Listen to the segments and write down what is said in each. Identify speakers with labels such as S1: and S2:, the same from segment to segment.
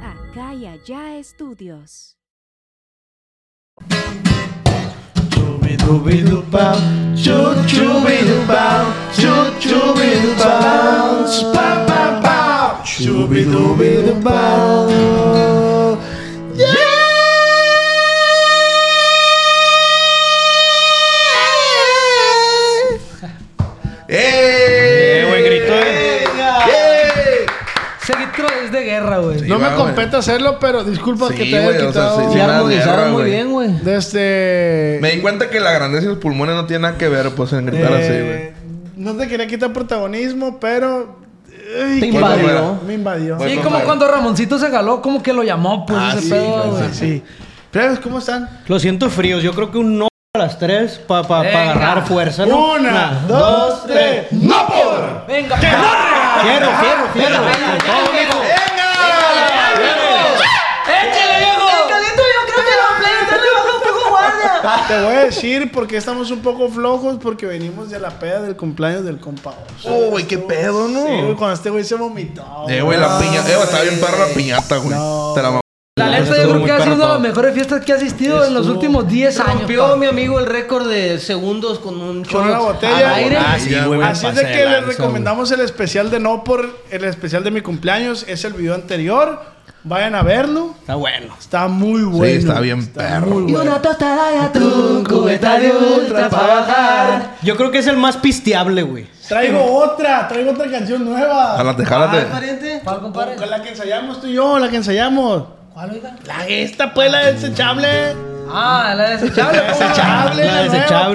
S1: Acá y allá estudios.
S2: Chubidubidubow, chuchubidubow, chuchubidubow, spam, pam, pam, chubidubidubow. Yeah. ¡Eh!
S3: buen grito, eh!
S2: ¡Eh!
S4: Ese grito es de guerra, güey.
S5: No me
S2: va,
S5: compete hacerlo, pero disculpa
S2: Sí,
S5: que te haya
S2: güey, o sea,
S5: quitado.
S2: sí,
S4: Se
S2: sí. una guerra,
S4: armonizaron muy
S2: güey.
S4: bien, güey.
S5: De este.
S2: Me di cuenta que la grandeza y los pulmones no tienen nada que ver, pues, en gritar así, güey.
S5: Eh, No te quería quitar protagonismo, pero. Ay,
S4: Te
S5: qué
S4: invadió.
S5: bueno, Me invadió.
S2: Bueno,
S4: Sí,
S2: pues,
S4: como
S2: güey.
S4: cuando Ramoncito se galó, como que lo llamó, pues,
S2: Ah,
S4: ese
S2: sí,
S4: pedo,
S2: güey,
S4: güey.
S5: Sí, sí. Plebes, ¿cómo están?
S3: Lo siento fríos. Yo creo que un no a las tres para
S4: Venga.
S3: agarrar fuerza, ¿no?
S5: Una, dos, tres. ¡No por!
S4: Venga, ¡Venga!
S3: Fierro, fierro, fierro.
S4: venga,
S3: Todo,
S4: venga.
S3: mijo.
S4: ¡Échale, viejo! yo creo que lo play está un poco guardia.
S5: Te voy a decir por qué estamos un poco flojos, porque venimos de la peda del cumpleaños del compa. Oso.
S2: Oh, güey, qué pedo, ¿no?
S5: Sí, güey, cuando este güey se vomitó.
S2: Eh, güey,
S5: Ah,
S2: la piña. Eh, güey, estaba bien perra la piñata, güey. Te la mamó.
S4: La
S3: Eso
S4: neta,
S3: estuvo
S4: yo creo
S3: muy
S4: que ha
S3: perro
S4: sido una de las
S3: todo.
S4: mejores fiestas que he asistido en los últimos 10 años.
S6: Rompió
S4: pa.
S6: mi amigo el récord de segundos con un
S5: Con una botella.
S6: al aire.
S2: Ah, sí, güey.
S5: Así es de que les recomendamos el especial de No por el especial de mi cumpleaños. Es el video anterior. Vayan a verlo.
S3: Está bueno.
S5: Está muy bueno.
S2: está bien perro.
S5: muy
S2: Y
S5: bueno.
S4: tostada y atún,
S6: cubeta de ultra pa' bajar.
S3: Yo creo que es el más pisteable, güey.
S5: Traigo otra, traigo otra canción nueva.
S2: Jálate, jálate.
S6: Aparente.
S4: ¿Cuál, compadre?
S5: Con la que ensayamos tú y yo, la que ensayamos.
S4: ¿Cuál, oiga?
S5: La esta pues la desechable.
S4: Ah, la desechable. ¿cómo no?
S5: Desechable,
S3: La
S5: la
S3: desechable.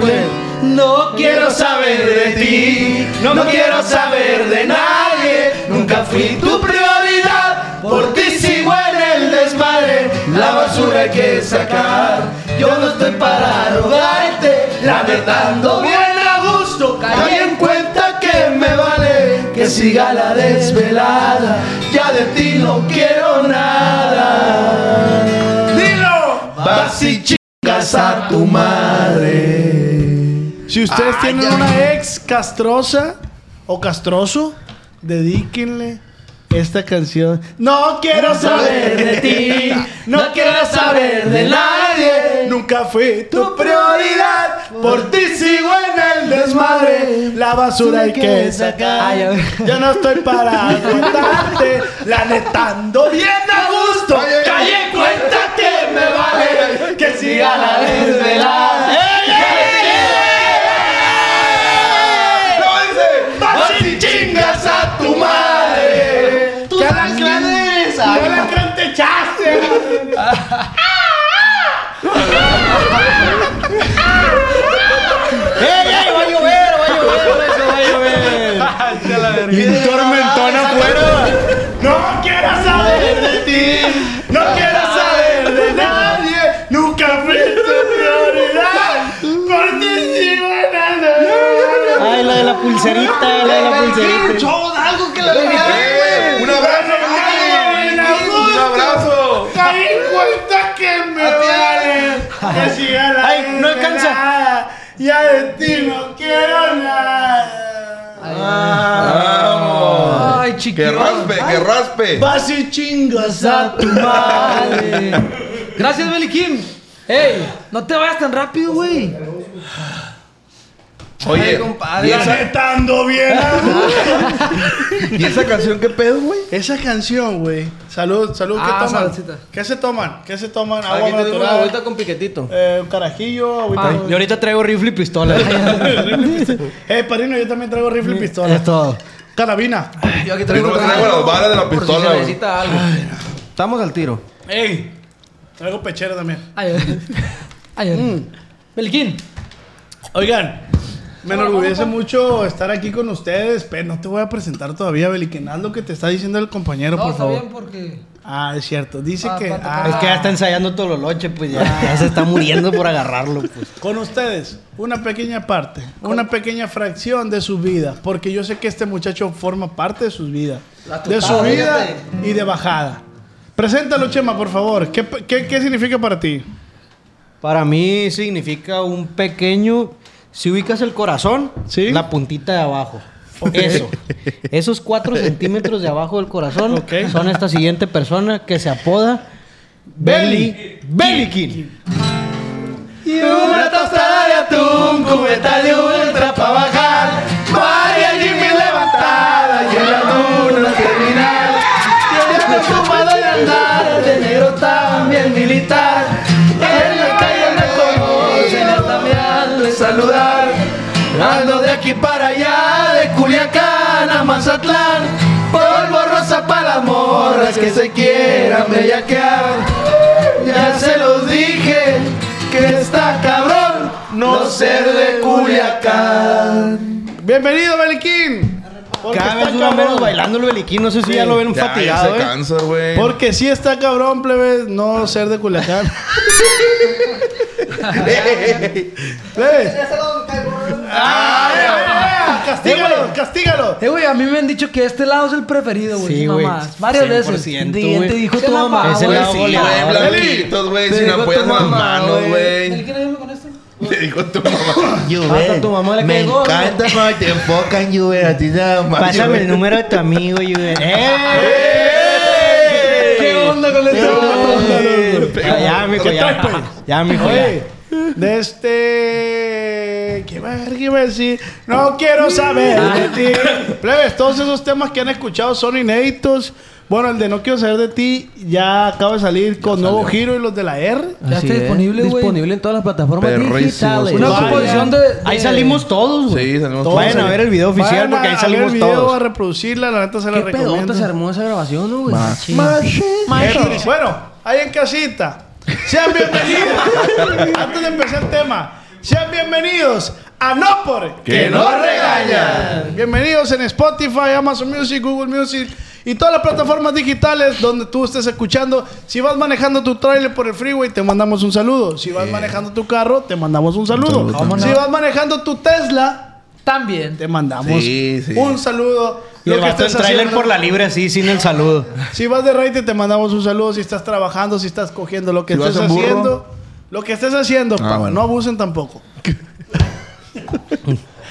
S5: nueva, pues.
S3: No
S5: quiero saber de ti, no quiero saber de nadie, nunca fui tu prioridad, por ti sigo en el desmadre, la basura hay que sacar, yo no estoy para rogarte, la verdad ando bien a gusto, caí en cuenta que me vale, que siga la desvelada, ya de ti no quiero nada. ¡Dilo! Vas y chingas a tu madre. Ah, Si ustedes tienen una ex castrosa o castroso, dedíquenle esta canción. No quiero saber de ti, no quiero saber de nadie. Nunca fui tu prioridad, por ti sigo en el desmadre. La basura hay que sacar.
S4: Ay, a ver.
S5: Yo no estoy para aguantarte, la neta ando bien a gusto. Caí en cuenta que me vale que siga la desvelada. Vas y chingas a tu madre. ¿Qué alacrán eres? ¿Qué alacrán te echaste?
S3: ¡Ey, ey! ¡Va a llover! ¡Va a llover! ¡Eso va a llover!
S2: Y un tormentón afuera.
S5: No quiero saber de ti. No quiero saber de nadie. Nunca fui tu prioridad. Por ti sigo en el
S3: ¡Ay, la de la pulserita! ¡La de la pulserita!
S5: algo que la
S2: Eh, Un abrazo, güey. Un abrazo.
S5: Caí en cuenta que me vale que siga la
S3: Ay, no alcanza.
S5: desvelada. Ya de ti no quiero nada.
S2: Vamos.
S4: Ay,
S2: Que
S4: chiquillo.
S2: raspe, que raspe.
S5: Vas y chingas a tu madre.
S4: Gracias, Belly Kim. Ey, no te vayas tan rápido, güey.
S2: Oye, ¿y
S5: La
S2: esa,
S5: neta ando bien.
S2: y esa canción qué pedo, güey?
S5: Esa canción, güey. Salud, salud. ¿Qué
S4: Ah,
S5: toman?
S4: saludcita.
S5: ¿Qué se toman? ¿Qué se toman? Agua
S6: Aquí tenemos una
S5: natural.
S6: vuelta con piquetito. Ah.
S5: Eh, un carajillo, agüita.
S3: Yo ahorita traigo rifle y pistola.
S5: Eh, padrino, yo también traigo rifle y pistola.
S3: Es todo.
S5: Carabina.
S6: Yo aquí
S2: Yo no
S6: otra
S2: traigo
S6: algo,
S2: las balas de la
S6: por si
S2: pistola,
S6: se
S2: güey.
S6: necesita algo.
S3: Estamos al tiro.
S5: Ey. Traigo pechera también.
S4: Ay, ay.
S6: Mm.
S4: ay. Belly Kim.
S5: Oigan, me enorgullece mucho estar aquí con ustedes, pero no te voy a presentar todavía, Beliquín. Haz lo que te está diciendo el compañero,
S4: No,
S5: por
S4: está
S5: favor.
S4: bien porque.
S5: Ah, es cierto. Dice que. Ah,
S3: Es que ya está ensayando todo lo loche, pues ya, ya se está muriendo por agarrarlo, pues.
S5: Con ustedes, una pequeña parte, una pequeña fracción de su vida, porque yo sé que este muchacho forma parte de sus vidas,
S3: La
S5: de su
S3: tutada,
S5: vida
S3: fíjate.
S5: y de bajada. Preséntalo, Chema, por favor. ¿Qué, qué, qué significa para ti?
S3: Para mí significa un pequeño. Si ubicas el corazón,
S5: Sí.
S3: la puntita de abajo. Eso. Esos cuatro centímetros de abajo del corazón
S5: Ok.
S3: son esta siguiente persona que se apoda Belly. Belly King.
S7: Y una tostada de atún, cubeta de ultra pa' bajar. María Jimmy levantada y en la luna terminal. Y el preocupado de andar, de negro también militar. En la calle me conocen, a también de saludar. Ando de aquí para allá, de Culiacán a Mazatlán. Polvo rosa para las morras que se quieran bellaquear. Ya se los dije que está cabrón no ser de Culiacán.
S5: Bienvenido, Beliquín. Porque
S3: Cada vez
S5: está
S3: dura menos
S5: cabrón.
S3: bailando el Belly King. No sé si ya lo ven
S2: Ya, ya
S3: fatigado,
S2: se
S3: ¿eh?
S2: cansa, güey.
S5: Porque sí está cabrón, plebes, no ser de Culiacán. plebes. Ah, Castígalo, castígalo.
S4: Eh, güey, a mí me han dicho que este lado es el preferido, güey.
S3: Sí,
S4: Sí,
S3: güey,
S4: Varias
S3: 100%,
S4: veces.
S3: güey.
S4: Diente dijo tu mamá.
S3: Es el
S4: güey.
S3: lado
S4: Sí,
S2: Sí, güey,
S3: goleador.
S2: blanquitos, güey,
S4: Te
S2: sin
S4: dijo
S2: apoyar
S4: tu
S2: las
S4: mamá,
S2: manos,
S4: ¿El
S2: güey.
S4: quiere irme con este? esto?
S2: Le dijo tu mamá.
S3: Hasta Ah, tu mamá le cayó, güey.
S7: cuando te enfocan, Juve. A ti nada más.
S3: Pásame
S7: Juve.
S3: el número de tu amigo, Eh, Juven.
S4: ¿Qué onda con este
S3: ¡Eh! Ya, ya, mijo,
S5: ¿Qué traes,
S3: ya.
S5: pues?
S3: Ya, mijo,
S5: Oye,
S3: ya.
S5: de este. ¿Qué va qué iba a decir? No quiero saber
S3: Ah.
S5: de ti. Plebes, todos esos temas que han escuchado son inéditos. Bueno, el de No quiero saber de ti ya acaba de salir con nuevo giro y los de la R.
S4: Ya
S3: Así
S4: está
S3: es.
S4: disponible, güey.
S3: Disponible en todas las plataformas
S2: Perrísimos,
S3: digitales.
S2: güey.
S4: Una
S5: Vaya.
S4: composición de, de-
S3: Ahí salimos todos, güey.
S2: Sí, salimos
S5: Todos
S3: Vayan a
S5: ahí.
S3: ver el video oficial
S5: Vayan
S3: porque ahí
S5: a
S3: salimos
S5: ver el video, a
S3: todos.
S5: reproducirla, la neta se la
S3: Qué pedota se
S5: recomiendo.
S3: armó esa grabación, ¿no, güey. Sí.
S5: Bueno, bueno, ahí en casita. Sean bienvenidos. Antes de empezar el tema, sean bienvenidos a No Por
S2: Que no
S7: regañan.
S5: Bienvenidos en Spotify, Amazon Music, Google Music y todas las plataformas digitales donde tú estés escuchando. Si vas manejando tu trailer por el freeway, te mandamos un saludo. Si vas manejando tu carro, te mandamos un saludo.
S2: saludo también.
S5: si vas manejando tu Tesla,
S4: También.
S5: te mandamos
S2: Sí, sí.
S5: un saludo.
S3: Y
S5: Lo
S3: el
S5: que
S3: vato en
S5: estés
S3: trailer
S5: haciendo-
S3: por la libre así, sin el saludo.
S5: si vas de raite, te mandamos un saludo. Si estás trabajando, si estás cogiendo lo que
S2: Si vas
S5: estés
S2: en burro.
S5: haciendo. Lo que estés haciendo, pa,
S2: bueno.
S5: no abusen tampoco.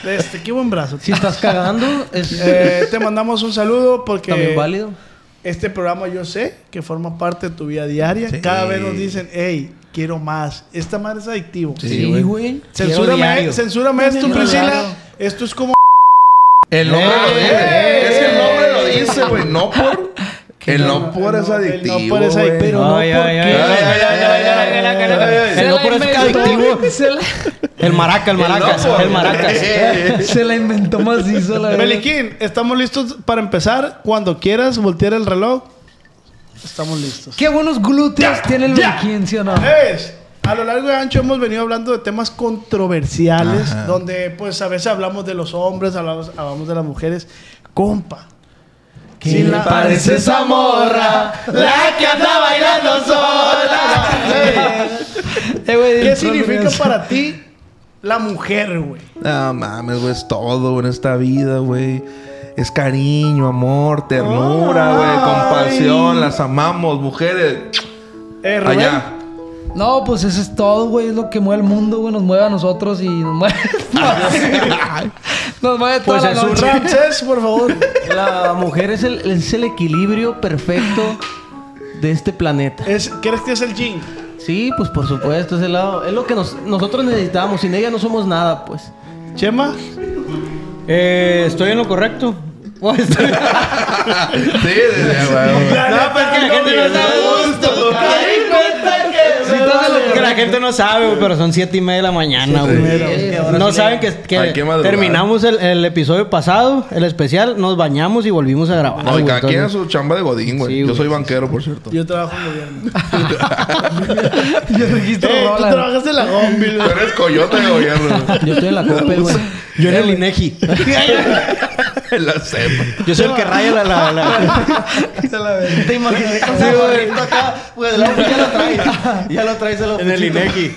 S5: este, qué buen brazo.
S3: Si estás cagando, es
S5: Eh, te mandamos un saludo porque
S3: también válido.
S5: este programa yo sé que forma parte de tu vida diaria.
S2: Sí.
S5: Cada vez nos dicen, hey, quiero más. Esta madre es adictivo.
S4: Sí, güey.
S5: Censúrame, censúrame esto,
S4: Quiero
S5: Priscila.
S4: diario.
S5: Esto es como...
S2: El nombre lo
S5: Eh.
S2: dice. Es que el nombre lo dice, güey. No por. El no por es adictivo.
S5: El no por es adictivo.
S2: güey.
S4: Pero no
S3: Ay, ay, ay,
S4: porque.
S3: ay, ay,
S4: Se
S3: El
S4: la
S3: no por es
S4: inventó.
S3: adictivo.
S4: Se la,
S3: El maraca, el maracas,
S2: no por.
S3: el maracas.
S4: se la inventó macizo, la verdad.
S5: Beliquín, estamos listos para empezar. Cuando quieras voltear el reloj, estamos listos.
S4: Qué buenos glúteos tiene el Beliquín, ¿sí o no?
S7: Eh,
S5: Es, a lo largo y ancho hemos venido hablando de temas controversiales, donde pues a veces hablamos de los hombres, hablamos, hablamos de las mujeres. Compa.
S7: Si le parece esa morra, la que anda bailando sola.
S4: Eh, güey,
S5: ¿Qué
S4: el
S5: significa
S4: problema es-
S5: para ti la mujer, güey?
S2: No mames, güey, es todo en esta vida, güey. Es cariño, amor, ternura, güey, compasión, las amamos, mujeres.
S5: Eh, Rubén,
S2: Allá.
S4: No, pues eso es todo, güey. Es lo que mueve el mundo, güey. Nos mueve a nosotros y nos mueve.
S7: Ah,
S4: nos mueve toda
S3: Pues
S4: la
S3: es un
S4: noche.
S5: Ramses, por favor.
S3: La mujer es el, es el equilibrio perfecto de este planeta.
S5: Es, ¿Crees que es el jean?
S3: Sí, pues por supuesto, es el lado. Es lo que nos- nosotros necesitamos. Sin ella no somos nada, pues.
S5: Chema,
S3: Eh, ¿Estoy en lo correcto?
S2: Sí, sí, güey.
S3: No, pues que la gente no sabe. Sí, todo lo que la gente no sabe, güey, pero son siete y media de la mañana, güey. no saben que, que
S2: Hay que madrugar.
S3: terminamos el, el episodio pasado, el especial, nos bañamos y volvimos a grabar.
S2: No, y
S3: Ah, güey,
S2: cada quien
S3: entonces-
S2: es su chamba de godín, güey.
S3: Sí,
S2: Yo
S3: güey.
S2: soy banquero, por cierto.
S5: yo trabajo en gobierno.
S4: Yo registro
S5: Eh, tú
S4: rolas.
S5: trabajas en la Gombil,
S2: Tú eres coyote de gobierno. güey.
S4: Yo estoy en la Coppel, güey.
S3: Yo en el INEGI.
S2: la cepa.
S4: Yo soy el que raya la... la, la-
S8: Se la ve.
S4: Te imaginé con
S8: Sí,
S4: el
S8: güey.
S4: gorrito acá. Pues la- ya lo traes. Ya lo traes a lo
S9: En el Inegi.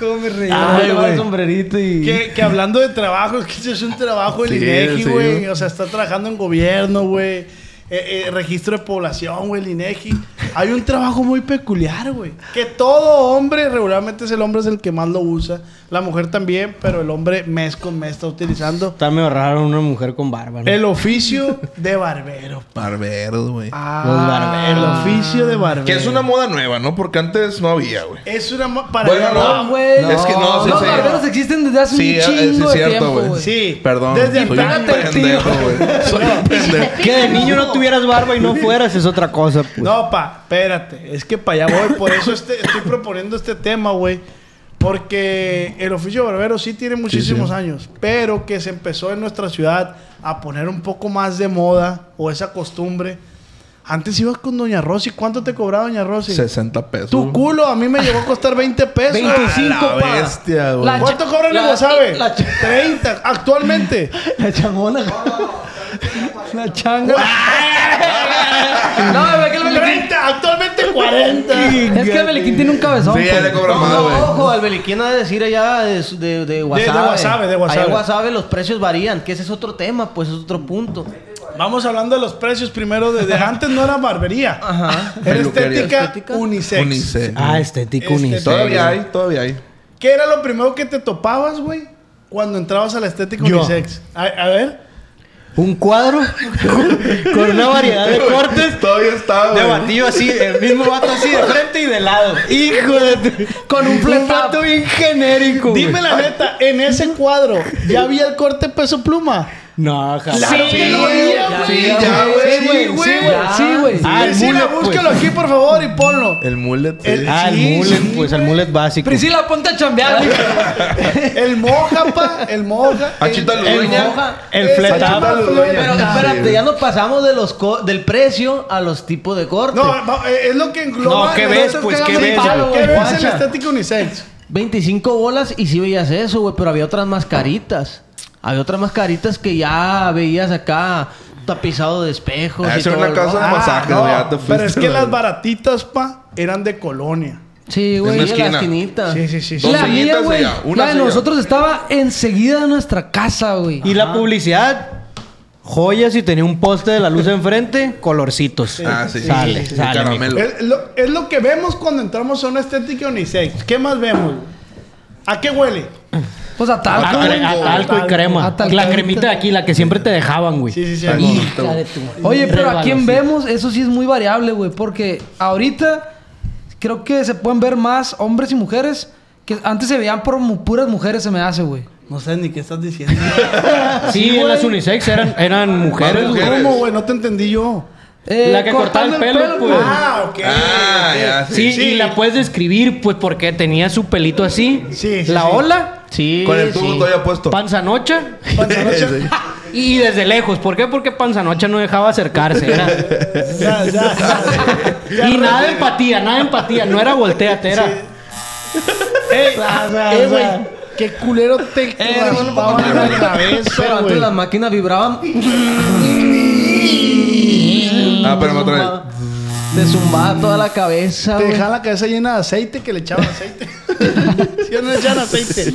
S8: ¿Cómo me reí?
S4: Ay,
S8: Toma
S4: güey.
S8: el sombrerito y...
S5: Que, que hablando de trabajo, es que ese es un trabajo el
S2: Sí,
S5: INEGI,
S2: sí,
S5: güey.
S2: güey.
S5: O sea, está trabajando en gobierno, güey. Eh, eh, registro de población, güey, el INEGI. Hay un trabajo muy peculiar, güey. Que todo hombre, regularmente es el hombre es el que más lo usa. La mujer también, pero el hombre mes con mes está utilizando
S4: Está medio raro una mujer con barba, ¿no?
S5: el oficio de barbero.
S2: Barberos, güey.
S5: Ah, el oficio de barbero.
S2: que es una moda nueva, ¿no? Porque antes no había, güey.
S5: Es una... mo- Para
S2: Bueno, no.
S8: güey.
S2: Es que no, sí,
S8: Los
S2: sí.
S8: barberos existen desde hace
S2: Sí,
S8: un
S4: ah,
S2: eh, sí,
S8: chingo de
S2: cierto,
S8: tiempo,
S2: güey.
S8: güey.
S5: Sí.
S2: Perdón.
S5: Desde
S2: soy un
S5: antaño.
S2: pendejo, güey. Soy un pendejo.
S4: Que de niño no tuvieras barba y no fueras es otra cosa, pues.
S5: No, pa, espérate. Es que para allá voy. Por eso este- estoy proponiendo este tema, güey. Porque el oficio de barbero sí tiene muchísimos años. Pero que se empezó en nuestra ciudad a poner un poco más de moda o esa costumbre. Antes ibas con Doña Rosy. ¿Cuánto te cobraba Doña Rosy?
S2: 60 pesos.
S5: Tu culo a mí me llegó a costar 20 pesos.
S8: 25,
S2: La
S8: pa.
S2: bestia, güey.
S8: La ch-
S5: ¿Cuánto cobra el
S8: La-
S5: Wasabe?
S8: la-
S5: 30. Actualmente.
S8: La changona. La changa. No, güey, que el Beliquín.
S5: 30. Actualmente 40.
S8: Es que el Beliquín tiene un cabezón.
S2: Sí, ya
S8: pues.
S2: le cobra más, güey.
S4: Ojo, al Beliquín ha de decir allá de, su- de, Ah, de Wasabe.
S5: Wasabe, de Wasabe.
S4: Allá en Wasabe los precios varían, que ese es otro tema, pues es otro punto.
S5: Vamos hablando de los precios primero. Desde antes no era barbería.
S4: Ajá.
S5: Era
S2: Peluquería.
S5: estética,
S4: Estética.
S5: unisex.
S2: Unisex.
S3: Ah,
S4: Ah, estético
S5: Este-
S4: unisex.
S2: Todavía hay, todavía hay.
S5: ¿Qué era lo primero que te topabas, güey? Cuando entrabas a la estética
S4: Yo.
S5: unisex. A, a ver.
S4: Un cuadro con una variedad de cortes.
S2: Todavía está,
S4: De
S2: güey.
S4: batillo así, el mismo vato así de frente y de lado. Hijo de tu- Con un fletato bien genérico. güey.
S5: Dime la neta, en ese cuadro, ¿ya había el corte peso pluma?
S4: No, jamás.
S5: Claro que lo había,
S4: ya,
S5: güey.
S2: Sí, ya, güey.
S5: Sí, güey. Sí, güey.
S8: Ya. Sí, güey.
S4: Ah, el
S5: Priscila,
S4: mullet, pues.
S5: búscalo aquí, por favor, y ponlo.
S2: El mullet. sí.
S5: El-
S4: Ah, el
S5: Sí,
S4: mullet,
S5: sí,
S4: pues el mullet básico.
S8: Priscila, ponte a chambear, güey.
S5: El moja, pa. El moja.
S2: A Chita
S5: El-
S2: Ludueña.
S4: moja,
S5: el
S2: Esa
S5: fletab.
S2: Chita Ludueña.
S4: Pero
S2: Sí,
S4: espérate,
S2: güey.
S4: ya nos pasamos de los co- del precio a los tipos de corte.
S5: No, va- eh, es lo que engloba.
S4: No, ¿qué
S5: el-
S4: ves, pues? ¿Qué
S5: Sí,
S4: ves?
S5: ¿Qué
S4: güey?
S5: ves en la
S4: Guacha.
S5: estética unisex?
S4: 25 bolas y sí veías eso, güey, pero había otras mascaritas. Había otras mascaritas que ya veías acá tapizado de espejos.
S2: Ah,
S4: y
S2: eso era
S4: todo
S2: una
S4: el
S2: casa de
S4: rollo.
S2: masajes,
S5: Ah, no,
S2: ya te
S5: pero
S2: fuiste,
S5: es que
S2: güey.
S5: las baratitas, pa, eran de colonia.
S4: Sí,
S2: En
S4: güey,
S2: la
S4: en la
S2: esquina.
S4: esquinita.
S5: Sí, sí, sí. sí.
S2: Dos
S8: La mía,
S2: sillitas
S8: güey.
S2: allá, una
S8: La de
S2: silla.
S8: nosotros estaba enseguida de nuestra casa, güey.
S4: Y la publicidad, joyas y tenía un poste de la luz enfrente, colorcitos.
S2: Ah, sí.
S4: Sale,
S2: Sí, sí,
S4: sale,
S2: Caramelo.
S5: Es lo, es lo que vemos cuando entramos a una estética unisex. ¿Qué más vemos? ¿A qué huele?
S8: Pues a tal,
S2: Ah,
S3: A,
S8: güey.
S3: cre- Ah, a talco y crema.
S8: A talco.
S3: la cremita de aquí, la que siempre te dejaban, güey.
S5: Sí, sí, sí.
S2: Ay,
S5: Y-
S2: bonito, güey.
S8: Oye, pero a quién
S3: Resbalosito.
S8: vemos, eso sí es muy variable, güey. Porque ahorita creo que se pueden ver más hombres y mujeres que antes se veían por mu- puras mujeres, se me hace, güey.
S5: No sé ni qué estás diciendo.
S3: Sí, en las unisex eran, eran mujeres, güey.
S2: mujeres.
S5: ¿Cómo, güey? No te entendí yo.
S8: Eh,
S3: La que cortaba el pelo, pues.
S8: güey.
S5: Ah, ok.
S2: Ah, ya, sí.
S3: Sí, y la puedes describir, pues, porque tenía su pelito así.
S5: Sí, sí,
S3: La
S5: sí.
S3: ola,
S4: Sí,
S2: Con el tubo
S4: sí.
S2: todavía puesto.
S3: panzanocha.
S5: Panzanocha.
S2: Sí.
S3: Y desde lejos. ¿Por qué? Porque panzanocha no dejaba acercarse. era-
S5: Ya, ya, ya.
S3: Y nada de empatía, nada de empatía. No era volteate, era...
S5: Eh, güey. Qué culero te raspaban la
S4: Pero
S5: cabeza,
S4: antes
S5: güey.
S4: las máquinas vibraban,
S2: Ah, pero me otra vez.
S4: te zumbaba toda la cabeza.
S5: Te
S4: güey.
S5: dejaban la cabeza llena de aceite que le echaban aceite. Si no le echaban aceite.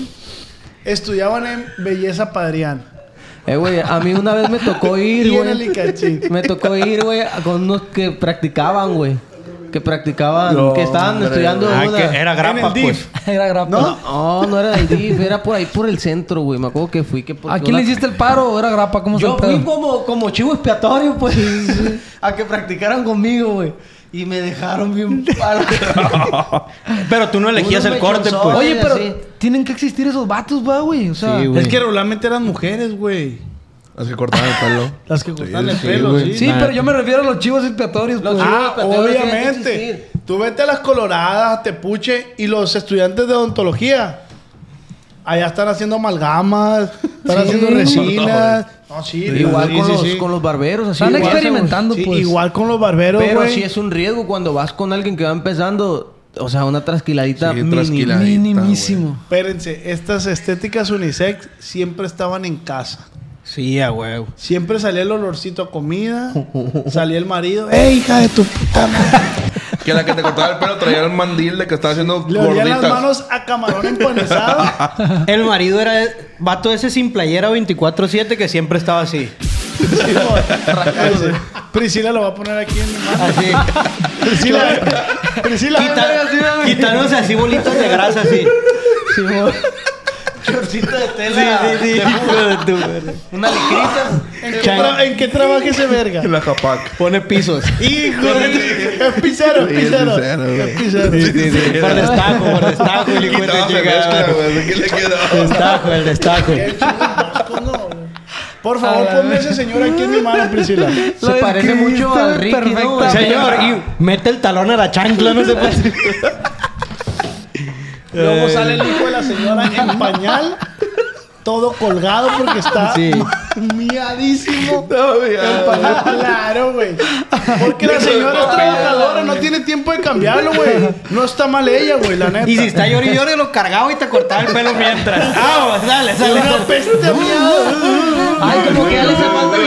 S5: Estudiaban en Belleza Padrián.
S4: Eh, güey, a mí una vez me tocó ir,
S5: Y en el
S4: güey.
S5: Icachín.
S4: Me tocó ir, güey, con unos que practicaban, güey. Que practicaban,
S2: No,
S4: que estaban
S2: hombre.
S4: estudiando
S3: Ah,
S4: una-
S3: que era grapa, pues.
S8: Era grapa.
S5: ¿No?
S4: No, no era del DIF, era por ahí por el centro, güey. Me acuerdo que fui que por
S8: ¿A quién le hiciste el paro o era grapa? ¿Cómo se
S4: Yo fui como, como chivo expiatorio, pues, a que practicaran conmigo, güey. Y me dejaron bien palo.
S3: Pero tú no elegías
S4: Uno
S3: el corte,
S4: mechonzón.
S3: pues.
S8: Oye, pero
S4: Sí.
S8: tienen que existir esos vatos, va, güey. O sea,
S3: Sí, güey.
S5: Es que regularmente eran mujeres, güey.
S2: Las que cortaban el pelo.
S5: Las que cortaban el
S2: sí,
S5: pelo,
S2: güey.
S5: sí.
S8: sí, pero yo me refiero a los chivos expiatorios, pues.
S5: Ah,
S4: Sí, pero tenían que
S5: obviamente.
S4: existir.
S5: Tú vete a las coloradas, a Tepuche y los estudiantes de odontología. Allá están haciendo amalgamas, están haciendo resinas. No, sí,
S4: Igual
S5: sí,
S4: con,
S5: sí,
S4: los,
S5: sí.
S4: con los barberos, así.
S8: Están
S4: igual,
S8: experimentando,
S5: Sí,
S8: pues.
S5: Igual con los barberos,
S4: güey.
S5: güey.
S4: Pero sí es un riesgo cuando vas con alguien que va empezando. O sea, una trasquiladita
S2: Sí,
S4: mínima.
S2: trasquiladita,
S8: Minimísimo.
S5: Espérense, estas estéticas unisex siempre estaban en casa.
S3: Sí, a huevo.
S5: Siempre salía el olorcito a comida. salía el marido. ¡Eh, hija de tu puta madre!
S2: Que la que te cortaba el pelo traía el mandil de que estaba haciendo
S5: Le olían las
S2: gorditas.
S5: manos a camarón empanizado.
S3: El marido era el vato ese sin playera 24-7 que siempre estaba así.
S5: Sí, güey. Priscila lo va a poner aquí en mi mano.
S3: Así.
S5: Priscila, Priscila,
S3: Quita- quitándose así bolitas de grasa así.
S4: Chorcito de
S3: Sí, sí, sí.
S4: Una lecrita.
S5: ¿en qué, tra- en qué trabaja ese verga?
S2: Y la japac.
S3: Pone pisos. Hijo de
S5: Es pisero,
S2: Sí,
S5: es
S2: es
S5: pisero.
S2: pisero, güey.
S5: Es pisero.
S3: Por destajo, por destajo. Y le
S2: Quitaba
S3: cuenta
S2: la mezcla,
S3: llega.
S2: güey. ¿Qué le quedaba?
S3: Destajo, el destajo.
S5: Por favor, ponme a ese señor aquí en mi mano, Priscila.
S4: Se parece mucho al Ricky, ¿no?
S3: Pues, Señor, y mete el talón a la chancla, no pues, se puede.
S5: Luego sale el hijo de la señora en pañal, todo colgado porque está
S3: Sí.
S5: miadísimo.
S2: No,
S5: El
S2: ya.
S5: pañal, claro, güey. Porque la señora es trabajadora, no tiene tiempo de cambiarlo, güey. No está mal ella, güey, la neta.
S3: Y si está llori, llori, lo cargaba y te cortaba el pelo mientras. Vamos, dale, sale.
S5: Una peste a miado.
S4: Ay, como que ya le se manda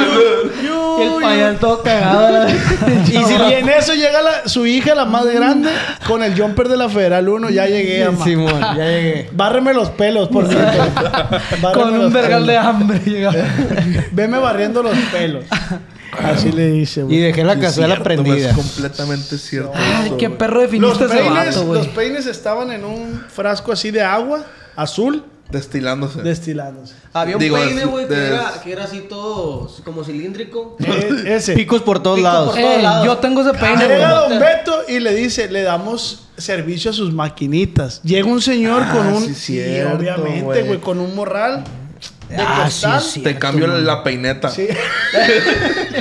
S5: Uy,
S4: el pañal todo cagado.
S5: Y, si, y en eso llega la- su hija, la más grande, con el jumper de la Federal 1. Ya llegué, mamá.
S3: Simón, ya llegué.
S5: Bárreme los pelos, por cierto.
S8: Con un vergal de hambre llega.
S5: Veme barriendo los pelos. Así le dice,
S3: Y
S5: güey.
S3: dejé la
S2: Es
S3: cazuela
S2: cierto, güey,
S3: prendida.
S2: Es completamente cierto.
S8: Ay,
S2: eso,
S8: qué
S2: güey.
S8: perro
S5: Los
S8: definiste ese
S5: peines,
S8: este vato,
S5: los
S8: güey.
S5: peines estaban en un frasco así de agua azul
S2: Destilándose.
S5: destilándose.
S4: Había un
S2: Digo,
S4: peine,
S2: es-
S4: güey, que,
S2: de-
S4: era, que era así todo como cilíndrico.
S5: E- ese.
S3: Picos por todos
S4: Picos
S3: lados.
S4: por todos
S8: Ey,
S4: lados.
S8: yo tengo ese peine, güey.
S5: Llega Don Beto y le dice, le damos servicio a sus maquinitas. Llega un señor
S2: Ah,
S5: con un...
S2: sí, cierto,
S5: obviamente,
S2: güey. Ah,
S5: güey, con un morral de costal.
S2: Te cambio la peineta.
S5: Sí.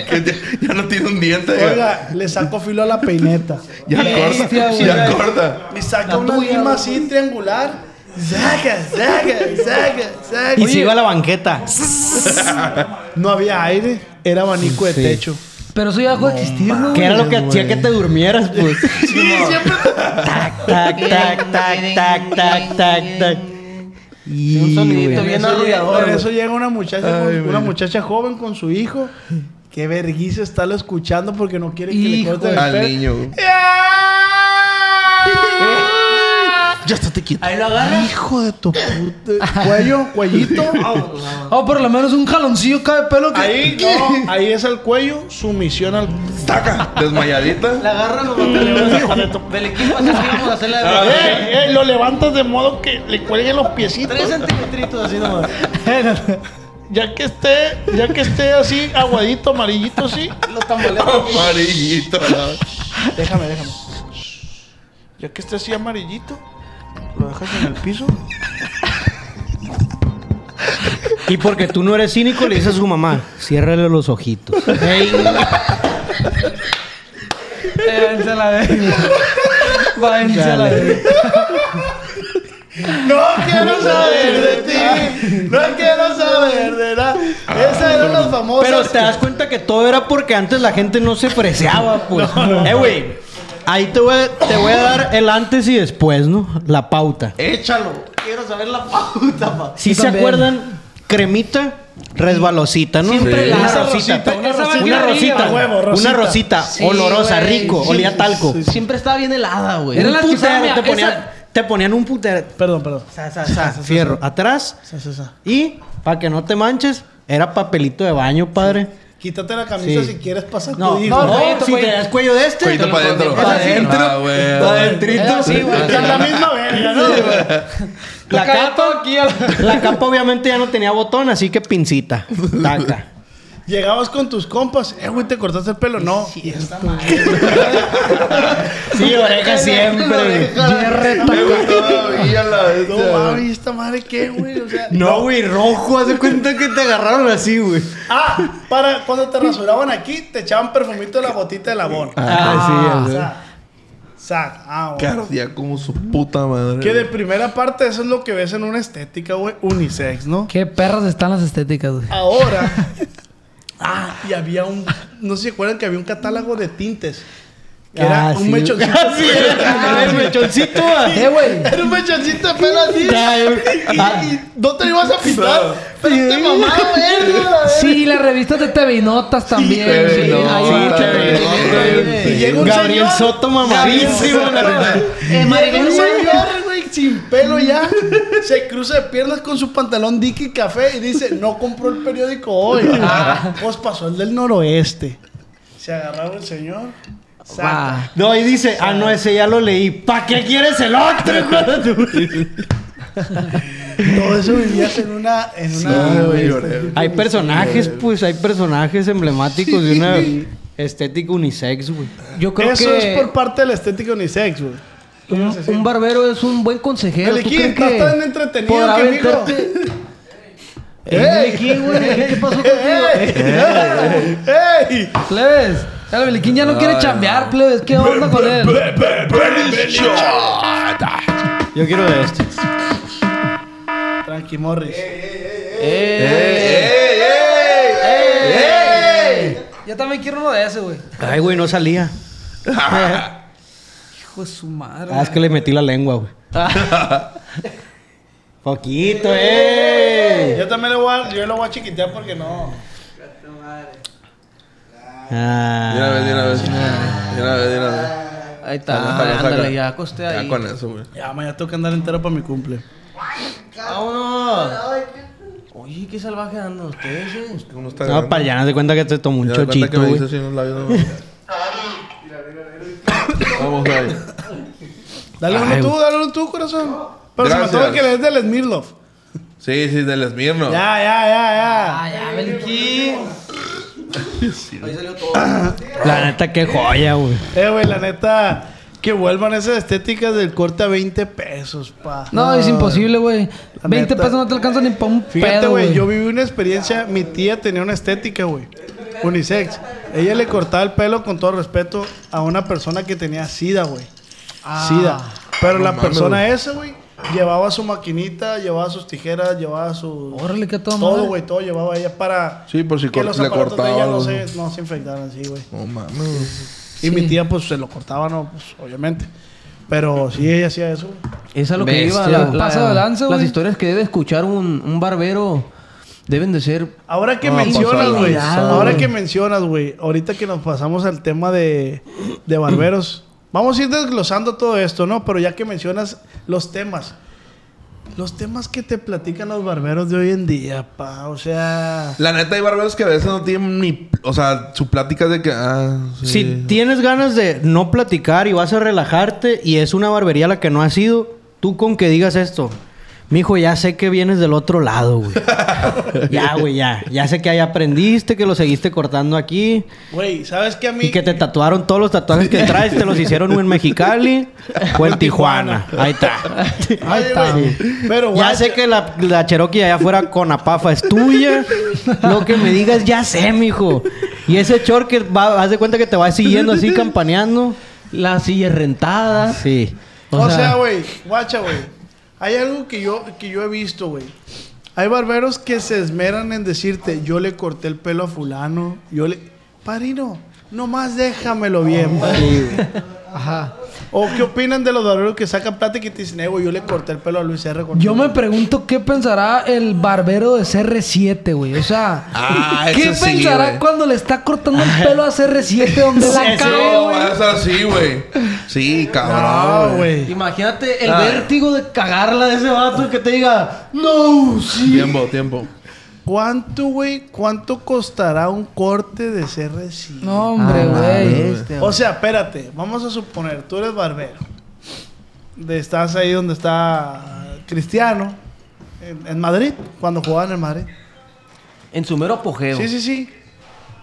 S2: Que ya, ya no tiene un diente.
S5: Oiga, le saco filo a la peineta.
S2: ya corta.
S8: bestia, güey.
S2: Ya corta.
S5: Me saca una lima así triangular. Saca, saca, saca, saca.
S3: Y
S5: Oye,
S3: se iba a la banqueta.
S5: No había aire, era abanico de techo.
S8: Pero eso ya dejó de existir, ¿no?
S3: Que
S8: güey?
S3: era lo que hacía que te durmieras, pues.
S5: Sí, siempre.
S3: Tac, tac, tac, tac, tac, tac, tac, tac. Y
S4: Un sonidito
S3: güey.
S5: Eso
S4: bien
S5: llega-
S4: arrullador.
S5: Por
S4: güey.
S5: eso llega una muchacha, con- una muchacha joven con su hijo. Qué vergüenza estarlo escuchando porque no quiere que
S8: Hijo
S5: le corten el
S2: Al
S5: pelo.
S2: niño. güey. Ya estate quieto.
S4: Ahí lo agarra.
S5: Hijo de tu puta. Cuello, cuellito.
S8: Oh, por lo menos un jaloncillo cada pelo que...
S5: Ahí, no, ahí es el cuello, sumisión al.
S2: Taca.
S4: La
S2: Desmayadita.
S4: agarra, lo mata. Del equipo así vamos a hacer la de...
S5: ¡Eh! ¡Eh! Lo levantas de modo que le cuelguen los piecitos.
S4: Tres centimetritos así nomás. Eh,
S5: Ya que esté, ya que esté así, aguadito, amarillito, sí.
S4: Lo tambalea.
S2: Amarillito. ¿no?
S5: Déjame, déjame. Ya que esté así amarillito, lo dejas en el piso.
S3: Y porque tú no eres cínico, le dices a su mamá, ciérrale los ojitos. Ey,
S8: Váyanse a la verga. Váyanse a la verga.
S5: No quiero saber de ti. No quiero saber de nada. Esa era una famosa.
S3: Pero te das cuenta que todo era porque antes la gente no se freseaba, pues. Eh, güey. Ahí te voy, a- te voy a dar el antes y después, ¿no? La pauta.
S4: Échalo. Quiero saber la pauta, pa.
S3: Si
S8: Yo
S3: se
S8: también.
S3: acuerdan, cremita, resbalosita, ¿no?
S8: Siempre
S3: Una
S8: la-
S3: rosita.
S8: una
S3: Una
S8: rosita.
S3: rosita. Una
S8: A
S3: rosita.
S5: huevo, rosita.
S3: Una rosita
S4: Sí,
S3: olorosa,
S4: güey.
S3: rico.
S4: Sí,
S3: Olía a talco.
S4: Siempre estaba bien helada, güey.
S8: Era
S3: Un
S8: la que usaba,
S3: putero.
S8: mira,
S3: Te ponían,
S8: esa-
S3: te ponían un putero.
S5: Perdón, perdón.
S3: Sa, sa, sa, fierro. Atrás.
S5: Sa, sa, sa.
S3: Y, para que no te manches, era papelito de baño, padre.
S5: Quítate la camisa
S3: Sí.
S5: si quieres pasar
S3: No,
S5: tu
S3: no,
S5: hijo.
S3: si
S8: cuellito,
S3: te
S8: cuellito.
S3: das cuello de este.
S2: Cuellito para adentro.
S4: Pa' adentro.
S2: Ah, güey.
S8: Era así, güey.
S5: Que es la misma verga, ¿no?
S3: La
S8: Acá todo
S3: capa,
S8: aquí a la-
S3: la capa obviamente ya no tenía botón, así que pincita. Taca.
S5: Llegabas con tus compas. Eh, güey, te cortaste el pelo. No. Y esta madre.
S3: Sí, oreja siempre.
S2: Me gustó todavía la
S5: No,
S2: bestia.
S5: mami, esta madre, ¿qué, güey? O sea,
S3: No, güey, rojo. Haz de cuenta que te agarraron así, güey.
S5: Ah, para cuando te rasuraban aquí, te echaban perfumito de la gotita de labón.
S3: Ah, sí,
S5: Sac. Sac. Ah, güey.
S2: Cardía como su puta madre.
S5: Que de primera parte eso es lo que ves en una estética, güey, unisex, ¿no?
S8: Qué perras están las estéticas, güey.
S5: Ahora. ah, y había un. No sé si se acuerdan que había un catálogo de tintes. Que era
S3: Ah,
S5: un
S3: sí.
S5: mechoncito.
S3: Sí, era el mechoncito. ah.
S8: Eh, güey.
S5: Era un mechoncito de pelo así.
S3: Ya, eh,
S5: y,
S3: ah.
S5: y no te lo ibas a pintar.
S8: Sí, las revistas de TV Notas también.
S2: TV
S8: sí,
S2: Notas,
S8: hay mucho-
S2: TV Notas,
S5: Y
S2: sí.
S5: llega un
S3: Gabriel
S5: señor-
S3: Soto, mamá.
S5: Gabriel
S3: Sí,
S5: Soto.
S8: Eh,
S5: Llega un
S8: Maribel, güey.
S5: señor, güey, sin pelo ya. Se cruza de piernas con su pantalón Dicky Café y dice, no compró el periódico hoy.
S4: Ah.
S5: Pues pasó el del noroeste. Se agarraba el señor. saca.
S8: Va.
S3: No, y dice, ah, no, ese ya lo leí. ¿Para qué quieres el otro? hijo de tu-?
S5: Todo eso vivías en una... En una
S2: Ay, güey, lloré.
S3: hay personajes, pues, hay personajes emblemáticos de una estética unisex, güey.
S4: Yo creo
S5: eso
S4: que
S5: es por parte del estético unisex, güey.
S4: un, un barbero es un buen consejero. ¿Tú
S5: Meliquín, estás
S4: crees que
S5: tan entretenido
S4: podrá
S5: que, mijo.
S4: aventarte-
S5: ¡Ey!
S4: Meliquín, güey, ¿qué pasó contigo?
S5: ¡Ey! ¡Ey!
S8: Plebes. El Beliquín ya no quiere chambear, plebes. ¿Qué onda con él?
S3: Yo quiero de este.
S5: Tranqui Morris.
S8: Yo también quiero uno de ese, güey.
S3: Ay, güey, no salía.
S8: Hijo de su madre.
S3: Ah, es que le metí la lengua, güey.
S8: Ah,
S3: Poquito, eh.
S5: Yo también lo voy a, yo lo voy a chiquitear porque no.
S3: Ah.
S2: De una vez, de una vez. De una vez, de una vez.
S4: Ahí está,
S2: Saca, saca,
S4: ándale,
S2: saca.
S4: ya acosté ahí.
S2: Ya con eso, güey.
S5: Ya, ma, ya tengo que andar entero para mi cumple.
S4: ¡Vámonos! Oye, qué salvaje andan ustedes, eh.
S2: Uno está
S3: No, para allá, no se cuenta que te tomó un
S2: Ya de cuenta que
S3: chochito,
S2: me
S3: güey.
S2: dice así en los labios, no. Vamos ahí.
S5: Dale uno tú, dale uno tú, corazón. Pero se me
S2: Gracias.
S5: toca que le des del Smirnoff.
S2: Sí, sí, del Esmirno.
S5: Ya, ya, ya, ya.
S8: Ah, ya, Beliquín.
S3: La neta, qué joya, güey.
S5: Eh, güey, la neta, que vuelvan esas estéticas del corte a 20 pesos, pa.
S8: No, es imposible, güey.
S5: La
S8: 20
S5: neta.
S8: pesos no te alcanzan ni para un
S5: Fíjate,
S8: pedo,
S5: güey,
S8: güey.
S5: yo viví una experiencia. Mi tía tenía una estética, güey. Unisex. Ella le cortaba el pelo, con todo respeto, a una persona que tenía sida, güey.
S8: Ah.
S5: sida. Pero la
S2: mames,
S5: persona
S2: güey.
S5: esa, güey, llevaba su maquinita, llevaba sus tijeras, llevaba su.
S8: Órale, qué todo,
S5: Todo,
S8: madre.
S5: güey, todo llevaba ella para.
S2: Sí, por si
S5: que
S2: cor-
S5: los
S2: le
S5: aparatos de ella
S2: cortaban,
S5: no
S2: güey.
S5: se, no se infectaran, sí, güey.
S2: No mames.
S5: Y mi tía, pues se lo cortaba, no, pues obviamente. Pero sí, ella hacía eso.
S4: Esa es lo que
S3: Bestia.
S4: iba. la- la-
S8: Paso de lanza,
S4: Las
S8: güey.
S4: historias que debe escuchar un, un barbero deben de ser...
S5: Ahora que
S2: Ah,
S5: mencionas,
S2: pasado,
S5: pues, güey.
S4: pasado,
S5: Ahora
S4: güey.
S5: que mencionas, güey. Ahorita que nos pasamos al tema de, de barberos. Vamos a ir desglosando todo esto, ¿no? Pero ya que mencionas los temas. Los temas que te platican los barberos de hoy en día, pa. O sea.
S2: La neta, hay barberos que a veces no tienen ni. O sea, su plática es de que. Ah, sí.
S3: Si tienes ganas de no platicar y vas a relajarte y es una barbería la que no has ido, tú con que digas esto. Mijo, ya sé que vienes del otro lado, güey. ya, güey, ya. Ya sé que ahí aprendiste, que lo seguiste cortando aquí
S5: Güey, ¿sabes qué a mí?
S3: y que te tatuaron todos los tatuajes que traes, te los hicieron o en Mexicali o en Tijuana. Ahí está.
S5: Ay, güey. Pero,
S3: Ya
S5: guacha.
S3: sé que la, la Cherokee allá afuera con apafa es tuya. Lo que me digas, ya sé, mijo. Y ese short que va, haz de cuenta que te va siguiendo así, campaneando.
S4: Las sillas rentadas.
S3: Sí.
S5: O sea, güey, guacha, güey. Hay algo que yo, que yo he visto, güey. Hay barberos que se esmeran en decirte, yo le corté el pelo a fulano, yo le... Parino, nomás déjamelo bien, padrino.
S8: Ajá.
S5: ¿O qué opinan de los barberos que sacan plática y te dicen, eh, güey, yo le corté el pelo a Luis R. Cortés"?
S8: Yo me pregunto qué pensará el barbero de CR7, güey. O sea,
S2: Ah,
S8: ¿qué
S2: ese sí,
S8: pensará
S2: güey.
S8: cuando le está cortando el pelo a CR7 donde la cae,
S2: No,
S8: güey?
S2: es así, güey. Sí,
S5: No,
S2: cabrón. güey.
S5: güey.
S4: Imagínate el
S2: Ah.
S4: vértigo de cagarla de ese vato que te diga... ¡No! Sí.
S2: Tiempo, tiempo.
S5: ¿Cuánto, güey? ¿Cuánto costará un corte de CR7?
S8: No,
S4: Ah,
S8: hombre, güey.
S4: este,
S5: O sea, espérate, vamos a suponer, tú eres barbero. De- estás ahí donde está Cristiano, en, en Madrid, cuando jugaban en Madrid.
S4: En su mero apogeo.
S5: Sí, sí, sí.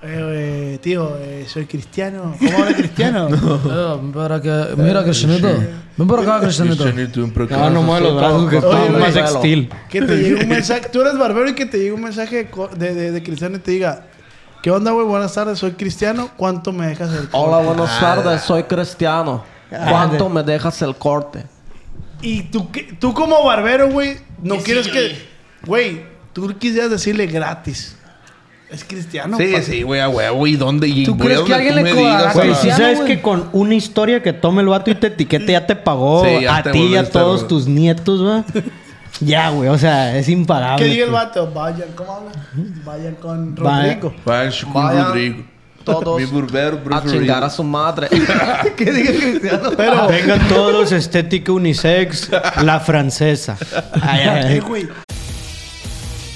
S5: Eh, eh, tío, eh, soy cristiano. ¿Cómo habla cristiano?
S8: Eh, para que- Mira, Cristianito. Ven por acá, Cristianito.
S3: No, no mueve los brazos que
S5: Oye,
S3: está
S5: güey.
S3: más textil.
S5: Que te llegue un mensaje. Tú eres barbero y que te llegue un mensaje de, co- de, de- de cristiano y te diga: ¿Qué onda, güey? Buenas tardes, soy cristiano. ¿Cuánto me dejas el corte?"
S4: Hola, buenas tardes, soy cristiano. ¿Cuánto me dejas el corte?
S5: Y tú, que- tú como barbero, güey, no quieres que. Güey, tú quisieras decirle gratis. Es cristiano.
S2: Sí,
S5: pa-
S2: sí, güey, a huevo. ¿Y dónde? Y
S8: ¿Tú
S2: güey,
S8: crees
S2: a
S8: que
S2: donde
S8: alguien
S2: tú
S8: le
S2: me
S8: cobrará
S2: digas,
S8: que
S3: Güey,
S2: güey.
S3: si
S8: Cristiano,
S3: sabes
S8: güey.
S3: que con una historia que tome el vato y te etiquete ya te pagó
S2: Sí, ya
S3: a
S2: te
S3: ti y a
S2: volviste,
S3: todos
S2: güey.
S3: tus nietos, va. Ya, güey, o sea, es impagable.
S5: ¿Qué diga el
S3: güey.
S5: vato? Vayan, ¿cómo habla? Vayan con
S3: Vaya.
S5: Rodrigo.
S2: Vayan, Shukun
S9: Vayan
S2: Rodrigo.
S9: todos
S2: Mi burbero,
S4: A
S2: Bruce
S4: Ah, chingar a
S2: Rodrigo.
S4: su madre.
S9: ¿Qué diga Cristiano?
S5: Pero,
S3: Vengan todos los estética unisex, la francesa. Ay, ay, ay.
S5: eh, güey,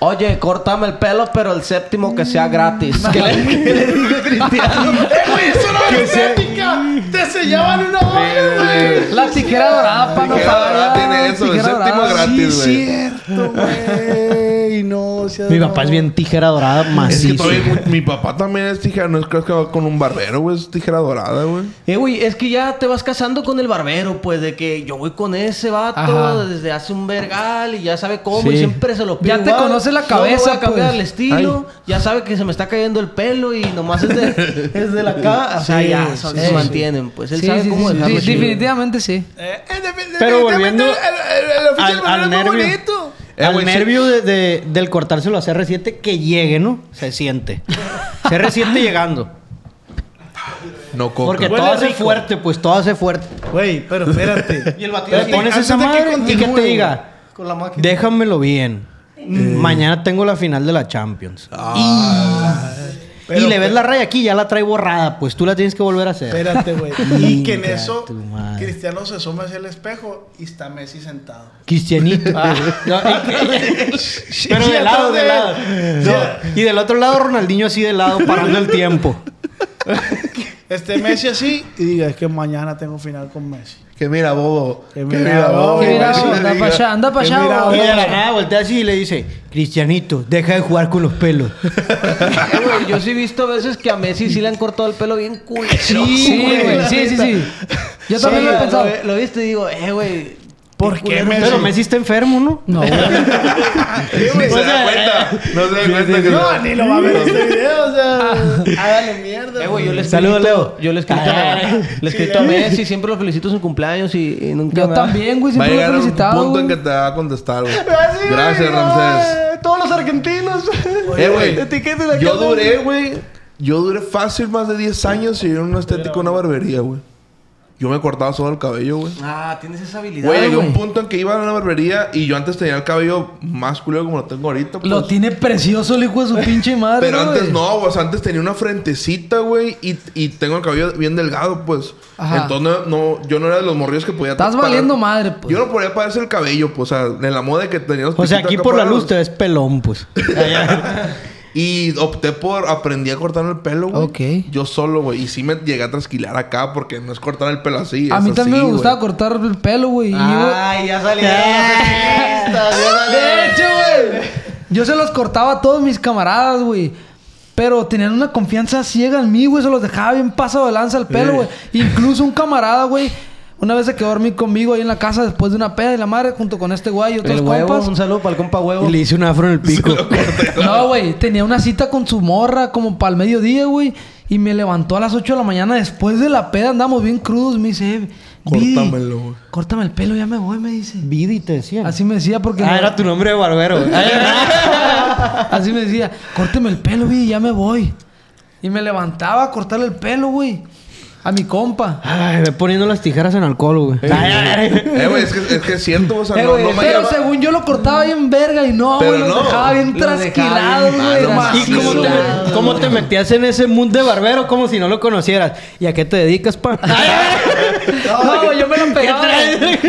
S4: Oye, córtame el pelo, pero el séptimo que sea gratis. ¿Qué le, Eh, qué le digo a Cristiano?
S5: güey, eso no es estética. Te sellaban una vaina, güey.
S8: La tijera dorada, pa' no
S2: Tijera dorada
S8: pagar.
S2: tiene eso, el
S8: Tijera
S2: séptimo
S8: dorada.
S2: gratis.
S5: Sí,
S2: güey.
S5: cierto, güey. No, o sea,
S3: Mi
S5: no.
S3: papá es bien tijera dorada
S2: Es que
S3: macizo.
S2: todavía mi, mi papá también es tijera, no es que va con un barbero, güey, es tijera dorada, güey.
S4: Eh, güey, es que ya te vas casando con el barbero, pues, de que yo voy con ese vato
S8: Ajá.
S4: desde hace un vergal y ya sabe cómo y
S3: Sí.
S4: siempre se lo pide.
S8: Ya te
S4: igual.
S8: conoce la
S4: Yo no
S8: cabeza,
S4: voy a cambiar
S8: pues.
S4: el estilo, ya sabe que se me está cayendo el pelo y nomás es de, es de la cara. O sea,
S8: Sí,
S4: ya son-
S8: sí,
S4: se
S8: sí.
S4: mantienen, pues. Él
S8: Sí,
S4: sabe
S8: sí,
S4: cómo
S8: sí, sí,
S4: dejarlo
S8: sí,
S4: chido.
S8: definitivamente sí.
S5: Eh, eh, de- de-
S3: Pero
S5: de-
S3: volviendo
S5: de- el- el- el oficial
S3: al- al
S5: es muy
S3: nervio.
S5: bonito.
S2: Eh,
S3: Al
S2: güey, sí.
S3: nervio de, de- del cortárselo a CR7 que llegue, ¿no? Se siente. CR7 llegando.
S2: No coca.
S3: Porque
S5: Huele
S3: todo hace
S5: rico.
S3: fuerte, pues todo hace fuerte.
S5: Güey, pero espérate.
S3: Y el batido
S5: Espérate,
S3: pones
S5: antes
S3: esa
S5: de que
S3: madre y que
S5: continúe,
S3: te diga, déjamelo bien. Mañana tengo la final de la Champions. Y- y
S5: Pero-
S3: le ves la raya aquí, ya la trae borrada, pues tú la tienes que volver a hacer.
S5: Espérate, güey. Y que en
S3: Chinga
S5: eso
S3: tu madre.
S5: Cristiano se asoma hacia el espejo y está Messi sentado.
S3: Cristianito. No, Pero
S5: Sí,
S3: de lado,
S5: atrás de
S3: de lado.
S5: él.
S3: No, Y del otro lado, Ronaldinho así de lado, parando el tiempo.
S5: Este Messi así y diga, es que mañana tengo final con Messi.
S2: Que mira, bobo.
S5: Que mira,
S2: Oh,
S5: bobo.
S8: Que mira,
S5: sí,
S8: güey, anda
S2: diga.
S8: para allá, anda para
S5: Que
S8: allá.
S5: mira,
S8: güey.
S3: Y de la nada voltea así y le dice: Cristianito, deja de jugar con los pelos.
S4: Eh, güey, yo sí he visto a veces que a Messi sí le han cortado el pelo bien culero.
S8: Sí, güey, sí, sí, sí. Yo también lo he pensado.
S4: Lo, lo viste y digo, eh, güey.
S5: ¿Por
S4: qué
S5: qué
S4: culero
S5: Messi?
S3: Pero Messi está enfermo, ¿no?
S8: No, güey.
S2: Ni se da cuenta. No se da cuenta que
S5: No, ni lo va a ver este video, o sea, hágale mierda.
S4: Eh, güey, yo le Ah, he
S3: Saludos,
S4: escrito-
S3: Leo.
S4: Yo le he escrito,
S3: Ay.
S4: le he escrito a Messi, siempre lo felicito en su cumpleaños y, y nunca
S8: Yo
S4: me ha-
S8: también, güey,
S2: Va a
S8: siempre lo he
S2: llegar un
S8: felicitado.
S2: punto en que
S8: güey.
S2: te va a contestar, güey.
S5: Así, güey,
S2: Gracias,
S5: no,
S2: Ramsés.
S5: eh, Todos los argentinos.
S2: Eh, güey. Yo
S5: cara.
S2: duré, güey. Yo duré fácil más de 10 años y era una estética, una barbería, güey. Yo me cortaba solo el cabello, güey.
S4: Ah, tienes esa habilidad.
S2: Güey,
S4: Güey,
S2: llegué a un punto en que iba a una barbería y yo antes tenía el cabello más culero como lo tengo ahorita.
S8: Lo
S2: pues.
S8: tiene precioso el hijo de su pinche madre.
S2: Pero antes
S8: güey.
S2: no, o sea, antes tenía una frentecita, güey, y, y tengo el cabello bien delgado, pues.
S8: Ajá.
S2: Entonces, no, yo no era de los morrillos que podía...
S8: Estás
S2: parar-
S8: valiendo madre, pues.
S2: Yo no podía pararse el cabello, pues, o sea, en la moda que tenía los
S3: O sea,
S2: piquitos
S3: aquí
S2: acá
S3: por la
S2: parados.
S3: luz te ves pelón, pues.
S2: Y opté por... Aprendí a cortar el pelo, güey.
S8: Ok.
S2: Yo solo, güey. Y sí me llegué a trasquilar acá porque no es cortar el pelo así.
S8: A
S2: es
S8: mí también
S2: así,
S8: me gustaba
S2: güey. Ah,
S8: cortar el pelo, güey. y yo-
S4: Ay, ya salieron las feministas, ya
S8: De
S4: salieron.
S8: hecho, güey. Yo se los cortaba a todos mis camaradas, güey. Pero tenían una confianza ciega en mí, güey. Se los dejaba bien pasado de lanza el pelo, güey. Incluso un camarada, güey. Una vez se quedó a dormir conmigo ahí en la casa después de una peda y la madre junto con este güey y otros
S4: El huevo,
S8: compas.
S4: un saludo para el compa huevo.
S3: Y le hice un afro en el pico.
S8: No, güey. Tenía una cita con su morra como para el mediodía, güey. Y me levantó a las 8 de la mañana después de la peda. Andamos bien crudos. Me dice, eh, Vidi,
S2: Córtamelo, güey.
S8: Córtame el pelo, ya me voy, me dice.
S3: Vidi te decía.
S8: Así me decía porque...
S3: Ah,
S8: no-
S3: era tu nombre de barbero. güey.
S8: Así me decía, córteme el pelo, güey, ya me voy. Y me levantaba a cortarle el pelo, güey. A mi compa.
S3: Ay, ve poniendo las tijeras en alcohol, güey. Ay, ay, ay.
S2: Eh, güey, es que, es que siento, o sea,
S8: Eh,
S2: no,
S8: güey,
S2: no me
S8: pero
S2: lleva-
S8: según yo lo cortaba bien verga y no,
S2: Pero
S8: güey, lo
S2: no.
S8: dejaba bien
S4: Lo dejaba
S8: trasquilado,
S4: bien
S8: güey.
S4: malo,
S3: ¿Y
S4: macizo.
S8: macizo,
S3: cómo te,
S8: güey.
S3: cómo te metías en ese mundo de barbero como si no lo conocieras? ¿Y a qué te dedicas, pa?
S8: No, güey, yo me la pegaba.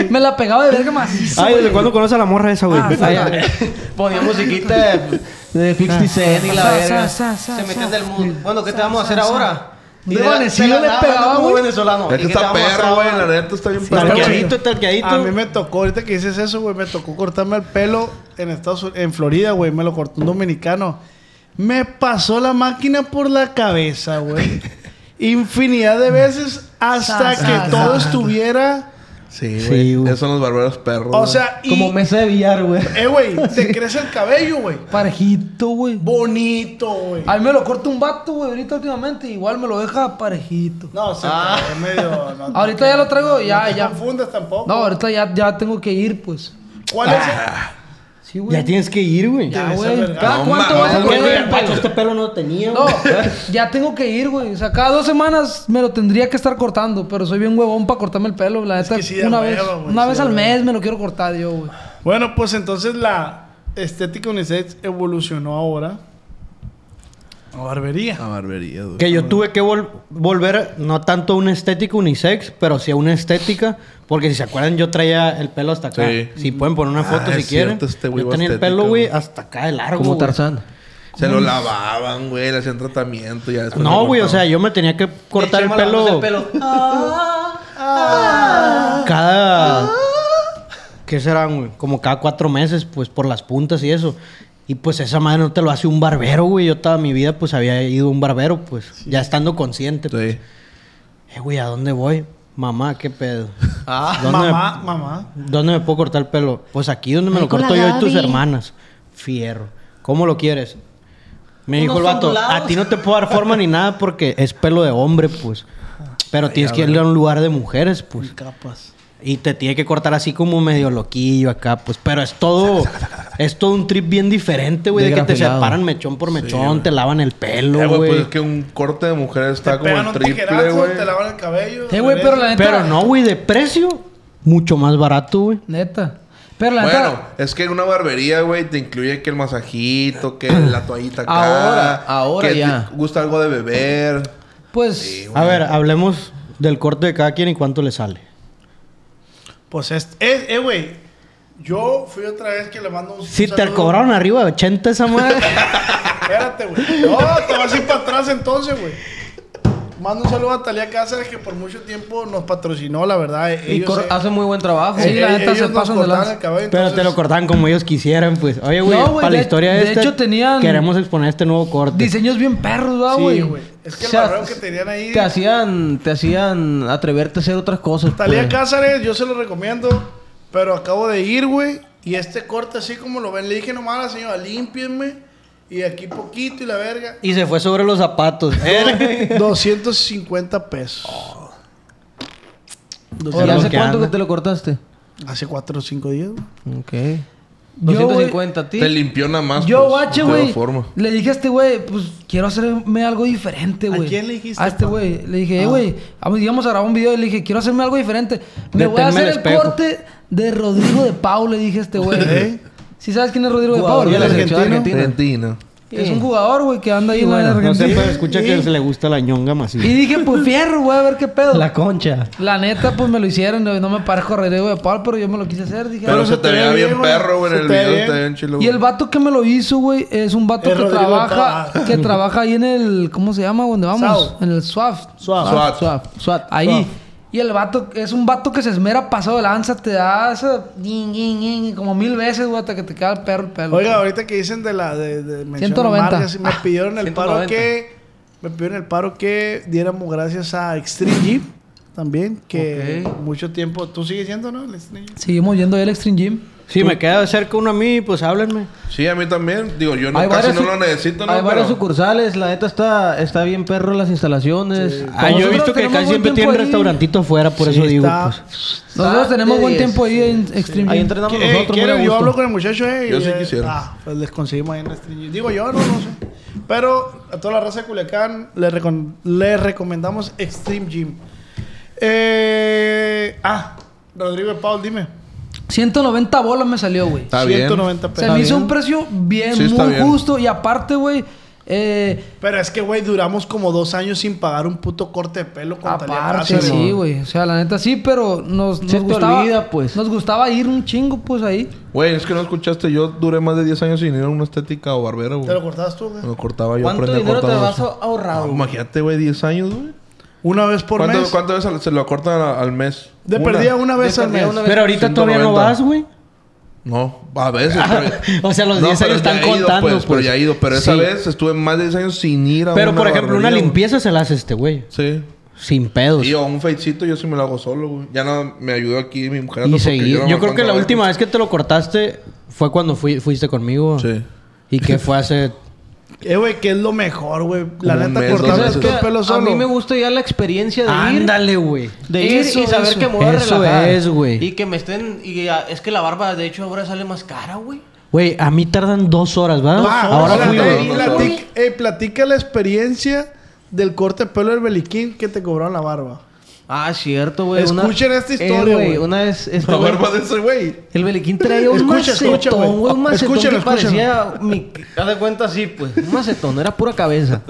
S8: me la pegaba de verga macizo.
S3: Ay,
S8: güey.
S3: ¿desde cuándo conoces a la morra esa, güey?
S8: Ah,
S3: Ay,
S8: saca.
S3: ay.
S4: Ponía musiquita de, de 50 Cent y la
S8: Sa,
S4: verga.
S8: sa, sa,
S4: Se
S8: sa,
S4: metían
S8: sa.
S4: del mundo. Bueno, ¿qué te
S8: Sa,
S4: vamos a hacer
S8: sa,
S4: ahora?
S8: sa. Desvanecido le pegaba,
S4: muy
S8: güey.
S2: Es
S4: venezolano. Oh, ¿Y
S2: que
S4: qué te
S2: está
S4: vamos a hacer
S2: perra, güey.
S4: ahora?
S2: La neta está bien perra.
S3: Talqueadito, talqueadito.
S5: A mí me tocó, ahorita que dices eso, güey, me tocó cortarme el pelo en Estados Unidos, en Florida, güey, me lo cortó un dominicano. Me pasó la máquina por la cabeza, güey. Infinidad de veces hasta
S8: Sa,
S5: que
S8: sa,
S5: todo
S8: sa.
S5: estuviera
S2: Sí,
S3: Sí,
S2: güey.
S3: güey.
S2: Esos son los barberos perros.
S5: O
S2: güey.
S5: sea, y...
S3: Como mesa de billar, güey.
S5: Eh, güey, te crece el cabello, güey.
S8: Parejito, güey.
S5: Bonito, güey.
S8: A mí me lo corta un vato, güey, ahorita últimamente. Igual me lo deja parejito.
S5: No, se te ve medio... no,
S8: Ah. Ahorita ya lo traigo,
S5: no
S8: ya,
S5: te
S8: ya.
S5: confundas tampoco.
S8: No, ahorita ya, ya tengo que ir, pues.
S5: ¿Cuál es el-
S8: Sí, güey.
S3: Ya tienes que ir, güey.
S8: Ya,
S5: ves
S8: güey.
S5: albergado.
S8: ¿Cada
S2: No
S8: cuánto
S2: mames,
S8: vas a
S2: güey,
S8: poner el
S3: Pacho,
S8: pelo?
S3: este pelo no tenía,
S8: No,
S3: güey.
S8: ya tengo que ir, güey. O sea, cada dos semanas me lo tendría que estar cortando, pero soy bien huevón para cortarme el pelo. La neta,
S5: que sí da
S8: una
S5: hueva,
S8: vez,
S5: güey,
S8: una
S5: sí
S8: vez
S5: da
S8: al
S5: hueva.
S8: mes me lo quiero cortar yo, güey.
S5: Bueno, pues entonces la estética unisex evolucionó ahora a barbería.
S2: La barbería, güey.
S3: Que yo tuve que vol- volver, no tanto a una estética unisex, pero sí a una estética. Porque si se acuerdan, yo traía el pelo hasta acá.
S2: Sí.
S3: Si pueden poner una foto
S2: Ah,
S3: si
S2: es
S3: quieren.
S2: cierto, este güey
S3: yo
S2: va
S3: tenía el
S2: estético,
S3: pelo, güey,
S2: güey.
S3: hasta acá de largo.
S4: Como
S3: güey.
S4: Tarzán.
S2: Se lo lavaban, güey. Le hacían tratamiento. Ya después
S3: No,
S2: lo
S3: güey, o sea,
S2: cortaban.
S3: yo me tenía que cortar el pelo, cada. ¿Qué serán, güey? Como cada cuatro meses, pues por las puntas y eso. Y pues esa madre no te lo hace un barbero, güey. Yo toda mi vida, pues había ido a un barbero, pues ya estando consciente. pues.
S2: Sí.
S3: Eh, güey, ¿a dónde voy? Mamá, qué pedo. ¿Dónde me-
S5: Ah, Mamá, mamá.
S3: ¿Dónde me puedo cortar el pelo? Pues aquí donde me
S10: Ay,
S3: lo
S10: con la
S3: corto yo y tus
S10: Gaby.
S3: hermanas. Fierro. ¿Cómo lo quieres? Me dijo el
S10: Unos
S3: vato,
S10: ondulados.
S3: a ti no te puedo dar forma ni nada porque es pelo de hombre, pues. Pero tienes que ir a un lugar de mujeres, pues.
S5: Capas.
S3: Y te tiene que cortar así como medio loquillo acá, pues. Pero es todo... Es todo un trip bien diferente, güey. De que te
S4: Desgrafelado.
S3: separan mechón por mechón, te lavan el
S2: Eh,
S3: pelo,
S2: güey,
S3: güey.
S2: pues es que un corte de mujer está
S5: Te
S2: como
S5: pegan
S2: el
S5: un
S2: triple,
S5: tijerazo,
S2: güey.
S5: te lavan el cabello.
S8: Sí, güey, pero la neta.
S3: Pero no, güey, de precio. Mucho más barato, güey.
S8: Neta. Pero la neta.
S2: Bueno, es que en una barbería, güey, te incluye que el masajito, que la toallita acá.
S4: Ahora, ahora
S2: que
S4: ya.
S2: te gusta algo de beber.
S8: Pues.
S3: A ver, hablemos del corte de cada quien y cuánto le sale.
S5: Pues es, eh, eh, güey. Yo fui otra vez que le mando un.
S3: Si
S5: un
S3: te
S5: saludo.
S3: cobraron arriba de 80 esa madre.
S5: Espérate, güey. No, te vas a ir para atrás entonces, güey. Mando un saludo a Talía Cáceres que por mucho tiempo nos patrocinó, la verdad. eh,
S4: Y
S5: Ellos,
S4: cor-
S5: eh,
S4: hace muy buen trabajo.
S8: Sí,
S5: eh,
S8: la neta,
S5: ellos
S8: se
S5: nos
S8: pasan de
S5: cortaban
S8: lanza.
S5: el cabello,
S3: pero te lo
S5: entonces-
S3: cortaban como ellos quisieran, pues. Oye, güey,
S8: No, güey,
S3: para la
S8: de-
S3: historia
S8: de
S3: esta,
S8: hecho, tenían-
S3: Queremos exponer este nuevo corte.
S8: Diseños bien perros, ¿verdad,
S5: Sí,
S8: güey.
S5: güey. Es que el
S4: O sea,
S5: barreo que tenían ahí.
S4: Te hacían, te hacían atreverte a hacer otras cosas.
S5: Talía
S4: pues.
S5: Cáceres, yo se lo recomiendo, pero acabo de ir, güey. Y este corte, así como lo ven, le dije nomás a la señora, límpienme. Y aquí poquito y la verga.
S3: Y se fue sobre los zapatos. Eh,
S5: 250 pesos.
S4: ¿Y
S3: Ahora
S4: hace
S3: lo que
S4: cuánto
S3: anda.
S4: que te lo cortaste?
S5: Hace 4 o 5 días. güey.
S4: Ok.
S8: Yo, güey,
S4: 250 a ti.
S2: Te limpió nada más.
S8: Yo,
S2: pues,
S8: guache,
S2: de todas
S8: güey.
S2: formas.
S8: Le dije a este güey, pues quiero hacerme algo diferente, güey.
S5: quién le dijiste,
S8: A este
S5: pa? Ah.
S8: güey. Le dije, eh, güey, vamos- íbamos a grabar un video y le dije, quiero hacerme algo diferente. Me voy a
S3: Deténme
S8: hacer
S3: el
S8: el
S3: espejo.
S8: corte de Rodrigo de Pau, le dije a este güey.
S5: ¿Eh?
S8: ¿Sí sabes quién es Rodrigo de
S4: Jugador
S8: Pau?
S4: de la
S8: güey?
S4: selección argentina.
S2: Argentina.
S8: Es un jugador, güey, que anda ahí en la
S3: no sé,
S8: Argentina.
S3: pero escucha que se le gusta la ñonga más.
S8: Y dije, pues fierro, güey, a ver qué pedo. La,
S3: concha.
S8: neta, pues me lo hicieron. No no me parezco a Rodrigo de Pau, pero yo me lo quise hacer. Dije, "Ah,
S2: Pero,
S5: Pero
S2: se,
S5: se
S2: te veía bien, perro, güey. En
S5: se
S2: el
S5: te ve
S2: video se
S5: bien.
S2: te veía bien chilo.
S8: Y
S2: güey.
S8: el vato que me lo hizo, güey, es un vato
S5: Es
S8: que
S5: Rodrigo
S8: trabaja,
S5: Pava.
S8: que trabaja ahí en el, ¿cómo se llama? ¿Dónde vamos?
S5: Sau.
S8: En el SWAF.
S5: Suave.
S2: Suave. SWAT.
S4: SWAT. SWAT.
S8: Ahí.
S4: SWAT.
S8: Y el vato, es un vato que se esmera pasado de lanza, te da esa ding, ding, ding, como mil veces, güey, hasta que te queda el perro el pelo.
S5: Oiga, ahorita que dicen de la. De, de mención a
S8: 190.
S5: marcas, y me
S8: Ah,
S5: pidieron el paro
S4: 190.
S5: que. Me pidieron el paro que diéramos gracias a Extreme Jeep también, que mucho tiempo. ¿Tú sigues yendo, no? El Extreme Jeep.
S8: Seguimos yendo ahí al Extreme Gym.
S3: Si me queda cerca uno a mí, pues háblenme.
S2: Sí, a mí también. Digo, yo no,
S4: Hay
S2: casi
S4: varias
S2: no
S4: su-
S2: lo necesito, ¿no?
S4: Hay varias
S2: Pero-
S4: sucursales, la neta está, está bien perro las instalaciones.
S3: Ah, yo he
S8: Nosotros
S3: visto que
S8: tenemos
S3: casi
S8: buen
S3: siempre
S8: tiempo
S3: tienen
S8: ahí.
S3: restaurantito afuera, por eso digo,
S5: está-
S3: pues.
S8: Nosotros
S4: Está
S8: tenemos
S4: de
S8: buen
S4: 10,
S8: tiempo ahí en Extreme
S4: Ahí
S8: Gym.
S4: entrenamos
S5: Eh,
S4: nosotros. muy a
S5: ¿quieren? yo
S4: gusto.
S5: hablo con el muchacho, eh.
S2: Yo sí
S5: eh,
S2: quisiera.
S5: Ah, pues les conseguimos ahí en Extreme Jeep. Digo yo, no, no sé. Pero a toda la raza de Culiacán le, recon- le recomendamos Extreme Gym. Eh, ah, Rodrigo de Paul, dime.
S8: 190 bolas me salió, güey.
S2: Está bien.
S5: 190
S8: Se
S5: pesos.
S8: me hizo un precio bien,
S2: Sí, está
S8: muy
S2: bien.
S8: justo. Y aparte, güey, eh,
S5: Pero es que, güey, duramos como dos años sin pagar un puto corte de pelo con Talia
S8: Aparte,
S5: Cáceres.
S8: sí, güey. O sea, la neta sí, pero nos, nos
S4: te
S8: gustaba.
S4: olvida, pues.
S8: Nos gustaba ir un chingo, pues ahí.
S2: Güey, es que no escuchaste. Yo duré más de 10 años sin ir a una estética o barbero, güey.
S5: ¿Te lo cortabas tú, güey?
S2: Me lo cortaba yo.
S4: ¿Cuánto
S2: aprendí a
S4: dinero te
S2: cortarme
S4: vas
S2: eso.
S4: a ahorrar?
S2: Ah, Imagínate, güey, 10 años, güey.
S5: Una vez por
S2: ¿Cuánto-
S5: mes.
S2: ¿Cuántas veces se lo cortan a- al mes?
S5: De perdida una vez
S4: De
S5: al
S4: perdida
S5: mes.
S4: una vez.
S3: Pero ahorita todavía no
S2: 190.
S3: vas, güey.
S2: No, a veces. pero-
S3: O sea, Ah, los
S2: No,
S3: 10
S2: pero
S3: años
S2: ya
S3: están
S2: he ido,
S3: contando,
S2: pues, Pero
S3: pues.
S2: ya he ido. Pero esa
S3: Sí.
S2: vez estuve más de 10 años sin ir a
S3: Pero,
S2: una
S3: por ejemplo, una
S2: barbería, güey.
S3: limpieza se la hace este güey.
S2: Sí.
S3: Sin pedos.
S2: Y yo, un feicito yo sí me lo hago solo, güey. Ya no me ayudó aquí mi mujer.
S3: Y
S2: porque
S3: seguir.
S2: no
S3: Yo,
S2: me
S3: creo que
S2: acuerdo
S3: la
S2: de-
S3: última vez que te lo cortaste fue cuando fui- fuiste conmigo.
S2: Sí.
S3: Y que fue hace.
S5: Eh, güey, que es lo mejor, güey. La
S2: Como un
S5: neta,
S2: mes, dos
S5: cortarme
S2: meses.
S5: estos pelos
S4: a
S5: solo.
S4: mí me gusta ya la experiencia de ir.
S3: Ándale, güey.
S4: De ir
S8: Eso,
S4: y saber
S8: eso.
S4: que me voy a
S3: Eso
S4: relajar.
S3: es, güey.
S4: Y que me estén... Y ah, es que la barba, de hecho, ahora sale más cara, güey.
S3: Güey, a mí tardan dos horas, ¿verdad?
S5: Va,
S3: Ah, Ahora
S5: plati-
S3: fui,
S2: no,
S3: güey.
S2: no,
S5: platic-
S2: no, no.
S5: eh, platica la experiencia del corte de pelo del Beliquín que te cobraron la barba.
S4: Ah, cierto, güey. Una-
S5: Escuchen esta
S4: Eh,
S5: historia, güey.
S4: una vez... este
S2: La
S4: güey-
S2: barba de ese güey.
S4: El Beliquín traía un
S5: Escucha,
S4: macetón,
S5: escucha, güey.
S4: güey. Un macetón
S5: Escúchalo,
S4: que parecía... Mi... Haz de cuenta así, pues. Un macetón. Era pura cabeza.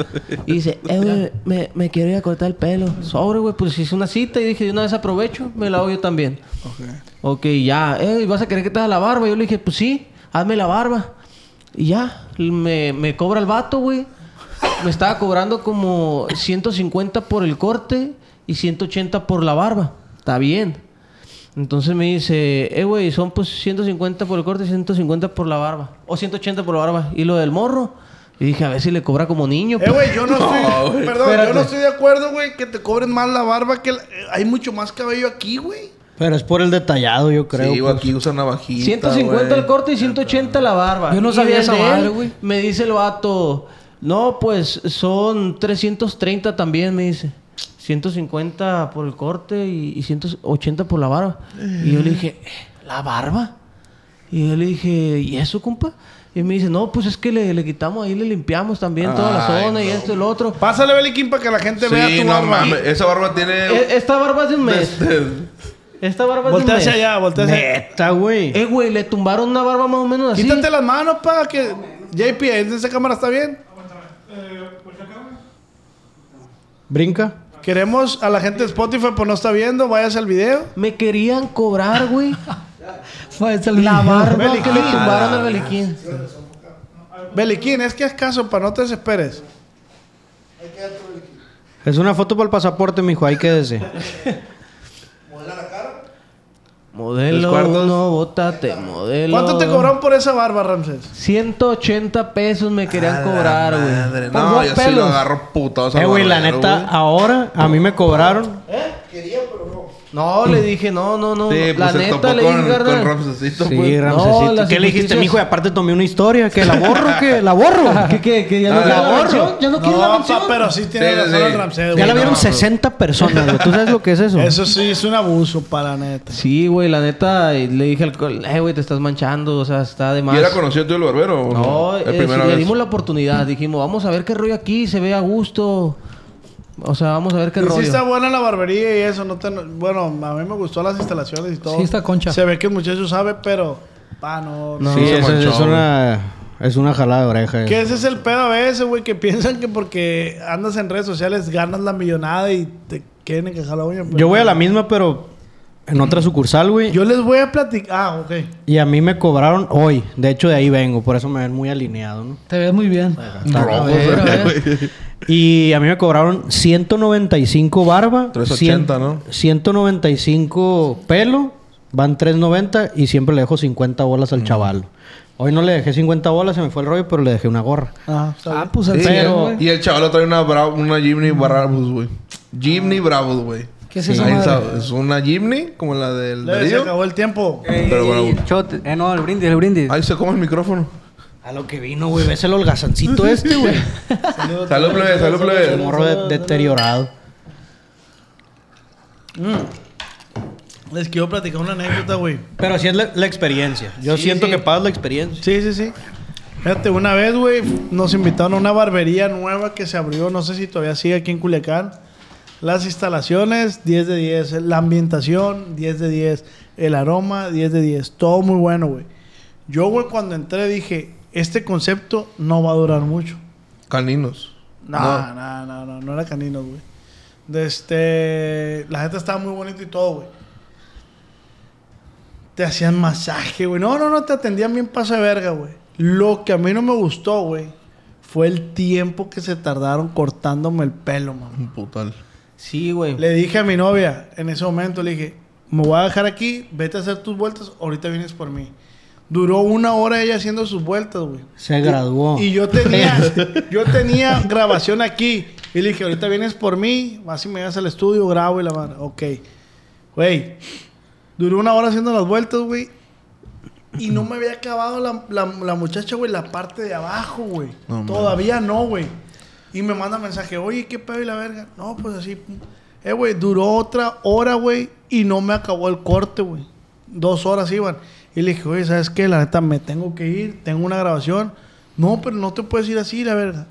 S4: Y dice, eh, güey, me, me quiero ir a cortar el pelo. Sobre, güey. Pues hice una cita y dije, de una vez aprovecho. Me la hago yo también. Ok, ya. Eh, ¿Vas a querer que te haga la barba? Yo le dije, pues sí, hazme la barba. Y ya, me, me cobra el vato, güey. Me estaba cobrando como 150 por el corte y 180 por la barba. Está bien. Entonces me dice, eh, güey, son pues 150 por el corte y 150 por la barba. O 180 por la barba. Y lo del morro. Y dije, a ver si le cobra como niño.
S5: Eh, güey, yo no estoy. perdón, yo
S3: Espérate.
S5: no estoy de acuerdo, güey, que te cobren más la barba que. la- eh, hay mucho más cabello aquí, güey.
S3: Pero es por el detallado, yo creo.
S2: sí, güey,
S3: pues.
S2: aquí usan navajita.
S4: 150
S2: güey.
S4: el corte y 180 la barba.
S8: Yo no
S4: Y
S8: sabía
S4: el
S8: esa
S4: de él
S8: madre, güey.
S4: Me dice el vato, no, pues son 330 también, me dice. 150 por el corte y, y 180 por la barba. Y yo le dije, "Eh, ¿la barba? Y yo le dije, ¿y eso, compa? Y me dice, no, pues es que le, le quitamos ahí, le limpiamos también toda la
S2: Ay,
S4: zona y
S2: no,
S4: esto y lo otro.
S5: Pásale, Beliquín, para que la gente vea
S2: Sí,
S5: tu
S2: no
S5: barba.
S2: mames. Esa barba
S4: E-
S2: tiene...
S4: Esta barba es de un mes. Esta barba es de un
S5: Voltea
S4: mes.
S5: hacia allá, voltea hacia allá.
S3: Neta, güey.
S4: Eh, güey, le tumbaron una barba más o menos así.
S5: Quítate las manos, pa, que. JP, ¿en esa cámara está bien?
S3: Brinca.
S5: Queremos a la gente de Spotify, pues no está viendo, váyase al video.
S4: Me querían cobrar, güey. Ah.
S8: La barba.
S4: Barba que le
S5: Beliquín.
S4: tumbaron al Beliquín.
S5: Beliquín, es que haz caso, pa, no te desesperes.
S3: Es una foto para el pasaporte, mijo. Ahí quédese.
S4: Modelo no, bótate, modelo.
S5: ¿Cuánto te
S4: dos.
S5: cobraron por esa barba, Ramses?
S4: 180 pesos me querían
S2: A la
S4: cobrar, güey.
S2: Ah, madre.
S3: Por
S2: No,
S3: dos
S2: yo sí lo
S3: pelos.
S2: agarro putados al
S3: Eh, güey, la
S2: barbero,
S3: neta,
S2: güey.
S3: ahora a mí me cobraron.
S4: No, le dije, no, no, no.
S2: Sí,
S4: la
S2: pues se
S4: neta
S2: topó
S4: le dije,
S2: con, con
S4: carnal.
S2: Ramsesito,
S3: Sí,
S2: pues.
S3: Ramsesito.
S4: las
S3: ¿Qué le dijiste,
S4: injusticias-
S3: mijo? Y aparte tomé una historia. ¿Que la borro? ¿Que la borro? Ah, ¿Qué, qué, qué?
S2: no
S3: la
S2: quiero la
S3: borro?
S4: ¿Ya no quieres la mención?
S5: pa, pero sí tiene
S2: Sí,
S5: razón
S2: sí.
S5: el Ramsés,
S3: Ya
S5: güey.
S3: la vieron
S5: No,
S3: 60 personas, güey. ¿Tú sabes lo que es eso?
S5: Eso sí es un abuso, para neta.
S4: Sí, güey, la neta y le dije al col- eh, güey, te estás manchando, o sea, está de más.
S2: ¿Y era conocido tú el barbero? o
S4: No, eh,
S2: La primera
S4: sí, le
S2: vez.
S4: dimos la oportunidad, dijimos, vamos a ver qué rollo aquí, se ve a gusto. O sea, vamos a ver qué
S5: Y sí
S4: rollo.
S5: está buena la barbería y eso, no te- bueno, a mí me gustó las instalaciones y todo.
S8: Sí está concha.
S5: Se ve que el muchacho sabe, pero pa no.
S4: No.
S3: sí,
S2: se
S3: eso es,
S2: manchó,
S3: es
S2: güey.
S3: una, es una jalada de oreja. eh.
S5: Que ese es el pedo a veces, güey, que piensan que porque andas en redes sociales ganas la millonada y te quieren encajar la uña. pero-
S3: Yo voy a la misma, pero en otra sucursal, güey.
S5: Yo les voy a platicar. Ah, ok.
S3: Y a mí me cobraron hoy. De hecho, de ahí vengo. Por eso me ven muy alineado, ¿no?
S8: Te ves muy bien.
S2: Rojo,
S3: A ver, a ver. Y a mí me cobraron 195 barba.
S2: 380, ¿no?
S3: 195 pelo. Van 390 y siempre le dejo 50 bolas
S5: Mm.
S3: al chaval. Hoy no le dejé 50 bolas, se me fue el rollo, pero le dejé una gorra.
S5: Ah,
S8: Ah, pues
S2: Sí,
S8: el
S2: pero-
S8: pelo.
S2: y el chaval trae una, bra- una Jimny Bravos, güey.
S4: Ah.
S2: Jimny Bravos, güey.
S8: ¿Qué es
S2: Sí.
S8: esa
S2: Ahí
S8: madre?
S2: está, Es una Jimny como la del
S5: se
S2: Darío.
S5: acabó el tiempo.
S2: Pero bueno,
S9: Shot, eh, no, el brindis, el brindis.
S2: ahí se come el micrófono.
S3: A lo que vino, güey. ¿Ves el holgazancito este, güey?
S2: Salud, plebe, salud,
S3: El
S2: plebe.
S3: morro de- deteriorado.
S5: Les quiero platicar una anécdota, güey.
S3: Pero así es la, la experiencia. Yo siento que pagas la experiencia.
S5: Sí, sí, sí. Fíjate, una vez, güey, nos invitaron a una barbería nueva que se abrió, no sé si todavía sigue aquí en Culiacán. Las instalaciones, 10 de 10. La ambientación, 10 de 10. El aroma, 10 de 10. Todo muy bueno, güey. Yo, güey, cuando entré dije, este concepto no va a durar mucho.
S2: Caninos.
S5: No, no, no, no, no, era canino, güey. De este, la gente estaba muy bonita y todo, güey. Te hacían masaje, güey. No, no, no, te atendían bien paso de verga, güey. Lo que a mí no me gustó, güey, fue el tiempo que se tardaron cortándome el pelo, mamá.
S2: Un putal.
S4: Sí, güey.
S5: Le dije a mi novia en ese momento, le dije, me voy a dejar aquí, vete a hacer tus vueltas, ahorita vienes por mí. Duró una hora ella haciendo sus vueltas, güey.
S3: Se graduó.
S5: Y yo tenía, yo tenía grabación aquí. Y le dije, ahorita vienes por mí, vas y me vas al estudio, grabo y la madre. Ok. Güey, duró una hora haciendo las vueltas, güey. Y no me había acabado la, la, la muchacha, güey, la parte de abajo, güey.
S2: No,
S5: Todavía no, güey. Y me manda mensaje, oye, ¿qué pedo y la verga? No, pues así. pum. Eh, güey, duró otra hora, güey, y no me acabó el corte, güey. Dos horas iban. Y le dije, oye, ¿sabes qué? La neta, me tengo que ir, tengo una grabación. No, pero no te puedes ir así, la verga.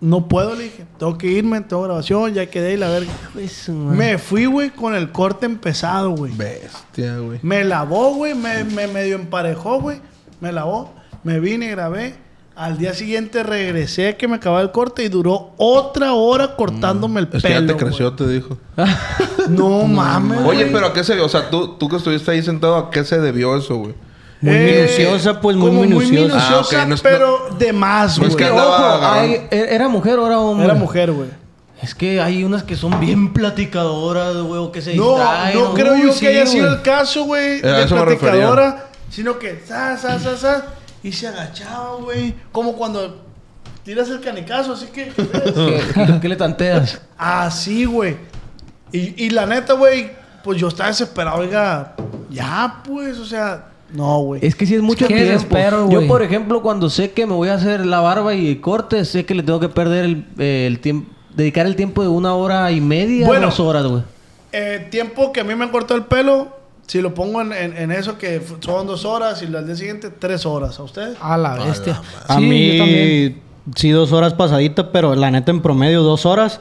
S5: No puedo, le dije. Tengo que irme, tengo grabación, ya quedé y la verga. Me fui, güey, con el corte empezado, güey.
S2: Bestia, güey.
S5: Me lavó, güey. Me, me medio emparejó, güey. Me lavó. Me vine, grabé. Al día siguiente regresé a que me acababa el corte y duró otra hora cortándome el
S2: Mm. Es que
S5: pelo.
S2: ya te
S5: güey.
S2: creció, te dijo.
S5: No mames.
S2: Oye,
S5: güey.
S2: pero ¿a qué se O sea, tú, tú que estuviste ahí sentado, ¿a qué se debió eso, güey?
S3: Muy
S5: Eh,
S3: minuciosa, pues, muy
S5: como
S3: minuciosa.
S5: Muy minuciosa,
S2: Ah, ok, no es-
S5: pero de más,
S2: no
S5: güey.
S2: es que
S4: Ojo,
S2: andaba agarrando-
S4: ay, e- ¿era mujer o era hombre?
S5: Era mujer, güey.
S4: Es que hay unas que son bien platicadoras, güey, o que se
S5: No,
S4: distraen.
S5: no
S4: o-
S5: creo
S4: Uy,
S5: yo
S4: sí,
S5: que haya sido
S4: güey.
S5: el caso, güey,
S2: a
S5: de
S2: eso me refería.
S5: platicadora, sino que sa, sa, sa, sa, y se agachaba, güey. Como cuando tiras el canicazo, así que.
S4: ¿Qué, qué le tanteas?
S5: así, Ah, güey. Y, y la neta, güey, pues yo estaba desesperado, oiga, ya, pues, o sea, no, güey.
S4: Es que si es mucho
S8: que
S4: tiempo.
S8: desespero,
S4: Yo,
S8: güey.
S4: por ejemplo, cuando sé que me voy a hacer la barba y corte, sé que le tengo que perder el, eh, el tiempo... Dedicar el tiempo de una hora y media
S5: Bueno.
S4: a dos horas, güey.
S5: Eh, tiempo que a mí me cortó el pelo, si lo pongo en, en- en eso que f- son dos horas y al día siguiente tres horas, ¿a ustedes?
S8: A la bestia.
S3: A
S8: Sí, yo también.
S3: mí, sí, dos horas pasadita, pero la neta en promedio dos horas.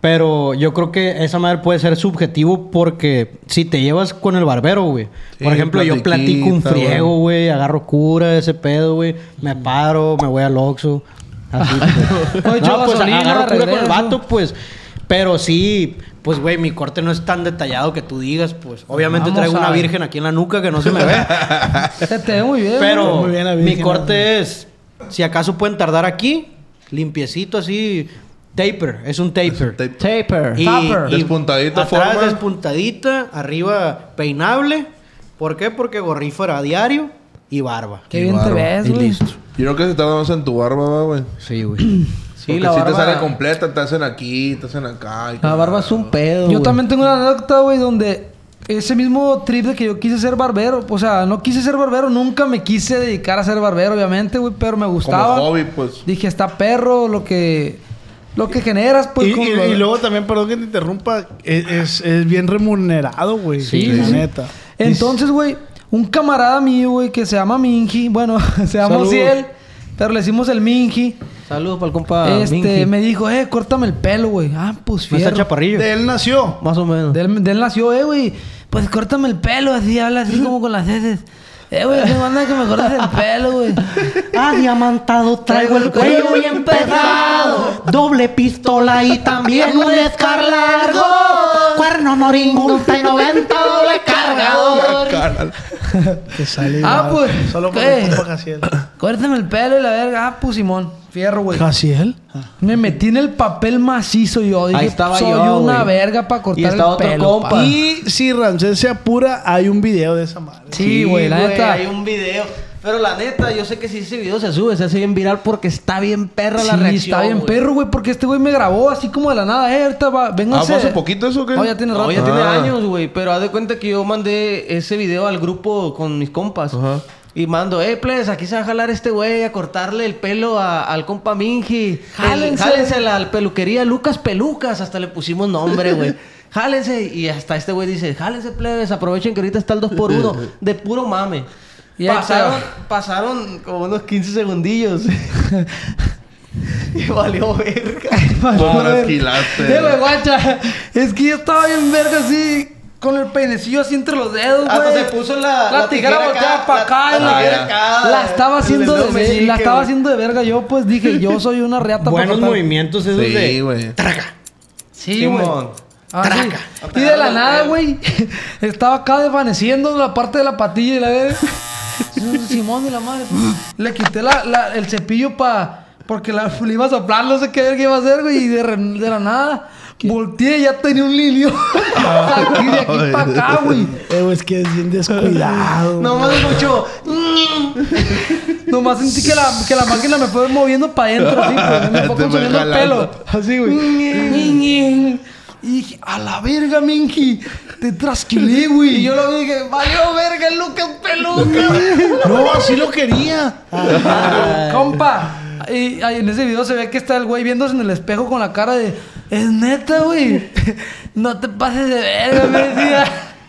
S3: Pero yo creo que esa madre puede ser subjetivo porque si te llevas con el barbero, güey.
S2: Sí,
S3: Por ejemplo, yo platico un
S2: platiquita,
S3: friego, güey, agarro cura, ese pedo, güey. Me paro, me voy al Oxxo. Así, pues.
S8: Oye,
S3: no,
S8: echo
S3: pues
S8: gasolina,
S3: agarro cura con el
S8: regreso.
S3: vato, pues. Pero sí, pues güey, mi corte no es tan detallado que tú digas, pues. Obviamente
S8: Vamos
S3: traigo
S8: a
S3: una
S8: ver.
S3: virgen aquí en la nuca que no se me ve.
S8: Se te ve muy bien.
S3: Pero
S8: güey.
S3: mi corte es, si acaso pueden tardar aquí, limpiecito así, taper, es un taper.
S2: Te-
S4: Taper.
S3: Y-
S8: Taper.
S3: y
S2: Despuntadita
S3: atrás
S2: forma.
S3: despuntadita, arriba peinable. ¿Por qué? Porque gorrifo era diario y barba.
S8: Qué
S2: y
S8: bien te
S2: barba,
S8: ves,
S3: y
S8: güey.
S3: listo.
S2: Yo creo que se tarda más en tu barba, va, güey.
S3: Sí, güey.
S4: Sí,
S2: Porque
S4: la
S2: si
S4: barba...
S2: te sale completa, te hacen aquí, te hacen acá. y
S4: La
S2: todo.
S4: barba es un pedo,
S8: Yo
S4: güey.
S8: también tengo una anécdota, güey, donde ese mismo trip de que yo quise ser barbero, o sea, no quise ser barbero, nunca me quise dedicar a ser barbero, obviamente, güey, pero me gustaba.
S2: Como hobby, pues.
S8: Dije, está perro, lo que lo que generas, pues.
S5: y,
S8: con
S5: y-
S8: lo-
S5: y luego también, perdón que te interrumpa, es, es- es bien remunerado, güey.
S3: Sí,
S5: la
S3: sí.
S5: neta.
S8: Entonces, güey, un camarada mío, güey, que se llama Minji, bueno, se llama
S4: Saludos.
S8: Ociel, pero le decimos el Minji.
S4: Saludos para el compa
S5: Ah,
S8: este,
S4: Minji.
S8: me dijo, eh, córtame el pelo, güey. Ah, pues
S3: No está
S8: fierro.
S3: chaparrillo.
S5: De él nació.
S4: Más o menos.
S8: De él, de él nació, eh, güey. Pues córtame el pelo, así habla así como con las heces. Eh, güey, me manda que me cortes el pelo, güey.
S3: Ah, diamantado, traigo el cuello bien pesado. Doble pistola y también un escar largo. Cuerno moringulta y 90 doble cargador.
S2: Cara.
S5: Que sale
S8: Ah,
S5: igual.
S8: pues,
S5: Solo con
S8: ¿qué?
S5: el compa Jaciel.
S8: Córtame el pelo y la verga. Ah, pues Simón. Fierro, güey.
S5: ¿Jaciel?
S8: Me metí en el papel macizo yo. Dije,
S4: Ahí estaba
S8: soy
S4: yo,
S8: una
S4: güey.
S8: verga para cortar
S4: Y estaba
S8: el
S4: otro
S8: pelo.
S4: compa.
S8: pa.
S5: Y si Ramsés se apura, hay un video de esa madre.
S8: Sí, güey, la neta.
S4: Hay un video. Pero la neta, yo sé que si ese video se sube, se hace bien viral porque está bien perra la
S8: Sí,
S4: reacción.
S8: está bien
S4: güey.
S8: perro, güey, porque este güey me grabó así como de la nada. Eh, ahorita va,
S2: Ah,
S8: vénganse.
S2: ¿fue hace poquito eso o qué?
S8: No, ya tiene
S4: No,
S8: rato.
S4: ya tiene
S2: Ah.
S4: años, güey. Pero haz de cuenta que yo mandé ese video al grupo con mis compas.
S2: Ajá.
S4: Y mando, eh, plebes, aquí se va a jalar este güey a cortarle el pelo a- al compa Minji.
S8: Jálense.
S4: Jálense la peluquería Lucas Pelucas. Hasta le pusimos nombre, güey. Jálense. Y hasta este güey dice, jálense, plebes, aprovechen que ahorita está el 2x1. De puro mame.
S8: Y ahí
S4: pasaron,
S8: estaba.
S4: pasaron como unos 15 segundillos. y valió verga.
S2: Tú
S8: Vamos a ver.
S2: trasquilaste.
S8: Sí, güey, guacha. Es que yo estaba bien verga así, con el peinecillo así entre los dedos, güey.
S4: Hasta se puso la-
S8: la,
S4: la
S8: tijera,
S4: tijera
S8: volteada
S4: acá,
S8: para acá.
S4: la-
S8: y
S4: la
S8: La,
S4: tijera acá,
S8: la estaba
S4: el
S8: haciendo
S4: dedo
S8: de,
S4: meñique,
S8: la estaba
S4: güey.
S8: haciendo de verga. Yo pues dije, yo soy una reata pa'
S3: Buenos
S8: cortar.
S3: movimientos esos
S2: Sí,
S3: de...
S2: güey.
S8: Sí, güey.
S4: Simón.
S8: Ah, sí. Y de la nada, güey, estaba acá desvaneciendo la parte de la patilla y la verga. Simón y la madre. pues. Le quité la, la- el cepillo para. Porque la, le iba a soplar, no sé qué verga iba a hacer, güey. Y de, re- de la nada. Volteé y ya tenía un lirio. aquí de aquí para acá, güey.
S5: Eh, güey, es que es bien descuidado.
S8: Nomás escucho. "Mm". Nomás sentí que la, que la máquina me fue moviendo para adentro, así, güey. Me fue
S2: Te fue
S8: consumiendo el pelo.
S2: jalando.
S8: Así, güey. Y dije, a la verga, Minky. Te trasquilé, güey. Y yo lo dije, valió verga, Lucas Peluca.
S5: No, así lo quería.
S8: Compa. Y, ay, en ese video se ve que está el güey viéndose en el espejo con la cara de... Es neta, güey. No te pases de verga, me decía.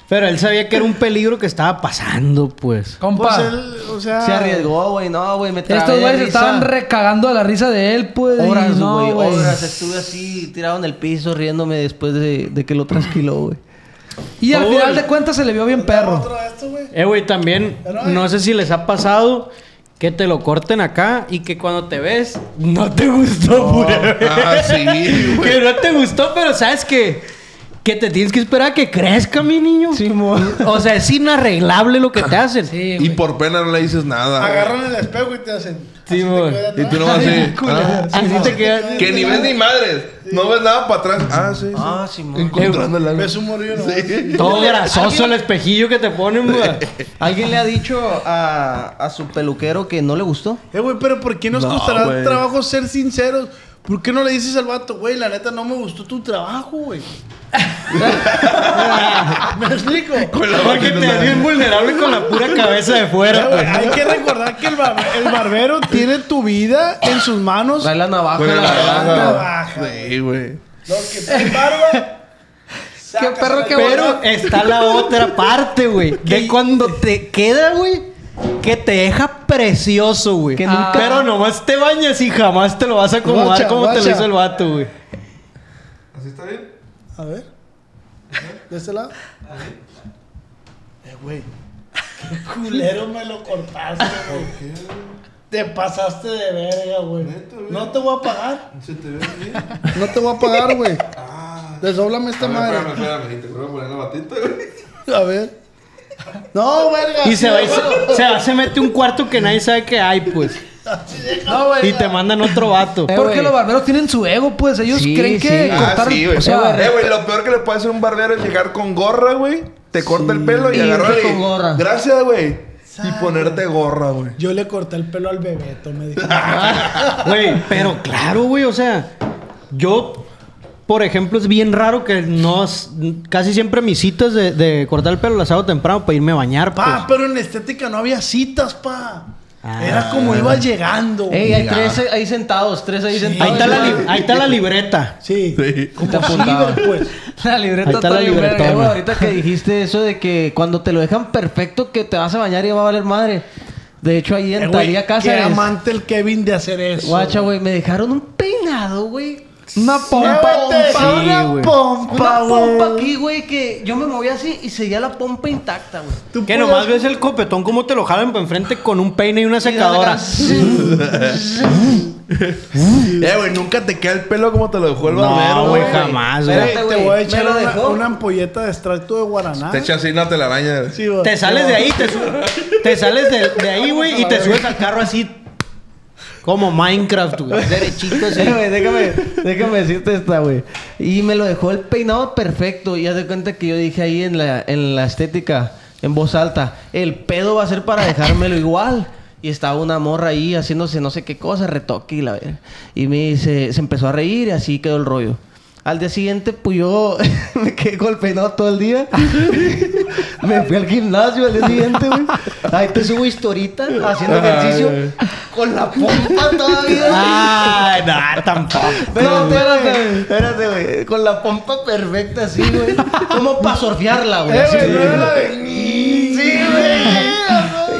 S3: Pero él sabía que era un peligro que estaba pasando, pues.
S8: Compa.
S5: Pues él, o sea.
S4: Se arriesgó, güey. No, güey, me trabé
S8: Estos
S4: de
S8: güeyes
S4: risa.
S8: estaban recagando a la risa de él, pues. y
S4: Horas,
S8: no,
S4: güey.
S8: güey.
S4: horas. Estuve así tirado en el piso riéndome después de, de que lo trasquiló, güey.
S8: Y al
S3: Uy.
S8: final de cuentas se le vio bien perro.
S3: Eh, güey, también, no sé si les ha pasado que te lo corten acá y que cuando te ves, no te gustó, güey.
S2: Ah, sí, güey.
S3: que no te gustó, pero sabes que, que te tienes que esperar a que crezca, mi niño. o sea, es inarreglable lo que te hacen. Sí,
S2: Y por pena no le dices nada.
S5: Agarran el espejo y te hacen.
S3: Sí, güey.
S2: Y tú nomás así. ah,
S3: Así te quedas.
S2: que ni ves ni madres. No ves nada para atrás. Ah, sí. sí.
S4: Ah, Simón.
S2: Encontrando el alma.
S5: Ves un morillo nomás.
S2: Sí.
S3: Eh, Todo grasoso el espejillo que te ponen, güey.
S4: ¿Alguien le ha dicho a, a su peluquero que no le gustó?
S5: Eh, güey, pero ¿por qué nos
S2: No,
S5: costará
S2: güey.
S5: trabajo ser sinceros? ¿Por qué no le dices al vato, güey, la neta no me gustó tu trabajo, güey? ¿Me explico?
S2: Con la
S3: Porque
S2: máquina.
S3: te ves bien vulnerable con la pura cabeza de fuera, pues.
S5: Eh, güey,
S3: güey.
S2: pues,
S5: Hay que recordar que el, bar- el barbero tiene tu vida en sus manos. Ah,
S4: Trae la navaja.
S2: Con la
S4: la verdad.
S2: navaja. Sí, güey.
S5: Los que traen barba.
S8: Qué perro, qué bueno.
S3: Pero está la otra parte, güey. De cuando te queda, güey, que te deja precioso, güey. Ah.
S4: Que
S8: nunca-
S3: Pero nomás te bañas y jamás te lo vas a acomodar
S5: Guacha,
S3: como te
S5: guacha.
S3: lo hizo el vato, güey.
S2: ¿Así está bien?
S5: A ver. ¿De este lado? Eh, güey. Qué culero me lo cortaste, güey. Te pasaste de verga, güey. No te voy a pagar.
S2: ¿Se te ve bien?
S5: No te voy a pagar, güey. Ah. Desdóblame esta madre.
S2: espérame. Y te voy a poner la batita, güey.
S5: A ver. No, verga.
S3: Y se va, y se, se va, se mete un cuarto que nadie sabe que hay, pues.
S8: No, güey.
S3: Y te mandan otro vato.
S4: Eh,
S8: Porque
S4: güey.
S8: los barberos tienen su ego, pues. Ellos
S4: Sí,
S8: creen que
S4: sí.
S2: Ah,
S8: cortar...
S2: sí, güey.
S8: o sea,
S2: eh, güey, lo peor que le puede hacer un barbero es llegar con gorra, güey. Te corta el pelo y,
S4: Y
S2: agarrar
S4: irte con gorra.
S2: Gracias, güey. Y ponerte gorra, güey.
S5: Yo le corté el pelo al bebeto, me dijo.
S3: Güey, pero claro, güey, o sea, yo, por ejemplo, es bien raro que no. Casi siempre mis citas de, de cortar el pelo las hago temprano para irme a bañar, pues.
S5: Pa, pero en estética no había citas, pa.
S3: Ah.
S5: Era como iba llegando. güey.
S4: Ey, hay tres ahí sentados, tres ahí sentados.
S3: Ahí está, la li- ahí está la libreta.
S5: Sí.
S2: Sí.
S5: Como
S4: Te apuntaba.
S5: ciber, pues.
S4: La libreta
S3: Ahí está la
S4: bien verga,
S3: libretona.
S4: güey. Ahorita que dijiste eso de que cuando te lo dejan perfecto que te vas a bañar y va a valer madre. De hecho, ahí
S5: Eh,
S4: en
S5: güey,
S4: Talía
S5: Qué
S4: Cáceres.
S5: amante el Kevin de hacer eso.
S4: Guacha, güey, me dejaron un peinado, güey.
S8: una pompa.
S5: Llévate
S3: pompa,
S5: una
S3: güey.
S5: pompa,
S4: Una pompa
S5: güey.
S4: aquí, güey, que yo me moví así y seguía la pompa intacta, güey.
S5: Tú
S3: Que
S5: puedes-
S3: nomás ves el copetón como te lo jalan para enfrente con un peine y una secadora.
S2: Eh, güey, nunca te queda el pelo como te lo dejó el barbero,
S3: No,
S2: güey.
S3: güey, pues jamás,
S5: Güey,
S3: güey.
S4: Espérate,
S5: te
S4: güey,
S5: voy a
S4: me
S5: echar
S4: lo
S5: una,
S4: dejó.
S5: una ampolleta de extracto de guaraná.
S2: Te echa así una telaraña, güey.
S5: Sí, güey.
S3: Te sales de ahí, te, su- te sales de, de ahí, güey, y te subes al carro así. Como Minecraft, güey. Derechito así.
S4: Eh, güey, déjame, déjame decirte esta, güey. Y me lo dejó el peinado perfecto. Y haz de cuenta que yo dije ahí en la, en la estética, en voz alta, el pedo va a ser para dejármelo igual. Y estaba una morra ahí haciéndose no sé qué cosa, retoque y la verga. Y me dice, se empezó a reír y así quedó el rollo. Al día siguiente, pues yo me quedé con el peinado todo el día. me fui al gimnasio al día siguiente, güey. Ahí te subo historita haciendo ejercicio con la pompa todavía.
S3: Ah, Ay, no, tampoco.
S4: Pero espérate, güey. Espérate, güey. Con la pompa perfecta así, güey. Como para surfearla, güey.
S5: Eh,
S4: así.
S5: güey, no era la de-
S4: Sí, güey.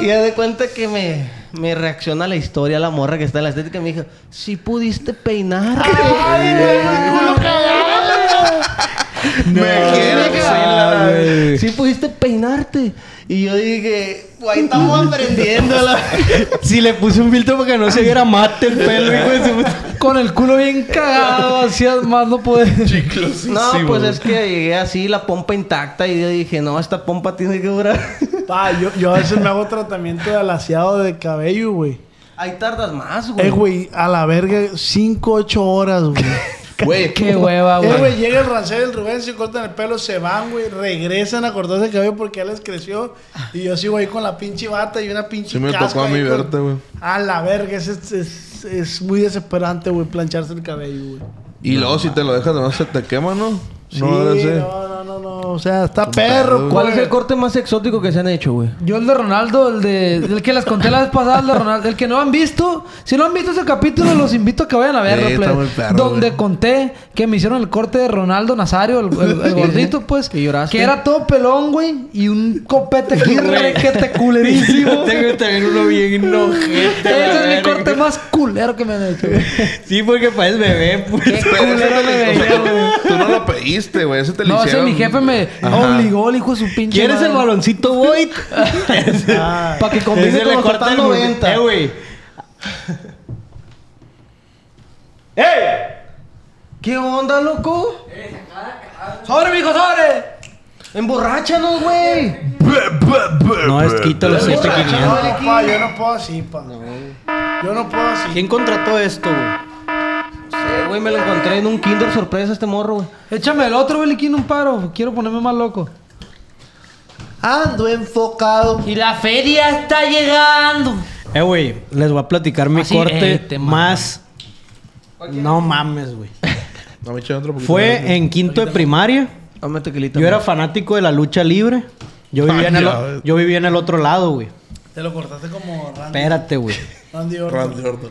S4: Y ya de cuenta que me, me reacciona la historia, la morra que está en la estética. Y me dijo, si pudiste peinar.
S2: Me quiero
S3: Ah, güey.
S4: Si pudiste peinarte. Y yo dije, güey, estamos aprendiendo. La...
S3: Si le puse un filtro para que no se viera mate el pelo, hijo de su puta-
S8: Con el culo bien cagado. Así más no puede...
S4: No, pues es que llegué así, la pompa intacta. Y yo dije, no, esta pompa tiene que durar.
S5: Pa, Ah, yo, yo a veces me hago tratamiento de alaciado de cabello, güey.
S8: Eh,
S4: Ahí tardas más, güey.
S5: Eh, güey, a la verga, 5, 8 horas, güey.
S2: Güey,
S8: Qué
S3: Ah,
S8: hueva,
S5: Eh,
S8: güey.
S5: güey, llega el rancé del Rubén, se cortan el pelo, se van, güey, regresan a cortarse el cabello porque ya les creció. Y yo sigo ahí con la pinche bata y una pinche
S2: Sí me
S5: casco
S2: tocó a
S5: ahí
S2: mí
S5: con-
S2: verte, güey.
S5: A la verga, es, es, es- es muy desesperante, güey, plancharse el cabello, güey.
S2: Y luego si te lo dejas, no se te quema, ¿no?
S5: Sí,
S2: no,
S5: no,
S2: ahora sí.
S5: no, no, no, o sea, está perro,
S4: ¿Cuál
S5: güey.
S4: es el corte más exótico que se han hecho, güey?
S8: Yo el de Ronaldo, el de el que les conté la vez pasada, el de Ronaldo, el que no han visto, si no han visto ese capítulo, los invito a que vayan a verlo,
S2: Sí, está
S8: plebe.
S2: muy perro,
S8: donde
S2: güey.
S8: conté que me hicieron el corte de Ronaldo Nazario, el, el- el gordito, pues,
S4: Que lloraste.
S8: que era todo pelón, güey, y un copete aquí requete culerísimo.
S3: Tengo también uno bien enojete. la
S8: Ese es mi
S3: verga.
S8: corte más culero que me han hecho. güey.
S3: Sí, porque parece bebé, pues.
S2: Pero ese
S8: culero
S2: te
S8: me
S2: lo- o sea,
S8: veía,
S2: tú- Tú no lo pediste, güey. Ese te lo
S8: No, ese
S2: hicieron.
S8: mi jefe me
S2: Ajá.
S8: obligó, el hijo de su pinche
S3: ¿Quieres el baloncito Void?
S8: Para Ah, que combine
S3: Ese
S8: con
S3: le
S8: los
S3: corta el
S8: 90.
S3: Eh, güey.
S4: ¿Qué onda, loco?
S8: ¡Sobre, mijo, sobre!
S4: ¡Emborráchanos, güey! Eh,
S3: No, es quítalo,
S5: Yo no,
S3: 7500.
S5: pa, yo no puedo así, pa. Yo no puedo así.
S3: ¿Quién contrató esto, güey?
S4: Sí, güey, me lo encontré en un Kinder sorpresa este morro, güey.
S8: Échame el otro, Beliquín, un paro. Quiero ponerme más loco.
S9: Ando enfocado.
S10: Y la feria está llegando.
S3: Eh, güey, les voy a platicar
S8: Ah,
S3: mi
S4: Así,
S3: corte
S4: eh, te
S3: más. No mames, güey.
S2: No, me eché otro poquito de-
S3: Fue en quinto de primaria.
S4: Dame tequilita.
S3: Yo era fanático de la lucha libre. Yo vivía, en, el, o- yo vivía en el otro lado, güey.
S5: Te lo cortaste como Randy,
S3: Espérate, güey.
S5: Randy Orton.
S2: Randy Orton.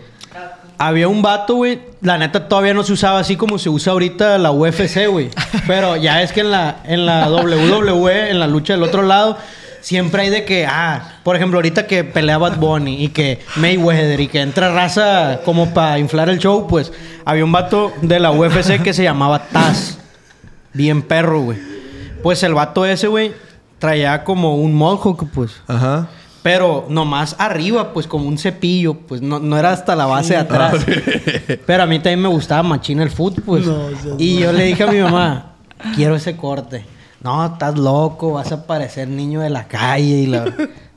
S3: Había un vato, güey. La neta todavía no se usaba así como se usa ahorita la UFC, güey. Pero ya es que en la, en la WWE, en la lucha del otro lado, siempre hay de que, ah, por ejemplo, ahorita que pelea Bad Bunny y que Mayweather y que entra raza como para inflar el show, pues había un vato de la UFC que se llamaba Taz. Bien perro, güey. Pues el vato ese, güey, traía como un mohawk, pues.
S2: Ajá.
S3: Pero nomás arriba, pues como un cepillo, pues no, no era hasta la base de atrás. Pero a mí también me gustaba machín el fútbol, pues. y yo le dije a mi mamá, quiero ese corte. No, estás loco, vas a parecer niño de la calle y la...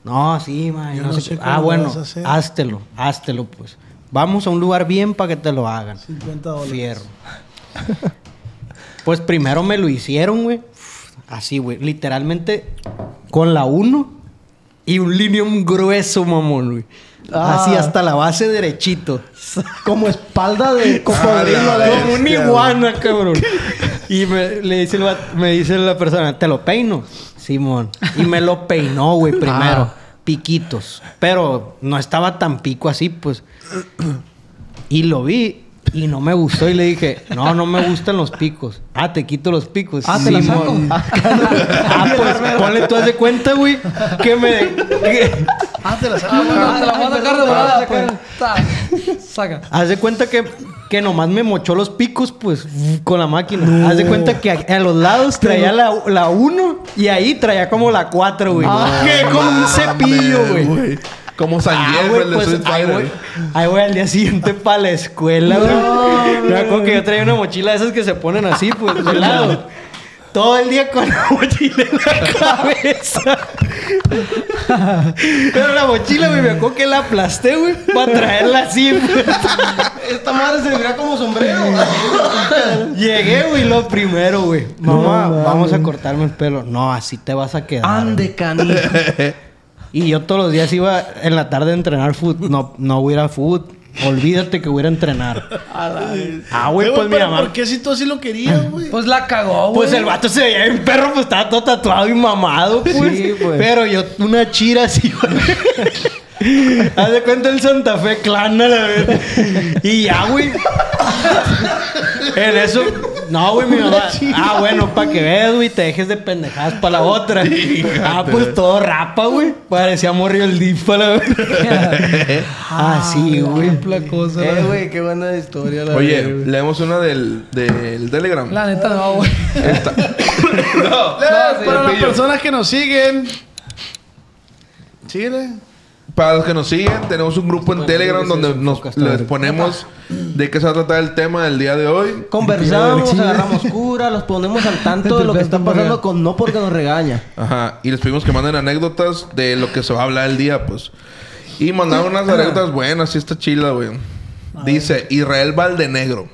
S3: No, sí, ma, y
S5: Yo
S3: no
S5: no
S3: sé
S5: sé
S3: qué".
S5: cómo
S3: Ah,
S5: lo
S3: bueno,
S5: vas a hacer.
S3: háztelo, háztelo, pues. Vamos a un lugar bien para que te lo hagan.
S5: 50 dólares.
S3: Fierro. Pues primero me lo hicieron, güey. Así, güey. Literalmente con la 1 y un linium grueso, mamón, güey. Así hasta la base derechito. Ah. Ah, Como espalda de cocodrilo.
S2: A la
S3: como un
S2: bestia,
S3: iguana, cabrón. Y me, le dice el va- me dice la persona, ¿te lo peino? Simón. Y me lo peinó, güey, primero. Piquitos. Pero no estaba tan pico así, pues. Y lo vi y no me gustó y le dije, no, no me gustan los picos. Ah, te quito los picos.
S8: Ah, te la saco.
S3: Simón. Ah, pues ponle tú haz de cuenta, güey, que me... que-
S5: Ah, te la saco.
S8: Ah, te la voy a sacar de volada, pues. Ta, Saca.
S3: haz de cuenta que, que nomás me mochó los picos, pues, con la máquina. Haz de cuenta que a, a los lados traía la, la 1 y ahí traía como la 4, güey. que con un cepillo, güey.
S2: Como San
S3: Ah,
S2: Diego,
S3: güey,
S2: el de
S3: pues,
S2: Street
S3: ahí
S2: Fighter.
S3: voy- Ahí voy al día siguiente para la escuela, güey. Me acuerdo que yo traía una mochila de esas que se ponen así, pues, de lado. Todo el día con la mochila en la cabeza. Pero la mochila, güey, me acuerdo que la aplasté, güey, para traerla así. Esta madre se veía como sombrero. Llegué, güey, lo primero, güey. Mamá, vamos a cortarme el pelo. No, así te vas a quedar. güey.
S4: Ande, canijo.
S3: Y yo todos los días iba en la tarde a entrenar fútbol. No, no voy a ir a fútbol. Olvídate que voy a ir a entrenar. Ah, güey, pues mi mamá.
S5: ¿Por qué si tú así lo querías, güey?
S8: Pues la cagó, güey.
S3: Pues el vato se veía bien perro, pues estaba todo tatuado y mamado, pues.
S4: Sí, pues.
S3: Pero yo, una chira así, güey. Haz de cuenta el Santa Fe clan, a la verdad. Y ya, güey. en eso. No, güey, mi mamá. Ah, bueno, para que veas, güey, te dejes de pendejadas para la otra. ah, pues todo rapa, güey. Parecía morrió el dip la verdad. Así, güey.
S8: La cosa,
S4: Eh,
S8: la-
S4: güey, qué buena historia. La
S2: Oye,
S4: verga, güey.
S2: leemos una del, del Telegram.
S8: La neta no, güey.
S2: Esta- No.
S5: Eh,
S8: sí,
S5: para las
S2: Lupillo.
S5: personas que nos siguen. Síguele.
S2: Para los que nos siguen, tenemos un grupo en Telegram donde nos les ponemos de qué se va a tratar el tema del día de hoy.
S4: Conversamos, agarramos cura, los ponemos al tanto de lo que está pasando con no porque nos regaña.
S2: Ajá. Y les pedimos que manden anécdotas de lo que se va a hablar el día, pues. Y mandaron unas anécdotas buenas, sí está chila, güey. Dice Israel Valdenegro.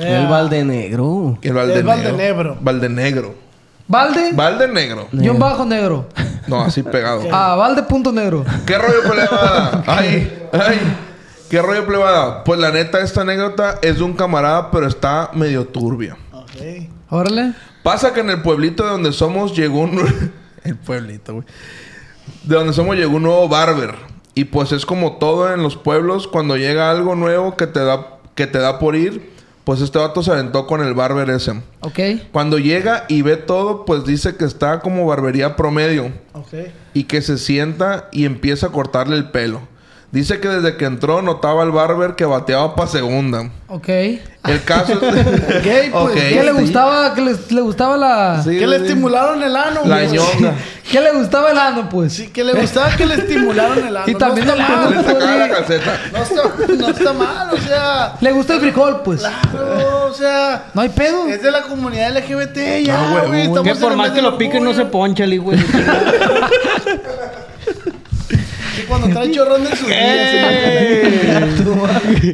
S4: El Valdenegro.
S2: El Valdenegro.
S5: Valdenebro.
S2: Valdenegro.
S8: Valde,
S2: Valdenegro.
S8: guión bajo negro.
S2: No, así pegado.
S8: Ah, Valde punto negro.
S2: ¿Qué rollo plebada? Ay, ay. ¿Qué rollo plebada? Pues la neta, esta anécdota es de un camarada, pero está medio turbia.
S8: Órale.
S2: Pasa que en el pueblito de donde somos llegó un... el pueblito, güey. De donde somos llegó un nuevo barber. Y pues es como todo en los pueblos, cuando llega algo nuevo que te da, que te da por ir, pues este vato se aventó con el barber ese.
S8: Ok.
S2: Cuando llega y ve todo, pues dice que está como barbería promedio
S5: Ok.
S2: y que se sienta y empieza a cortarle el pelo. Dice que desde que entró notaba al barber que bateaba para segunda.
S8: Ok.
S2: El caso es...
S5: Ok, pues,
S2: Ok.
S8: ¿Qué le gustaba? ¿Qué le, le gustaba la.?
S2: Sí,
S5: ¿Qué le
S2: güey.
S5: estimularon el ano?
S2: La
S5: güey?
S2: ñonga.
S8: ¿Qué le gustaba el ano, pues?
S5: Sí, que le gustaba que le estimularon el ano.
S8: Y también
S5: no
S8: la
S5: está,
S8: mano.
S2: Le
S5: mal,
S2: sacaba la calceta.
S5: no, está, no está mal, o sea...
S8: Le gusta el frijol, pues.
S5: Claro, o sea...
S8: No hay pedo.
S5: Es de la comunidad LGBT, ya,
S2: Ah, huevo,
S5: güey. estamos
S3: Que
S5: en
S3: por
S5: el
S3: más
S5: mes
S3: que
S5: del
S3: lo piquen no se
S5: orgullo.
S3: poncha el hijo. de su chingada.
S5: Y cuando trae chorrón en sus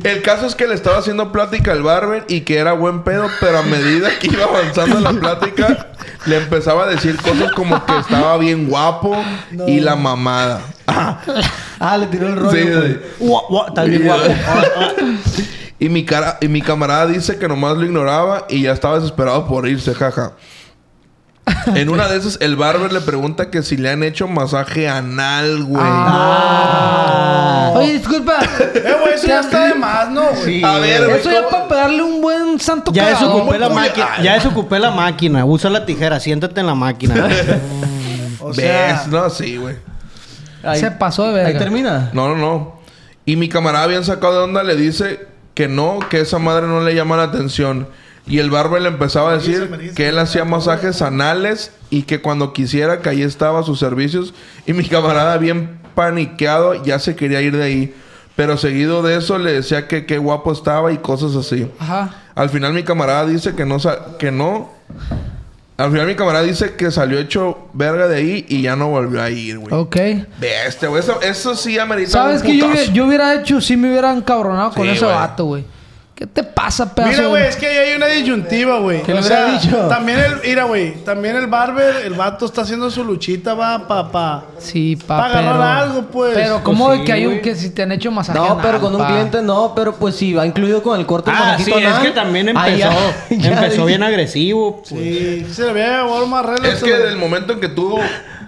S2: El caso es que le estaba haciendo plática al barber y que era buen pedo, pero a medida que iba avanzando la plática, le empezaba a decir cosas como que estaba bien guapo y la mamada.
S3: Ah, le tiró el
S2: Sí,
S3: rollo.
S2: sí.
S3: güey. Ua, ua, Está bien guapo.
S5: Ah,
S2: Y mi, cara, y mi camarada dice que nomás lo ignoraba y ya estaba desesperado por irse, jaja. En una de esas, el barber le pregunta que si le han hecho masaje anal, güey.
S8: Oye, disculpa.
S5: Eh, güey, eso ya está de más, ¿no, güey?
S3: Sí.
S2: a ver, güey.
S8: Eso ya
S2: ¿cómo-
S8: para pegarle un buen santo
S3: Ya
S8: cagadón,
S3: desocupé la
S8: pues.
S3: máquina. Ya desocupé la máquina. Usa la tijera. Siéntate en la máquina.
S5: O
S2: ¿Ves?
S5: sea,
S2: No, sí, güey.
S4: Ahí-
S8: Se pasó de
S4: Ahí
S8: verga.
S4: termina.
S2: No, no, no. Y mi camarada bien sacado de onda le dice que no, que esa madre no le llama la atención. Y el barber le empezaba a decir
S5: me dice.
S2: que él hacía masajes anales y que cuando quisiera que ahí estaba a sus servicios. Y mi camarada bien paniqueado ya se quería ir de ahí. Pero seguido de eso le decía que qué guapo estaba y cosas así.
S8: Ajá.
S2: Al final mi camarada dice que no sa- que no. Al final mi camarada dice que salió hecho verga de ahí y ya no volvió a ir, güey.
S8: Ok.
S2: Bestia, güey. Eso, eso sí amerita
S8: ¿Sabes
S2: un
S8: qué? Yo,
S2: putazo.
S8: hubiera- yo hubiera hecho si me hubieran cabronado con
S2: Sí,
S8: ese
S2: güey.
S8: vato, güey. ¿Qué te pasa, pedazo?
S5: Mira,
S8: de-
S5: güey, es que ahí hay una disyuntiva, güey.
S4: ¿Qué
S5: O
S4: le
S5: sea,
S4: hubiera dicho?
S5: También el, mira, güey, también el barber, el vato está haciendo su luchita, va, pa, pa.
S8: Sí, pa,
S5: Pa' agarrar
S8: pero-
S5: algo, pues.
S8: Pero, ¿cómo
S4: Pues
S8: de
S4: sí,
S8: que hay un
S4: güey.
S8: que si te han hecho masaje?
S4: No,
S8: anal,
S4: pero con un
S8: pa?
S4: cliente no, pero pues sí, va incluido con el corte del
S3: Ah, sí,
S4: masajito
S3: es
S4: anal.
S3: que también
S4: Ahí
S3: empezó.
S4: ya- ya
S3: empezó
S4: dije-
S3: bien agresivo. pues.
S5: Sí, se le veía llevar más reloj.
S2: Es que del momento en que tú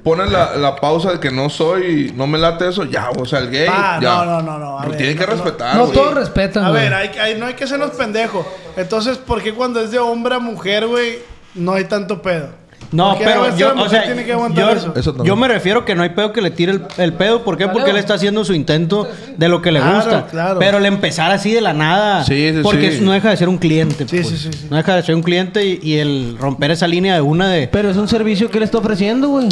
S2: pones la, la pausa de que no soy, no me late eso, ya, o sea, el gay.
S5: Ah,
S2: ya.
S5: no, no, no, no, a
S2: Lo
S5: ver,
S2: tienen que
S5: no, no.
S2: respetar,
S8: No
S2: güey.
S8: todos respetan,
S5: A
S8: güey.
S5: ver, hay, hay- no hay que sernos pendejos. Entonces, ¿por qué cuando es de hombre a mujer, güey, no hay tanto pedo?
S3: No,
S5: Porque a
S3: pero
S5: veces
S3: yo,
S5: la
S3: o
S5: mujer
S3: sea,
S5: tiene que aguantar
S3: yo-
S5: eso.
S2: Eso también.
S3: yo me refiero que no hay pedo que le tire el, el pedo. ¿Por qué? Porque él está haciendo su intento de lo que le
S5: Claro,
S3: gusta.
S5: claro.
S3: Pero el empezar así de la nada.
S2: Sí, sí,
S3: porque
S2: sí.
S3: no deja de ser un cliente.
S5: Sí,
S3: pues.
S5: sí, sí, sí.
S3: No deja de ser un cliente y, y el romper esa línea de una de.
S4: Pero es un servicio que le está ofreciendo, güey.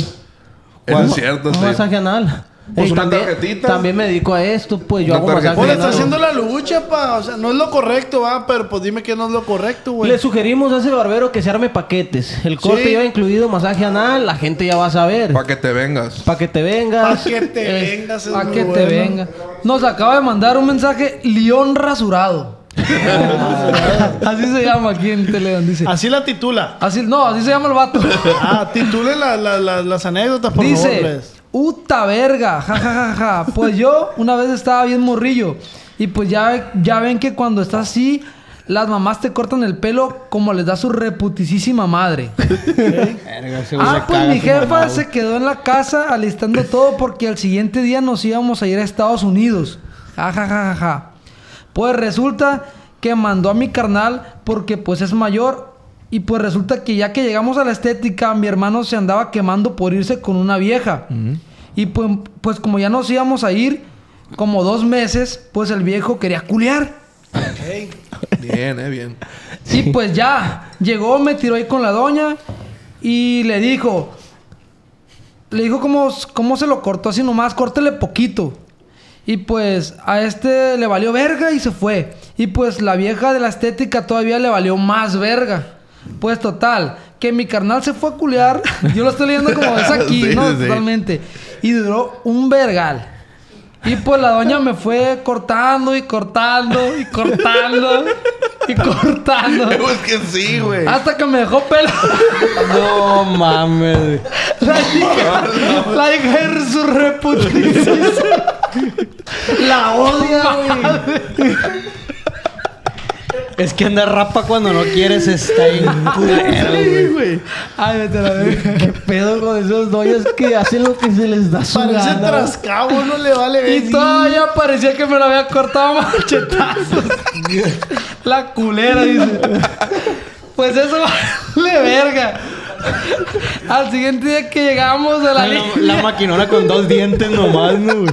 S2: Eso
S4: Un-
S2: es cierto,
S4: un
S2: sí.
S4: masaje anal.
S2: Pues
S4: Y
S2: una
S4: también,
S2: tarjetita.
S4: También me dedico a esto, pues yo
S2: Una
S4: hago masaje
S2: tarjetita.
S5: Pues le está haciendo
S4: anal.
S5: la lucha, pa. O sea, no es lo correcto, va, pero pues dime que no es lo correcto, güey.
S4: Le sugerimos a ese barbero que se arme paquetes. El corte
S5: Sí.
S4: ya incluido masaje anal, la gente ya va a saber.
S2: Para que te vengas.
S4: Para que te vengas.
S5: Pa' que te
S4: Eh,
S5: vengas, es
S8: Pa'
S5: muy
S8: que te
S5: bueno.
S8: venga. Nos acaba de mandar un mensaje León Rasurado. así se llama aquí en Telegram, dice.
S5: Así la titula.
S8: Así, no, así se llama el vato.
S5: Ah, titule la- la- la- las anécdotas, por favor.
S8: Dice,
S5: pues.
S8: uta verga, ja, ja, ja, ja. Pues yo una vez estaba bien morrillo. Y pues ya, ya ven que cuando está así, las mamás te cortan el pelo como les da su reputisísima madre.
S3: Verga, ese güey
S8: Ah,
S3: se
S8: pues
S3: caga
S8: mi
S3: su mamá,
S8: jefa
S3: güey.
S8: se quedó en la casa alistando todo porque al siguiente día nos íbamos a ir a Estados Unidos. Ja, ja, ja, ja, ja. Pues resulta que mandó a mi carnal porque pues es mayor y pues resulta que ya que llegamos a la estética, mi hermano se andaba quemando por irse con una vieja. Y pues, pues como ya nos íbamos a ir como dos meses, pues el viejo quería culear.
S2: Bien, eh, bien.
S8: Sí, pues ya. Llegó, me tiró ahí con la doña y le dijo. Le dijo cómo, cómo se lo cortó así nomás, córtele poquito. Y pues a este le valió verga y se fue. Y pues la vieja de la estética todavía le valió más verga. Pues total, que mi carnal se fue a culear. Yo lo estoy leyendo como es aquí,
S2: Sí,
S8: ¿no?
S2: sí, sí.
S8: Totalmente. Y duró un vergal. Y pues la doña me fue cortando y cortando y cortando. y cortando.
S2: Es que sí, güey.
S8: Hasta que me dejó pelo.
S3: No mames, güey.
S8: La hija, la hija de su reputación.
S3: La odia, güey. Es que andar rapa cuando no quieres está ahí.
S8: Sí, güey. Ay, vete a la verga. Qué pedo con esos doyos que hacen lo que se les da su
S5: Parece
S8: gana.
S5: trascabo, no le vale
S8: Y
S5: ver.
S8: todavía parecía que me lo había cortado a machetazos. La culera, dice. Pues eso vale verga. Al siguiente día que llegamos a la
S3: La,
S8: línea.
S3: la maquinona con dos dientes nomás, ¿no, güey?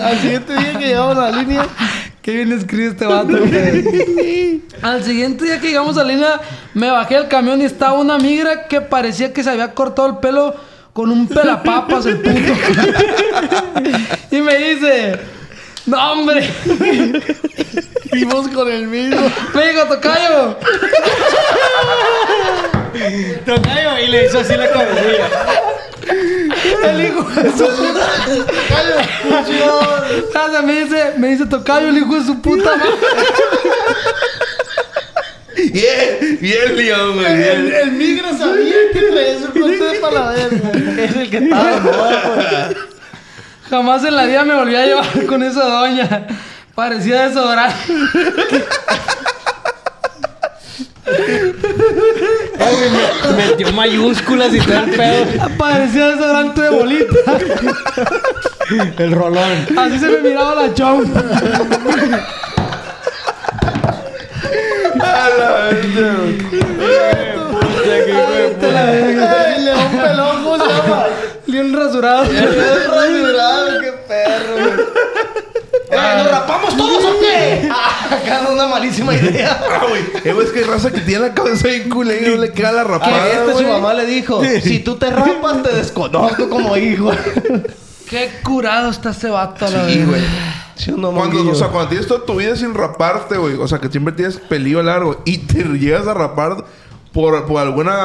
S5: Al siguiente día que llegamos a la línea,
S8: Qué bien escribe este vato, güey. Al siguiente día que llegamos a la línea, me bajé del camión y estaba una migra que parecía que se había cortado el pelo con un pelapapas, el puto. y me dice: No, hombre.
S5: vimos con el mismo.
S8: Me dijo, tocayo.
S3: Tocayo, y le hizo así la cabecilla.
S8: El hijo de su puta madre. Ah, me dice, me dice tocayo, el hijo de su puta madre.
S2: Bien, bien, León, güey.
S5: El,
S2: bien.
S5: el migra sabía que traía su corte de paladero.
S3: Es el que estaba de moda, güey.
S5: pues.
S8: Jamás en la vida me volví a llevar con esa doña. Parecía desodorante.
S3: Metió mayúsculas y todo el pedo.
S8: Parecía desodorante de bolita.
S3: El rolón.
S8: Así se me miraba la chompa.
S5: El león pelón, ¿cómo se llama?
S8: León rasurado.
S5: León rasurado, qué perro, güey.
S4: Ah.
S5: ¡Eh, nos rapamos todos o qué! Acá es una malísima idea.
S2: Ah, güey. Eh, güey, es que hay raza que tiene la cabeza bien culera y no le queda la rapada.
S5: este
S2: Ah, güey.
S5: su mamá le dijo, si tú te rapas, te desconozco como hijo.
S8: Qué curado está este ese vato, la
S2: Sí,
S8: verdad.
S2: güey.
S5: Sí, no,
S2: Cuando, o sea, cuando tienes toda tu vida sin raparte, güey. O sea, que siempre tienes pelillo largo y te llegas a rapar por, por alguna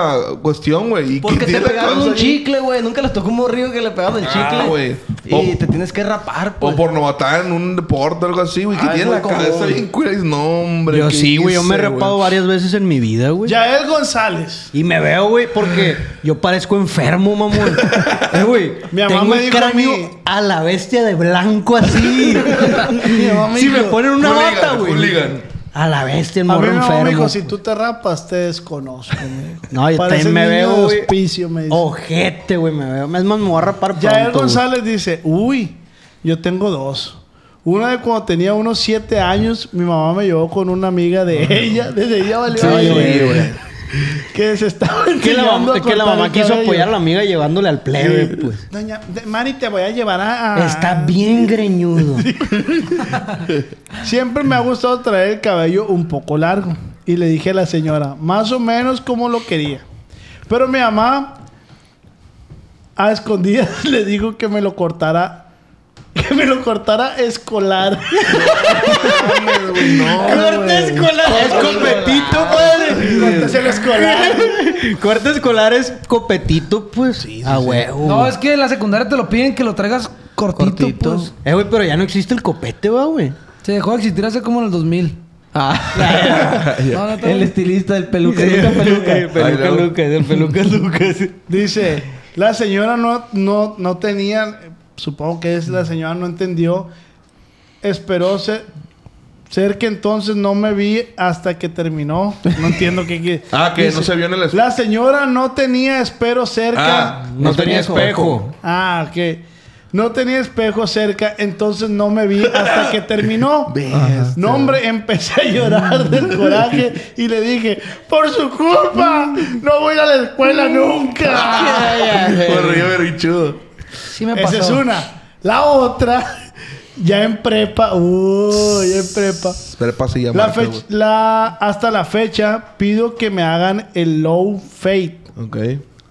S2: cuestión, güey. Y
S4: Porque
S2: que
S4: te
S2: tienes la
S4: pegaron
S2: cabeza
S4: un
S2: ahí.
S4: chicle, güey. Nunca les tocó un morrillo que le pegaron el
S2: Ah,
S4: chicle.
S2: güey.
S4: Y
S2: O-
S4: te tienes que rapar, pues.
S2: O por novatar en un deporte o algo así, güey. Que
S4: Ah,
S2: tiene
S4: muy
S2: la cabeza
S4: común.
S2: bien culera. Y dices, No, hombre.
S3: Yo
S2: ¿qué
S3: sí, güey. Yo me he
S2: hice,
S3: rapado
S2: güey?"
S3: varias veces en mi vida, güey.
S5: Yael González.
S3: Y me veo, güey, porque yo parezco enfermo, mamón. Eh, güey.
S5: Mi mamá
S3: tengo
S5: me
S3: el
S5: dijo a
S3: cráneo
S5: mí-
S3: a la bestia de blanco así. si me ponen una
S2: Hooligan,
S3: bata, güey.
S2: hooligan.
S3: A la bestia, el
S5: A mí
S3: morro
S5: mi mamá
S3: enfermo.
S5: me dijo, si tú te rapas, te desconozco. me dijo.
S3: No, yo
S5: Pareces
S3: también me
S5: niño
S3: veo,
S5: de
S3: güey.
S5: hospicio, me dice.
S3: Ojete, güey, me veo. Es más, me voy a rapar
S5: Yael
S3: pronto, güey.
S5: González dice, uy, yo tengo dos. Una de cuando tenía unos siete años, mi mamá me llevó con una amiga de ella, desde ella valió
S3: Sí,
S5: madre,
S3: güey, güey.
S5: que se estaba
S3: Que la,
S5: enseñando
S3: mam-
S5: a
S3: que la
S5: cortar
S3: mamá
S5: el
S3: quiso
S5: cabello.
S3: apoyar a la amiga llevándole al plebe,
S5: Sí. Ah.
S3: pues.
S5: Doña, de- Mari, te voy a llevar a... a-
S3: Está bien greñudo.
S5: Siempre me ha gustado traer el cabello un poco largo. Y le dije a la señora, más o menos como lo quería. Pero mi mamá, a escondidas, le dijo que me lo cortara. Que me lo cortara escolar.
S3: Corte escolar. Es copetito, padre.
S5: Cortes el pues. escolar.
S3: Corte escolar es copetito, pues. a huevo.
S8: No, es que en la secundaria te lo piden que lo traigas cortito,
S4: Cortito.
S8: pues.
S3: Eh, güey, pero ya no existe el copete, va, güey.
S8: Se dejó de existir hace como en el 2000.
S4: Ah.
S8: No, no,
S4: el
S8: te...
S4: estilista del peluca. Luca, peluca.
S2: Ay,
S3: Peluca
S2: no.
S3: Lucas, el peluca Lucas.
S5: Dice, la señora no, no, no tenía, supongo que es la señora no entendió, esperó se- ser que entonces no me vi hasta que terminó. No entiendo qué quiere.
S2: Ah, que
S5: Dice,
S2: no se vio en el espejo.
S5: La señora no tenía espero cerca.
S2: Ah, no tenía espejo.
S5: Ah, ok. No tenía espejo cerca, entonces no me vi hasta que terminó. No, hombre, empecé a llorar del coraje y le dije, por su culpa, no voy a ir a la escuela nunca.
S2: Corrió berrichudo.
S8: Sí me pasó.
S5: Esa es una. La otra, ya en prepa, uy, ya en prepa.
S2: Espera, pase y
S5: La
S2: llamarte,
S5: fecha,
S2: güey.
S5: la, hasta la fecha pido que me hagan el low fade.
S2: Ok.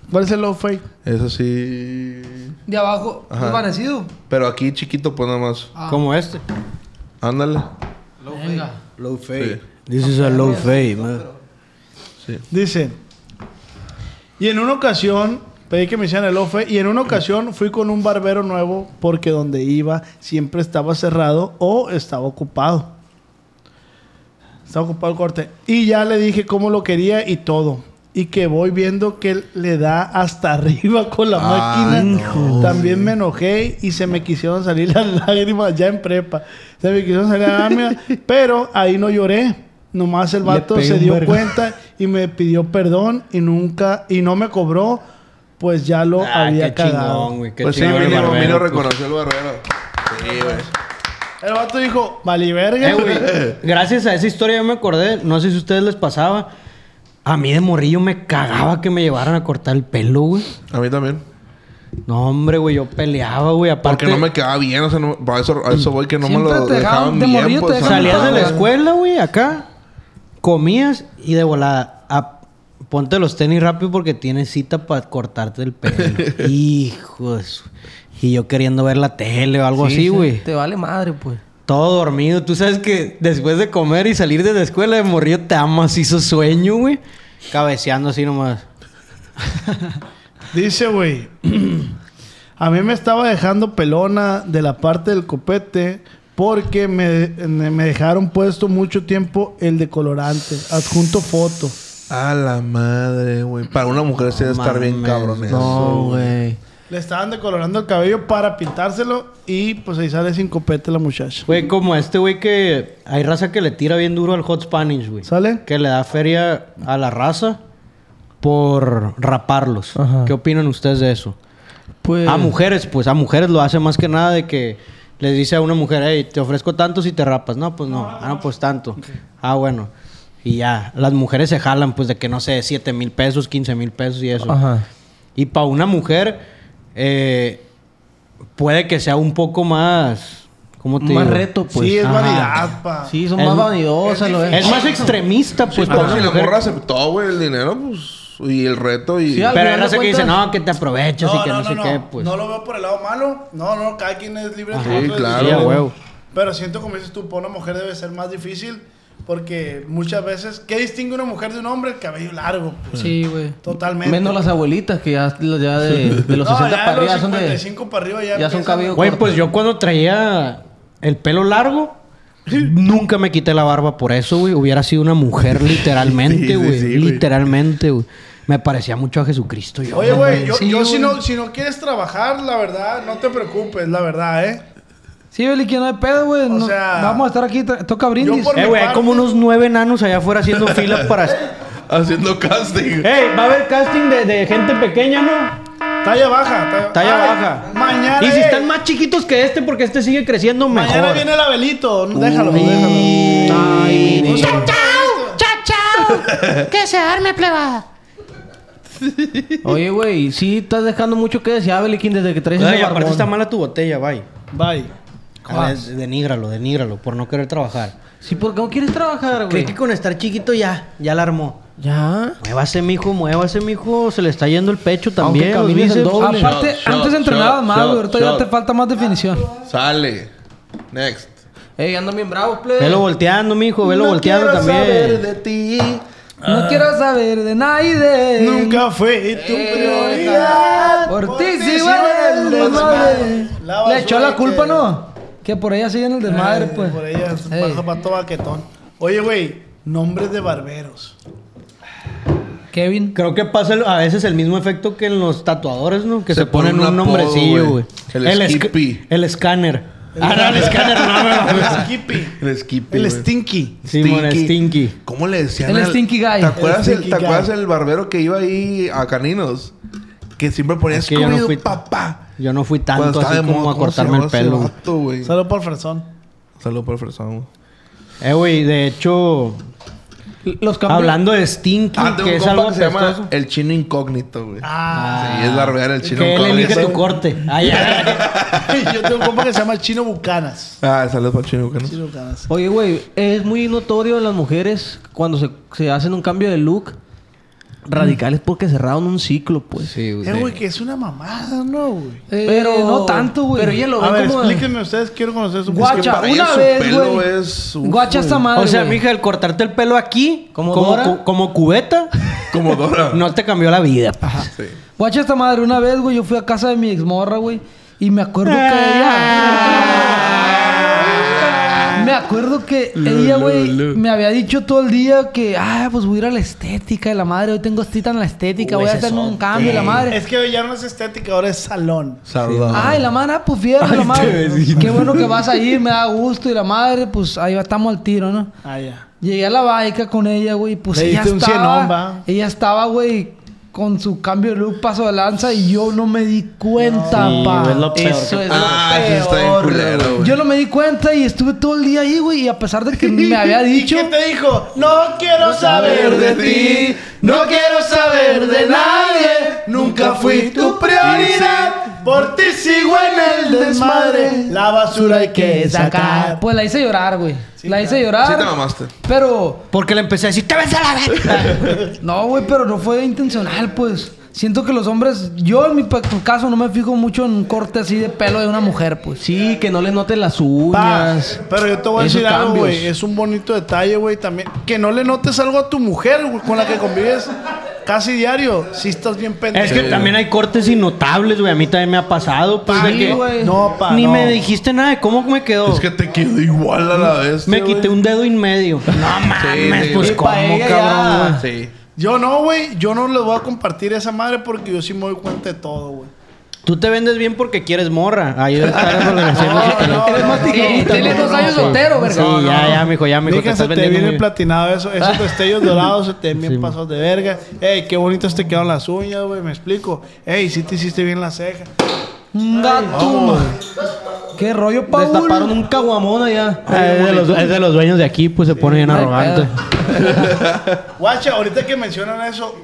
S5: ¿Cuál es el low fade?
S2: Eso sí.
S8: De abajo,
S2: Ajá.
S8: desvanecido.
S2: Pero aquí chiquito, pues nada más.
S5: Ah.
S3: Como este.
S2: Ándale.
S8: Venga.
S3: Low fade. This is a low eh. fade, man.
S5: Dice. Y en una ocasión, pedí que me hicieran el ofe, y en una ocasión fui con un barbero nuevo porque donde iba siempre estaba cerrado o estaba ocupado. Estaba ocupado el corte. Y ya le dije cómo lo quería y todo. Y que voy viendo que le da hasta arriba con la
S2: Ah,
S5: máquina.
S2: no.
S5: También me enojé y se me quisieron salir las lágrimas ya en prepa. Se me quisieron salir las lágrimas. pero ahí no lloré. Nomás el vato
S3: pegué
S5: se
S3: un
S5: dio
S3: verga.
S5: cuenta y me pidió perdón y nunca... Y no me cobró. Pues ya lo
S3: Ah,
S5: había
S3: qué
S5: cagado.
S3: chingón, güey. Qué
S2: Pues sí,
S3: chingón el
S2: mínimo,
S3: barbero,
S2: mínimo
S3: pues.
S2: reconoció el barbero. Sí, güey.
S5: El vato dijo, vale verga.
S3: Eh, güey, gracias a esa historia yo me acordé, no sé si a ustedes les pasaba, a mí de morrillo me cagaba que me llevaran a cortar el pelo, güey.
S2: A mí también.
S3: No, hombre, güey, yo peleaba, güey, aparte...
S2: Porque no me quedaba bien, o sea, no, a, eso, a eso voy que no me
S8: Siempre
S2: lo
S8: te dejaban-
S2: dejaban
S8: de
S2: bien.
S8: morrillo te
S2: pues,
S8: dejaban
S3: Salías
S2: ajá.
S3: de la
S8: Ah.
S3: escuela, güey, acá, comías y de volada, a- ponte los tenis rápido porque tienes cita para cortarte el pelo. Hijos. Y yo queriendo ver la tele o algo así, güey.
S4: Te vale madre, pues.
S3: Todo dormido. Tú sabes que después de comer y salir de la escuela de morrillo te amas, hizo sueño, güey. Cabeceando así nomás.
S5: Dice, güey. A mí me estaba dejando pelona de la parte del copete porque me, me dejaron puesto mucho tiempo el decolorante. Adjunto foto.
S2: A la madre, güey. Para una mujer sí debe estar bien
S3: mames,
S2: cabrón eso.
S4: No, güey.
S5: Le estaban decolorando el cabello para pintárselo y pues ahí sale sin copete la muchacha.
S3: Güey, como este güey que hay raza que le tira bien duro al Hot Spanish, güey.
S5: ¿Sale?
S3: Que le da feria a la raza por raparlos.
S4: Ajá.
S3: ¿Qué opinan ustedes de eso?
S4: Pues.
S8: Ah,
S3: A mujeres, pues a mujeres lo hace más que nada de que les dice a una mujer, hey, te ofrezco tanto si te rapas. No, pues no. Ah, no, pues tanto. Ah, bueno. Y ya, las mujeres se jalan, pues de que no sé, 7 mil pesos, 15 mil pesos y eso.
S4: Ajá.
S3: Y para una mujer, eh, puede que sea un poco más. ¿Cómo te
S4: Más
S3: digo?
S4: reto, pues.
S5: sí, es
S3: ajá.
S5: vanidad, pa.
S4: Sí, son
S3: Es-
S4: más vanidosas, lo es.
S3: Es más extremista, pues.
S2: Pues
S3: para
S2: pero
S3: una
S2: si la
S3: mujer.
S2: morra aceptó, güey, el dinero, pues. Y el reto y.
S4: Sí, al-
S3: Pero
S4: final
S3: hay
S4: de
S3: raza que dice,
S4: cuentas-
S3: no, que te aprovechas y que no, sé qué, pues.
S5: No lo veo por el lado malo. No, no, cada quien es libre
S3: Ajá.
S5: tomar
S2: Sí,
S5: su
S2: claro.
S5: decisión.
S3: Sí, a huevo.
S5: Pero siento, como dices tú, para una mujer debe ser más difícil porque muchas veces, ¿qué distingue una mujer de un hombre? El cabello largo. pues.
S4: Sí, güey.
S5: Totalmente.
S4: Menos las abuelitas que ya, ya de, de los
S5: No,
S4: 60
S5: ya
S4: para arriba
S5: los
S4: son de.
S5: 55 para arriba ya,
S4: ya son
S5: empiezan-
S4: cabello-
S3: Güey, pues yo cuando traía el pelo largo, nunca me quité la barba por eso, güey. Hubiera sido una mujer literalmente,
S2: Sí, sí,
S3: güey.
S2: sí, güey.
S3: literalmente, güey. Me parecía mucho a Jesucristo. Yo,
S5: Oye, güey, yo,
S3: Sí,
S5: yo si,
S3: güey.
S5: no, si no quieres trabajar, la verdad, no te preocupes, la verdad, ¿eh?
S8: Sí, Beli, que no hay pedo, güey. No-
S5: sea,
S8: vamos a estar aquí. to- Toca brindis.
S5: por-
S3: Eh, güey, hay
S5: parte-
S3: como unos nueve enanos allá afuera haciendo filas para...
S2: Haciendo casting.
S3: ¡Ey! Va a haber casting de, de gente pequeña, ¿no?
S5: Talla baja. Talla,
S3: Talla
S5: Ay,
S3: baja.
S5: Mañana.
S3: Y si
S5: eh,
S3: están más chiquitos que este, porque este sigue creciendo mejor.
S5: Mañana viene el abelito. Déjalo, déjalo.
S3: Ay, mi niño.
S4: Oye, güey, sí estás dejando mucho que desear, Beliquín, desde que traes
S3: Ay,
S4: ese
S3: aparte
S4: barbón.
S3: está mala tu botella, bye.
S5: Bye.
S3: A ver, Denígralo, denígralo, por no querer trabajar.
S4: Sí, porque no quieres trabajar,
S3: Cree
S4: güey.
S3: que con estar chiquito ya, ya la armó.
S4: Ya.
S3: Muévase, mijo, muévase, mijo. Se le está yendo el pecho también. los
S4: camines el
S3: bíceps. Ah,
S4: doble.
S8: Aparte,
S2: Shot, shot,
S8: antes entrenabas
S2: shot,
S8: más, güey.
S2: shot,
S8: Ahorita
S2: shot.
S8: ya te falta más definición.
S2: Sale. Next.
S4: Ey, andan bien bravos, plebe.
S3: Velo volteando, mijo, velo volteando
S2: quiero
S3: también.
S2: saber de ti.
S8: No quiero saber de nadie.
S5: Ah. Nunca fue tu
S2: Eh,
S5: prioridad.
S8: Por ti sí,
S5: sí,
S8: güey. el
S5: güey,
S8: desmadre.
S5: la basura
S8: Le echó la culpa,
S5: que-
S8: ¿no? Que por ella siguen el desmadre,
S5: Eh,
S8: pues.
S5: Por ella,
S8: Ey.
S5: baja pato baquetón. Oye, güey, nombres de barberos.
S8: Kevin.
S3: Creo que pasa el- a veces el mismo efecto que en los tatuadores, ¿no? Que se,
S2: Se pone
S3: ponen
S2: un
S3: un
S2: apodo,
S3: nombrecillo,
S2: güey.
S3: güey.
S2: El
S3: esc-
S2: Skippy.
S3: El escáner. Ah, no, el escáner no, no, no.
S5: El Skippy.
S2: El Skippy.
S5: El
S2: güey.
S5: Stinky.
S3: Simón, Stinky.
S2: ¿Cómo le decían?
S8: El
S2: al-
S8: Stinky Guy.
S2: ¿Te acuerdas
S5: El
S2: el,
S5: Stinky
S2: ¿te acuerdas
S5: Guy.
S2: el barbero que iba ahí a Caninos? Que siempre ponía
S3: Es que yo no
S2: Scooby-Doo,
S3: fui-
S2: papá.
S3: Yo no fui
S2: Cuando
S3: tanto
S2: estaba de
S3: así
S2: moda,
S3: como a
S2: ¿cómo se
S3: cortarme el
S2: llamaba ese
S3: pelo. güey.
S2: vato, güey?
S5: Saludos por Fresón.
S2: Saludos por el fresón, güey.
S3: Eh, güey, de hecho,
S8: Los cambios.
S3: hablando de Stinky,
S2: Ah, tengo
S3: que
S2: un
S3: es
S2: compa
S3: algo
S2: que se llama
S3: apestoso,
S2: El Chino Incógnito, güey.
S5: Ah.
S2: Sí, es barbear el Chino
S3: Que él elige tu
S2: Incógnito.
S3: corte. Ay, ay, ay.
S5: Yo tengo un compa que se llama Chino Bucanas.
S2: Ah, saludos para el Chino Incógnito.
S5: Chino Bucanas.
S4: Oye, güey, es muy notorio en las mujeres cuando se, se hacen un cambio de look radical es porque cerraron un ciclo, pues. Sí,
S5: Eh, güey, que es una mamada, ¿no, güey?
S8: pero no tanto, güey.
S4: Eh, Pero ella lo
S5: A ver,
S4: ve como...
S5: explíquenme ustedes, quiero conocer su
S8: Guacha,
S2: para ella
S8: una
S2: su
S8: vez,
S2: pelo
S8: güey.
S2: es un-
S8: Guacha esta madre.
S3: O sea,
S8: güey.
S3: mija, el cortarte el pelo aquí,
S4: ¿Como
S3: como,
S4: Dora?
S3: cu- como cubeta,
S2: Como Dora.
S3: no te cambió la vida. pa.
S2: Sí.
S8: Guacha esta madre, una vez, güey, yo fui a casa de mi
S4: Ah.
S8: exmorra, güey. Y me acuerdo que ella. me me acuerdo que ella, güey, me había dicho todo el día que, ah, pues voy a ir a la estética de la madre. Hoy tengo cita en la estética,
S4: Uh,
S8: voy a
S4: ese
S8: hacerme
S4: es
S8: un
S4: otro.
S8: cambio de la madre.
S5: Es que ya no es estética, ahora es salón.
S2: Saludado.
S8: Ay, la madre, ah, pues fiera, la madre. Qué bueno que vas a ir, me da gusto. Y la madre, pues ahí va, estamos al tiro, ¿no?
S5: Ah, ya.
S8: Llegué a la baica con ella, güey. Pues
S5: Le
S8: ella
S5: diste un
S8: estaba.
S5: cienón, va.
S8: ella estaba, güey, con su cambio de look, paso de lanza. Y yo no me di cuenta,
S3: Sí,
S8: pa.
S3: es lo peor
S8: Eso
S3: que-
S8: es lo
S2: Ah, eso está bien
S8: peor,
S2: culero, güey.
S8: Yo no me di cuenta y estuve todo el día ahí, güey. Y a pesar de que me había dicho.
S5: ¿Y qué te dijo? No quiero saber
S9: saber
S5: de
S9: de
S5: ti.
S9: ti, no quiero saber de nadie, nunca fui tu prioridad, por ti sigo en el desmadre,
S5: La basura hay que sacar.
S8: Pues la hice llorar, güey. la hice llorar.
S2: Sí te mamaste.
S8: Pero.
S3: Porque le empecé a decir, ¡te ves a la verga!
S8: No, güey, pero no fue intencional, pues. Siento que los hombres. Yo, en mi pe- caso, no me fijo mucho en un corte así de pelo de una mujer, pues.
S4: Sí, que no le notes las
S5: Pa,
S4: uñas.
S5: Ah, pero yo te voy a
S4: Esos
S5: decir algo,
S4: cambios.
S5: güey. Es un bonito detalle, güey, también. Que no le notes algo a tu mujer, güey, con la que convives casi diario. Si estás bien pendejo.
S3: es que también hay cortes innotables, güey. A mí también me ha pasado. Pues, de
S8: Sí,
S3: que
S8: güey.
S5: No, pa,
S3: Ni
S5: no.
S3: me dijiste nada de cómo me quedó.
S2: Es que te quedó igual a la vez.
S3: me quité un dedo y medio. No mames,
S2: sí,
S3: pues
S2: sí.
S3: cómo,
S4: Pa' ella ya.
S3: cabrón, güey.
S2: Sí.
S5: Yo no, güey. Yo no les voy a compartir esa madre porque yo sí me doy cuenta de todo, güey.
S3: Tú te vendes bien porque quieres morra. Ahí está la relación.
S5: No, no,
S8: Eres más tijerita,
S5: no,
S8: Tienes
S5: no,
S8: dos
S5: no,
S8: años soltero,
S3: Sí,
S8: verga.
S3: ya, ya, mijo, ya, mijo. Te
S5: Dejen, se te
S3: estás vendiendo. Ah.
S5: viene
S3: muy bien.
S5: platinado eso. Esos destellos dorados se te ven bien pasos de verga. Ey, qué bonitas te quedaron las uñas, güey. Me explico. Ey, sí te hiciste bien las cejas.
S8: Un gato. Qué rollo, Paul.
S4: Destaparon un caguamón allá.
S3: Ah, es, de los, es de los dueños de aquí, pues se pone bien
S8: no hay
S3: arrogante.
S5: Guacha, ahorita que mencionan eso,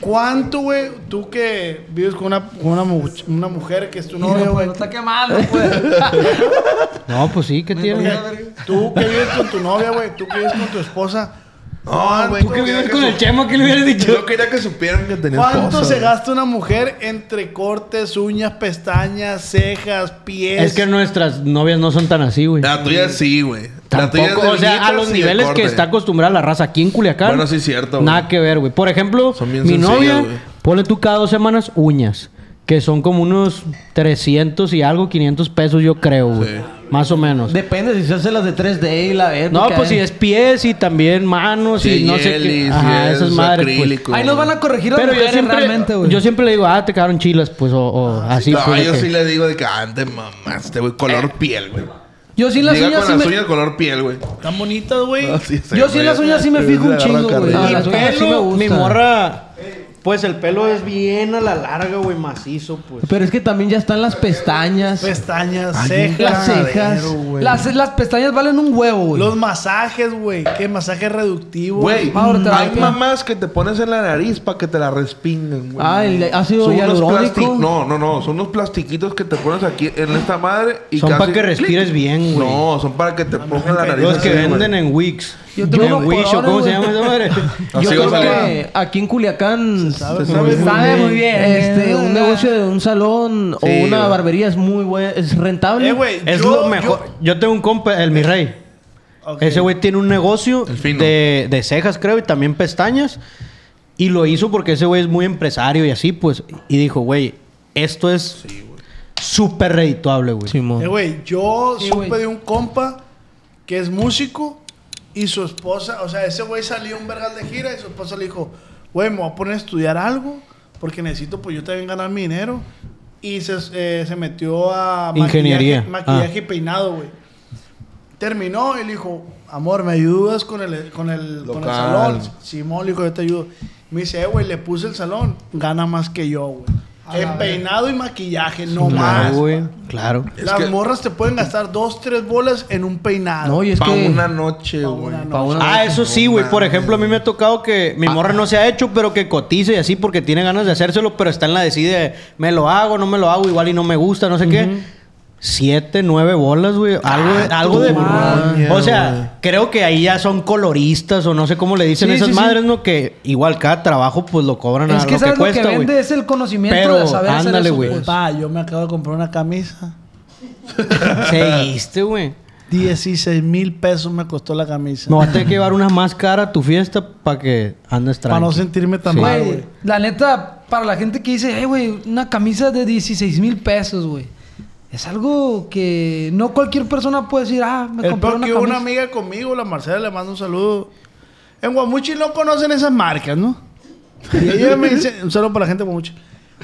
S5: ¿cuánto, güey, tú que vives con una, con una, mu- una mujer que es tu novia,
S8: No,
S5: güey?
S8: no está quemando, pues.
S3: No, pues sí, ¿qué tiene?
S5: Tú que vives con tu novia, güey, tú que vives con tu esposa,
S2: No, güey.
S3: Tú que vives con el chemo, ¿qué le hubieras dicho?
S2: Ah, Yo quería que supieran que tenía
S5: ¿cuánto
S2: esposa,
S5: se
S2: güey.
S5: gasta una mujer entre cortes, uñas, pestañas, cejas, pies?
S3: Es que nuestras novias no son tan así, güey.
S2: La tuya sí, güey. La tuya es
S3: Tampoco,
S2: de
S3: o sea, a
S2: uñitas
S3: los
S2: y de
S3: niveles
S2: corte.
S3: que está acostumbrada la raza aquí en Culiacán.
S2: Bueno, sí es cierto, güey.
S3: Nada que ver, güey. Por ejemplo,
S2: Son
S3: mi
S2: bien sencillas,
S3: novia,
S2: güey.
S3: ponle tú cada dos semanas uñas. Que son como unos 300 y algo, 500 pesos, yo creo, güey.
S2: Sí.
S3: Más o menos.
S4: Depende si se hace las de 3D y la verga.
S3: no, pues si
S4: si
S3: es pies y también manos y
S2: Sí,
S3: no sé qué.
S2: yelis,
S3: Ajá,
S2: yelis,
S3: esas madres. pues.
S2: acrílico.
S8: Ahí nos van a corregir las
S3: Pero yo
S8: mujeres
S3: siempre,
S8: realmente, güey.
S3: yo siempre le digo, ah, te quedaron chilas, pues, o, o así.
S2: No,
S3: pues, de
S2: yo
S3: que-
S2: Ah, sí le digo de que antes mamaste, güey. Color piel, güey.
S8: Yo sí en las
S2: Llega
S8: uñas sí
S2: con las
S8: me...
S2: uñas color piel, güey.
S5: Están bonitas, güey.
S8: Yo sí en las uñas sí me fijo un chingo, güey.
S3: Ah,
S8: Y
S3: las
S8: pelo,
S3: uñas sí me gustan.
S8: mi
S3: Mi
S8: morra,
S3: morra, pues el pelo es bien a la larga, güey, macizo, pues.
S4: Pero es que también ya están las pestañas.
S2: Pues,
S5: Pestañas,
S4: las
S5: cejas,
S4: cejas.
S8: Las, las pestañas valen un huevo, güey.
S5: los masajes, güey. Qué masaje reductivo.
S2: Güey,
S8: Ahorita,
S2: hay
S8: ahorita.
S2: mamás que te pones en la nariz para que te la respinguen, güey.
S4: Ah, el ácido
S2: Son unos
S4: hialurónico.
S2: plasti- No, no, no. Son unos plastiquitos que te pones aquí en esta madre y
S3: Son
S2: casi-
S3: para que respires bien, güey.
S2: No, son para que te pongan la nariz.
S3: Los que
S2: así, güey.
S3: venden en Wix.
S8: Yo tengo
S3: en
S8: unos
S3: Wix, o
S8: porones,
S3: ¿cómo se
S8: güey.
S3: llama esa madre?
S4: Yo
S2: Así va a
S4: creo
S2: salir.
S4: que aquí en Culiacán
S2: Se sabe
S8: Sabe muy bien.
S4: este, un negocio de un salón
S2: Sí,
S4: o una
S2: güey.
S4: barbería es muy bueno, es rentable.
S5: Eh, güey,
S3: Es
S5: yo-
S3: lo mejor. Yo, tengo un compa, el mi rey.
S5: Ok.
S3: Ese güey tiene un negocio
S2: El fino.
S3: de, de cejas, creo, y también pestañas. Y lo hizo porque ese güey es muy empresario y así, pues. Y dijo, güey, esto es súper redituable, güey.
S5: Eh,
S4: Simón.
S5: güey, yo
S8: Sí,
S5: supe
S8: güey.
S5: de un compa que es músico y su esposa, o sea, ese güey salió un vergal de gira y su esposa le dijo, güey, me voy a poner a estudiar algo porque necesito, pues yo también ganar mi dinero. Y se, eh, se metió a maquillaje-
S3: Ingeniería.
S5: maquillaje y peinado, güey. Terminó y le dijo, amor, ¿me ayudas con el, con el, con el
S2: Local.
S5: salón? Simón le dijo, yo te ayudo. Me dice, eh, güey, le puse el salón, gana más que yo, güey. En peinado y maquillaje, no más.
S3: claro, güey. Claro.
S2: Es
S5: Las
S2: que-
S5: morras te pueden gastar dos, tres bolas en un peinado.
S4: No, y es
S2: Pa'
S4: que
S2: una noche,
S5: Pa'
S2: güey.
S5: una
S4: pa' una-
S3: Ah, eso sí, güey. Por ejemplo, a mí me ha tocado que
S8: Ah.
S3: mi morra no se ha hecho, pero que cotice y así porque tiene ganas de hacérselo, pero está en la decide, me lo hago, no me lo hago, igual y no me gusta, no sé qué. Siete, nueve bolas, güey. Algo
S8: Ah,
S3: de... Algo de
S2: madre,
S3: o sea, creo que ahí ya son coloristas o no sé cómo le dicen
S8: Sí,
S3: esas
S8: sí, sí.
S3: madres, ¿no? Que igual cada trabajo pues lo cobran
S8: Es
S3: a
S8: que
S3: lo que
S8: sabes lo que
S3: cuesta, güey.
S8: vende es el conocimiento
S3: Pero,
S8: de saber hacer
S3: ándale,
S8: eso,
S3: güey.
S8: pues.
S5: Pa, yo me acabo de comprar una camisa.
S3: Seguiste, güey.
S5: 16 mil pesos me costó la camisa.
S3: Me vas a tener que llevar una más cara a tu fiesta para que andes
S5: Para no
S3: tranqui.
S5: sentirme tan
S3: Sí.
S5: mal,
S8: Güey,
S5: güey.
S8: la neta, para la gente que dice, hey, güey, una camisa de 16 mil pesos, güey. es algo que no cualquier persona puede decir, ah, me
S5: El
S8: compré
S5: peor
S8: una
S5: que
S8: camisa.
S5: hubo una amiga conmigo, la Marcela, le mando un saludo. En Guamuchi no conocen esas marcas, ¿no? Y ella me dice, un saludo para la gente de Guamuchi.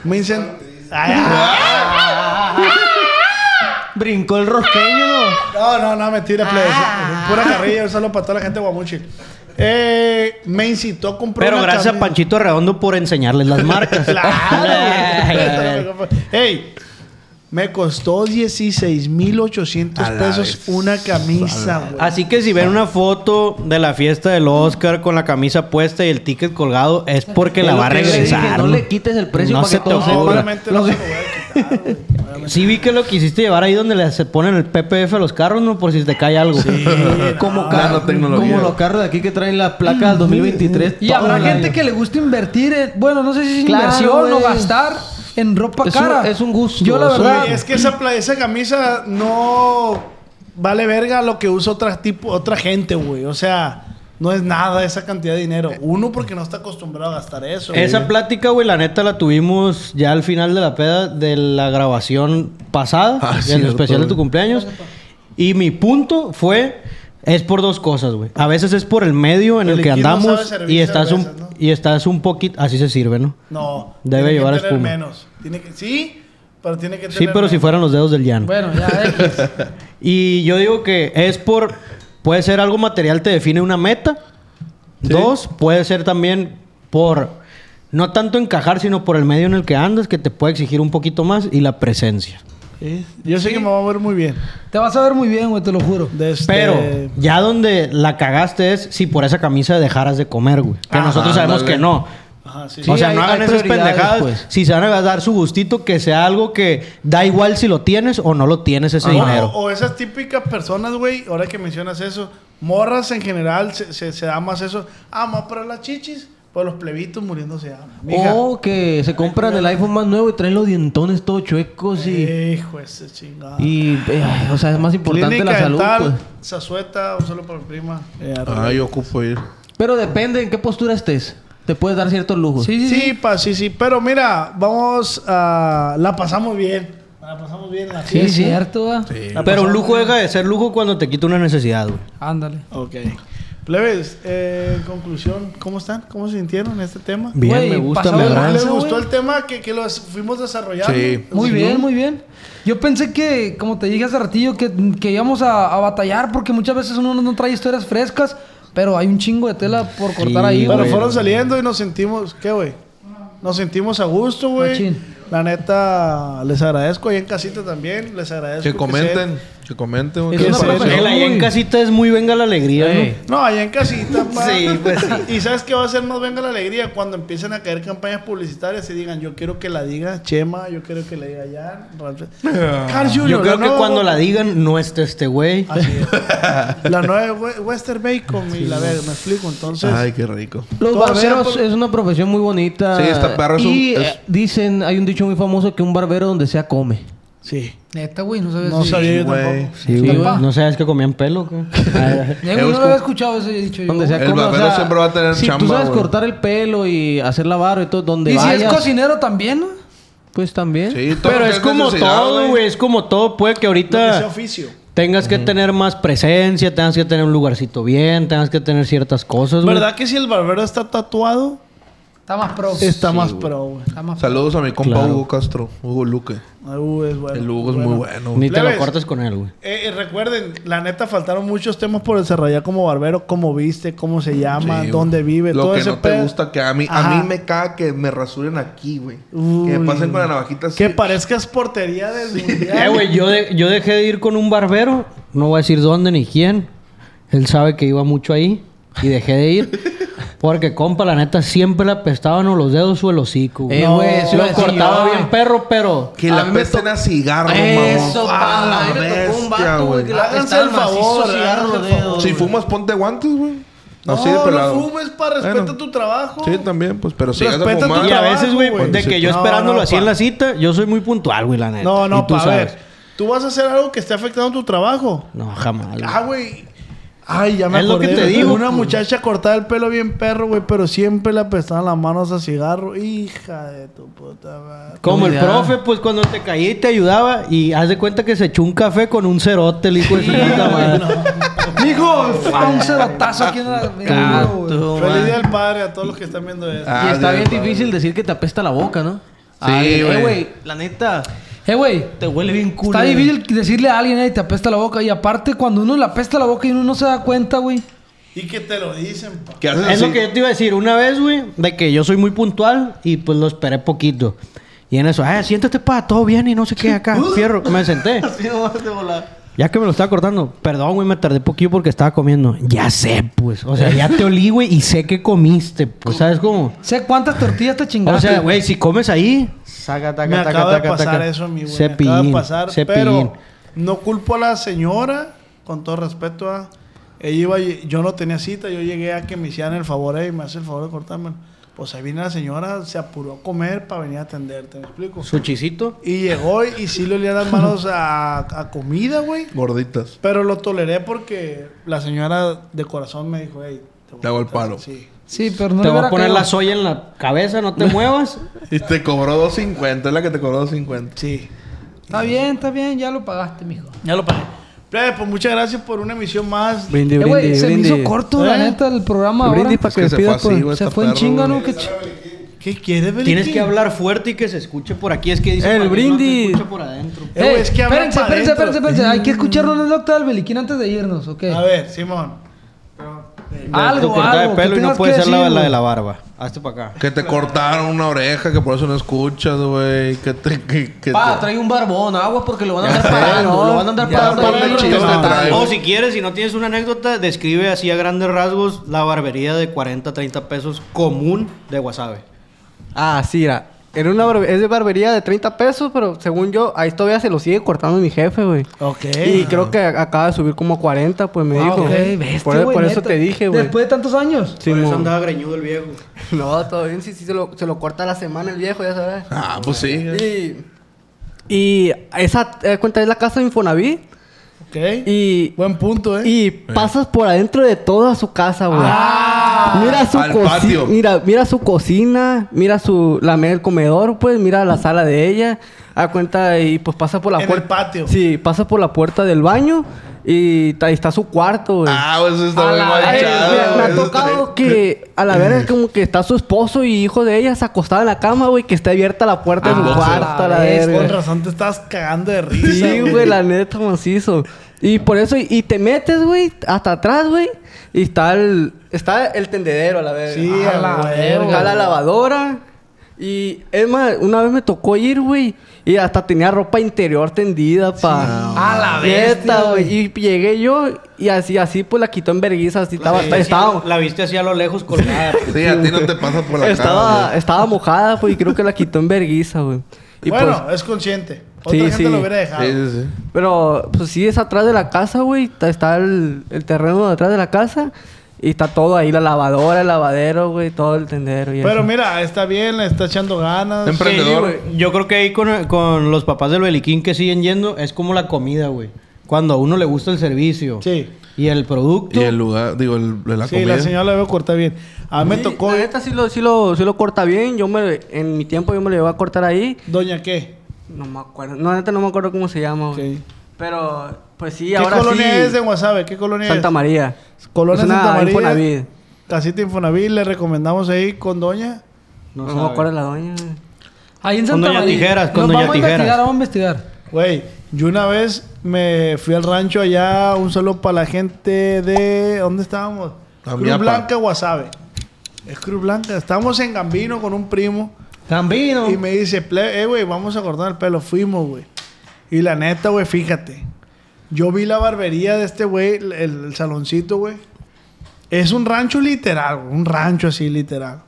S5: Me dicen, "Ay, ay,
S4: Brincó el rosqueño, ¿no?
S5: ay". no, no, no, mentira, plebe. Pura carrilla, un saludo para toda la gente de Guamuchi. Eh, me incitó a comprar
S3: Pero
S5: una
S3: gracias a
S5: camisa.
S3: Panchito Redondo por enseñarles las marcas.
S5: Claro. güey. Ey, me costó 16,800 pesos una camisa, güey.
S3: Así que si ven una foto de la fiesta del Oscar con la camisa puesta y el ticket colgado, es porque la
S4: Es lo
S3: va a
S4: que yo le dije,
S3: regresar.
S4: no
S3: güey.
S4: le quites el precio
S3: No
S4: para
S3: se
S4: que
S3: te
S4: todos
S3: ocurra.
S4: sepan.
S5: Obviamente no se lo voy a quitar, güey.
S3: Sí vi que lo quisiste llevar ahí donde le se ponen el PPF a los carros, ¿no? Por si te cae algo.
S4: Como,
S2: Nanotecnología.
S4: como los carros de aquí que traen la placa del 2023.
S8: Y
S4: todo
S8: habrá
S4: el
S8: gente
S4: año.
S8: que le gusta invertir en, bueno, no sé si es
S4: Claro,
S8: inversión o
S4: güey.
S8: gastar en ropa
S4: Es un-
S8: cara.
S4: es un gusto.
S8: Yo la
S4: Es un-
S8: verdad,
S5: Güey, es que esa, pla- esa camisa no vale verga lo que usa otra, tipo, otra gente, güey. O sea, no es nada esa cantidad de dinero. Uno porque no está acostumbrado a gastar eso. güey.
S3: Esa plática, güey, la neta la tuvimos ya al final de la peda de la grabación pasada,
S2: Ah,
S3: del
S2: cierto,
S3: especial de tu
S2: güey.
S3: cumpleaños. Y mi punto fue es por dos cosas, güey. A veces es por el medio en el,
S5: El
S3: que
S5: Iki no sabe
S3: andamos
S5: servir
S3: y estás un
S5: cervezas, ¿no?
S3: y estás un poquito así se sirve, ¿no?
S5: No.
S3: Debe
S5: tiene
S3: llevar
S5: que tener
S3: espuma.
S5: menos. Tiene que, sí, pero tiene que tener
S3: Sí, pero si
S5: menos.
S3: fueran los dedos del llano.
S8: bueno, ya X.
S3: Y yo digo que es por. Puede ser algo material, te define una meta. Dos, puede ser también por. No tanto encajar, sino por el medio en el que andas, que te puede exigir un poquito más y la presencia.
S5: Sí, Eh, Yo sé que me va a ver muy bien.
S8: te vas a ver muy bien, güey, te lo juro.
S5: De este-
S3: Pero ya donde la cagaste es si por esa camisa dejaras de comer, güey. Que
S5: Ajá,
S3: nosotros sabemos
S2: ándale.
S3: que no.
S5: Ajá, sí.
S3: o sea,
S4: hay-
S3: no hagan
S4: hay
S3: esas
S4: prioridades,
S3: pendejadas.
S4: pues.
S3: Si se van a dar su gustito, que sea algo que da igual si lo tienes o no lo tienes ese
S5: O-
S3: dinero.
S5: O, esas típicas personas, güey, ahora que mencionas eso, morras en general se, se, se da más eso. Ah, más para las chichis, por los plebitos muriéndose de hambre. Mija,
S4: O que se compran el iPhone más nuevo y traen los dientones todos chuecos
S5: Eh,
S4: y...
S5: Hijo de ese chingado.
S4: pues y eh, ay, o sea, es más importante
S5: Clínica
S4: la salud,
S5: dental,
S4: pues.
S5: Zazueta, un saludo para mi prima. Eh,
S2: Ah, yo ocupo ir.
S4: Pero depende en qué postura estés. Te puedes dar ciertos lujos.
S5: sí, sí, pa, sí, sí. Pero mira, vamos a... La pasamos bien. La pasamos bien. La
S8: Sí,
S5: fiesta.
S8: es cierto, güey.
S3: Pero un lujo deja de ser lujo cuando te quita una necesidad, güey.
S8: Ándale.
S5: Ok. Plebes, eh, en conclusión, ¿cómo están? ¿Cómo se sintieron en este tema?
S3: Bien,
S8: Güey,
S3: me gusta,
S8: pasado
S3: me
S8: de
S3: agrada.
S8: lanza,
S5: ¿Les
S8: güey.
S5: gustó el tema que, que lo fuimos desarrollando?
S2: Sí.
S8: Muy
S3: Pues,
S8: bien, muy bien. Yo pensé que, como te dije hace ratillo, que, que íbamos a, a batallar porque muchas veces uno no, no trae historias frescas, pero hay un chingo de tela por cortar ahí,
S5: Pero
S8: güey.
S5: fueron saliendo y nos sentimos, ¿qué, güey? Nos sentimos a gusto, güey.
S8: Machín.
S5: La neta, les agradezco ahí en casita también. Les agradezco.
S2: Que
S5: se-
S2: comenten, que comenten. güey.
S5: Es
S2: ¿Qué
S5: una
S2: se-
S5: propuesta.
S3: El allá en casita es muy venga la alegría, ¿no?
S4: Ey.
S5: No, allá en casita, pa.
S3: Sí, pues sí.
S5: Y sabes qué va a ser más venga la alegría cuando empiecen a caer campañas publicitarias y digan, yo quiero que la diga Chema, yo quiero que la diga Jan. Ralph- Carl Jr.,
S3: Yo creo
S5: la
S3: que
S5: nueva-
S3: cuando la digan, no está este güey.
S5: Así es. La nueva we- Western Bacon y la verga, me explico. Entonces,
S2: Ay, qué rico.
S4: Los
S5: Todo sea
S4: barberos
S5: por-
S4: es una profesión muy bonita.
S2: Sí, esta perra es un-
S4: Y
S2: es-
S4: eh, dicen, hay un dicho muy famoso que un barbero donde sea come.
S5: sí.
S8: Neta, güey, no sabía
S5: No
S8: eso.
S5: sabía yo
S2: güey.
S5: tampoco.
S3: Sí, güey.
S8: papá.
S3: No sabes que comían pelo, güey.
S8: Eh, güey,
S2: Eh,
S8: no
S2: busco-
S8: lo había escuchado eso, he dicho yo.
S4: Donde
S8: güey.
S4: sea
S2: El
S4: come, o
S2: barbero
S4: sea,
S2: siempre va a tener
S4: si
S2: chamba,
S4: tú sabes
S2: güey.
S4: cortar el pelo y hacer la barba y todo, donde
S8: Y si es
S4: vayas,
S8: cocinero también, ¿no?
S4: pues también.
S2: Sí, todo
S3: Pero
S2: lo que
S3: es como
S2: necesidad,
S3: todo, güey. Es como todo. Puede que
S5: Lo que sea
S3: ahorita
S5: oficio.
S3: tengas que tener más presencia, tengas que tener un lugarcito bien, tengas que tener ciertas cosas, güey.
S5: ¿Verdad que si el barbero está tatuado,
S8: Está más pro.
S5: está más pro, güey?
S8: Está más pro.
S2: Saludos a mi compa
S3: Claro.
S2: Hugo Castro, Hugo Luque.
S5: Ay, güey, es bueno.
S2: El Hugo es muy bueno. güey.
S3: Ni te lo
S5: Plebes.
S3: cortes con él, güey.
S5: Eh, eh, recuerden, la neta faltaron muchos temas por desarrollar como barbero, cómo viste, cómo se llama,
S2: Sí, güey.
S5: dónde vive,
S2: Lo
S5: todo
S2: que
S5: ese
S2: no te
S5: pedo.
S2: gusta que a mí,
S5: Ajá.
S2: a mí me caga que me rasuren aquí, güey. Que me pasen con la navajita así.
S5: Que parezcas portería del mundial.
S3: Eh, güey, yo, de- yo dejé de ir con un barbero. No voy a decir dónde ni quién. Él sabe que iba mucho ahí. Y dejé de ir. Porque, compa, la neta, siempre le apestaban o los dedos o el hocico. güey.
S4: Eh, güey, eso iba a
S3: lo
S4: decir
S3: cortaba
S4: yo.
S3: bien perro, pero...
S2: Que
S4: A
S2: la
S4: mí me
S2: pesten
S4: to-
S2: a cigarro, mamón.
S4: Eso, pa,
S2: Ah,
S4: a mí me tocó un
S2: bestia,
S4: vato, güey, que la
S5: Háganse
S4: apestaba
S5: el favor,
S4: macizo cigarro
S5: háganse el
S4: dedo,
S5: favor.
S2: Si fumas, ponte guantes, güey.
S5: No,
S2: Así de pelado.
S5: no fumes para respeta
S2: Bueno.
S5: tu trabajo.
S2: Sí, también, pues. Pero si llegas a
S5: Respeta tu
S2: fumar...
S3: Y a
S5: trabajo,
S3: veces, güey,
S5: güey.
S3: de que yo
S5: No,
S3: esperándolo
S5: no,
S3: así en
S5: pa.
S3: la cita, yo soy muy puntual, güey, la neta.
S5: No,
S3: Y
S5: no,
S3: tú
S5: pa'
S3: sabes.
S5: ver. Tú vas a hacer algo que esté afectando tu trabajo.
S3: No, jamás. güey.
S5: Ah, güey. Ay, ya me
S3: Es lo que
S5: acordé,
S3: te
S5: güey.
S3: digo,
S5: Una
S3: pues.
S5: muchacha cortaba el pelo bien perro, güey, pero siempre le apestaban las manos a cigarro. Hija de tu puta madre.
S3: Como el
S11: Ya.
S3: profe, pues cuando te caí te ayudaba y haz de cuenta que se echó un café con un cerote, el hijo de su puta madre.
S8: Mijo, fue un cerotazo aquí en la.
S11: Ah,
S8: Duro, güey.
S11: tú,
S5: Feliz
S11: man.
S5: día al padre a todos los que están viendo esto.
S2: Ah,
S11: y está
S2: Dios,
S11: bien
S2: padre.
S11: difícil decir que te apesta la boca, ¿no? Ah,
S2: Sí,
S11: eh,
S2: güey.
S11: güey, la neta,
S8: Eh, güey.
S11: te huele bien culo.
S8: Está difícil decirle a alguien, eh, te apesta la boca. Y aparte, cuando uno le apesta la boca y uno no se da cuenta, güey.
S5: Y que te lo dicen, pa.
S2: ¿Qué haces
S3: Es
S2: así?
S3: lo que yo te iba a decir una vez, güey, de que yo soy muy puntual y pues lo esperé poquito. Y en eso, ah, siéntate para todo bien y no sé qué acá, fierro. Me senté. Ya que me lo estaba cortando, perdón, güey, me tardé poquito porque estaba comiendo. Ya sé, pues. O sea, ya te olí, güey, y sé que comiste, pues, ¿sabes cómo?
S8: Sé cuántas tortillas te chingaste.
S3: O sea, güey, si comes ahí, saca, taca,
S5: Me
S3: taca,
S5: acaba de
S3: taca,
S5: pasar
S3: taca.
S5: eso, mi güey. Me
S3: Cepillín,
S5: acaba de pasar.
S3: cepillín.
S5: Pero no culpo a la señora, con todo respeto a. Ella iba, y- yo no tenía cita, yo llegué a que me hicieran el favor y me hace el favor de cortarme. Pues ahí viene la señora, se apuró a comer para venir a atenderte, ¿me explico?
S3: Su chisito.
S5: Y llegó y sí le olía las manos a, a comida, güey.
S2: Gorditas.
S5: Pero lo toleré porque la señora de corazón me dijo, hey,
S2: Te hago el palo.
S5: Sí.
S8: Sí, pero no
S3: Te
S8: le
S3: voy a
S8: hubiera
S3: poner
S8: caído.
S3: la soya en la cabeza, no te muevas.
S2: Y te cobró 2.50. Es la que te cobró 2.50.
S5: Sí.
S8: Está bien, está bien, ya lo pagaste, mijo.
S5: Ya lo pagué. Plebe, Pues muchas gracias por una emisión más.
S8: Eh,
S4: Brindis,
S8: güey, se me hizo corto, la
S5: ¿Eh?
S8: neta, el programa
S4: Un
S8: ahora.
S4: brindis para
S2: Es que
S4: que pues,
S2: se
S4: despida
S2: fue así,
S4: por...
S2: güey.
S8: Se
S2: está
S8: fue en
S2: perro,
S8: chinga, ¿no?
S2: güey.
S8: Qué ch-
S5: ¿Qué quieres, Beliquín?
S3: Tienes que hablar fuerte y que se escuche por aquí. Es que dice
S4: El
S3: Martín, no te
S4: brindis.
S3: escucha por adentro.
S5: Eh, güey,
S8: Ey,
S5: es que habla
S8: espérense,
S5: pa'
S8: espérense,
S5: dentro.
S8: espérense, espérense. Hay
S4: Mm.
S8: que escuchar una anécdota del Beliquín antes de irnos, ¿ok?
S5: A ver, Simón.
S3: Tu
S8: Algo,
S3: cortada de
S8: algo. que
S3: pelo y no
S8: tengas
S3: puede
S8: que
S3: ser la,
S8: decir,
S3: la de
S8: güey.
S3: la barba. Hazte para acá.
S2: Que te cortaron una oreja, que por eso no escuchas, güey. Que te. Que, que
S11: Pa,
S2: te...
S11: trae un barbón, agua porque lo van a andar
S2: sé,
S11: parando.
S2: ¿no?
S11: Lo van a andar
S2: Ya,
S11: parando.
S2: ponle
S11: Lo van a
S2: chiste,
S11: andar
S2: te trae.
S11: parando.
S3: O si quieres, si no tienes una anécdota, describe así a grandes rasgos la barbería de 40, 30 pesos común de Wasabe.
S4: Ah, sí, era. Era una barbe- es de barbería de 30 pesos, pero según yo, ahí todavía se lo sigue cortando mi jefe, güey.
S5: Ok.
S4: Y creo que a- acaba de subir como 40, pues me
S8: Ah,
S4: dijo.
S8: ok, bestia,
S4: por e-,
S8: güey,
S4: por eso
S8: neta.
S4: te dije, güey.
S8: Después de tantos años.
S4: Sí,
S3: Por eso
S4: mo-
S3: andaba greñudo el viejo.
S4: No, todo bien, sí, sí, se lo, se lo corta a la semana el viejo, ya sabes.
S2: Ah, pues sí.
S4: Y, y esa, eh, cuenta, es la casa de Infonavit.
S5: Ok.
S4: Y,
S5: Buen punto, ¿eh?
S4: y pasas por adentro de toda su casa, güey.
S5: Ah.
S4: Mira su
S2: Al
S4: cocina,
S2: patio.
S4: mira, mira su cocina, mira su la me- el comedor, pues mira la sala de ella. A cuenta y pues pasa por la
S5: En el
S4: puerta.
S5: patio.
S4: Sí, pasa por la puerta del baño y ta- ahí está su cuarto, güey.
S2: Ah, pues eso está
S8: A
S2: muy
S8: la
S4: Ay,
S2: manchado.
S4: mira, me
S2: güey.
S4: ha
S2: Eso
S4: tocado
S2: está-
S4: que a la verga como que está su esposo y hijo de ella se acostado en la cama, güey, que está abierta la puerta de
S8: Ah,
S4: su cuarto, a la
S8: es
S4: verga.
S5: Con razón te estabas cagando de risa.
S4: Sí, güey, la neta macizo. Y por eso, y, y te metes, güey, hasta atrás, güey. Y está el, está el tendedero, a la verga.
S5: Sí,
S4: Ah,
S5: a la verga,
S4: Está la
S5: güey.
S4: lavadora. Y es más, una vez me tocó ir, güey. Y hasta tenía ropa interior tendida, pa.
S8: A la bestia,
S4: Neta, güey. Y llegué yo y así, así, pues la quitó en vergüenza. Así estaba,
S3: Sí,
S4: estaba,
S3: La viste así a lo lejos colgada.
S2: Sí, a ti no te pasa por la cara.
S4: estaba,
S2: güey.
S4: estaba mojada, pues, y creo que la quitó en vergüenza, güey. Y pues,
S5: bueno, es consciente. Otra
S4: Sí,
S5: gente
S4: sí.
S5: lo hubiera dejado.
S2: Sí, sí, sí.
S4: Pero, pues sí, es atrás de la casa, güey. Está, está el, el terreno de atrás de la casa. Y está todo ahí, la lavadora, el lavadero, güey, todo el tendero. Y
S5: Pero
S4: eso.
S5: mira, está bien, le está echando ganas.
S2: Siempre- Emprendedor.
S3: Sí, güey. yo creo que ahí con, con los papás del Beliquín que siguen yendo, es como la comida, güey. Cuando a uno le gusta el servicio
S5: Sí.
S3: y el producto.
S2: Y el lugar, digo, el, la
S5: sí,
S2: comida.
S5: la señora la veo cortar bien. A mí me tocó.
S4: La neta sí lo, sí, lo, sí lo corta bien. Yo me... En mi tiempo yo me lo llevo a cortar ahí.
S5: ¿Doña qué?
S4: No me acuerdo. No, la neta no me acuerdo cómo se llama, güey.
S5: Ok.
S4: Pero, pues sí,
S5: ¿Qué
S4: ahora
S5: colonia
S4: sí.
S5: es de Guasave? ¿Qué colonia
S4: Santa
S5: es?
S4: María.
S5: Colonia
S4: Es una
S5: Santa María.
S4: Infonavit.
S5: Casita Infonavit, le recomendamos ahí con Doña.
S4: No, me
S3: sabe.
S4: acuerdo la doña. güey.
S8: Ahí en
S3: Con
S8: Santa
S3: doña
S8: María.
S3: Tijeras, con
S8: Nos
S3: doña
S8: vamos
S3: Tijeras.
S8: a investigar, vamos a investigar.
S5: Güey, yo una vez me fui al rancho allá, un saludo para la gente de. ¿Dónde estábamos? Cruz
S2: Amiapa.
S5: Blanca, Guasave. Es Cruz Blanca. Estábamos en Gambino con un primo.
S3: Gambino.
S5: Y me dice, "Ple- eh, güey, vamos a cortar el pelo. Fuimos, güey. Y la neta, güey, fíjate. Yo vi la barbería de este güey, el, el saloncito, güey. Es un rancho literal, güey, un rancho así literal.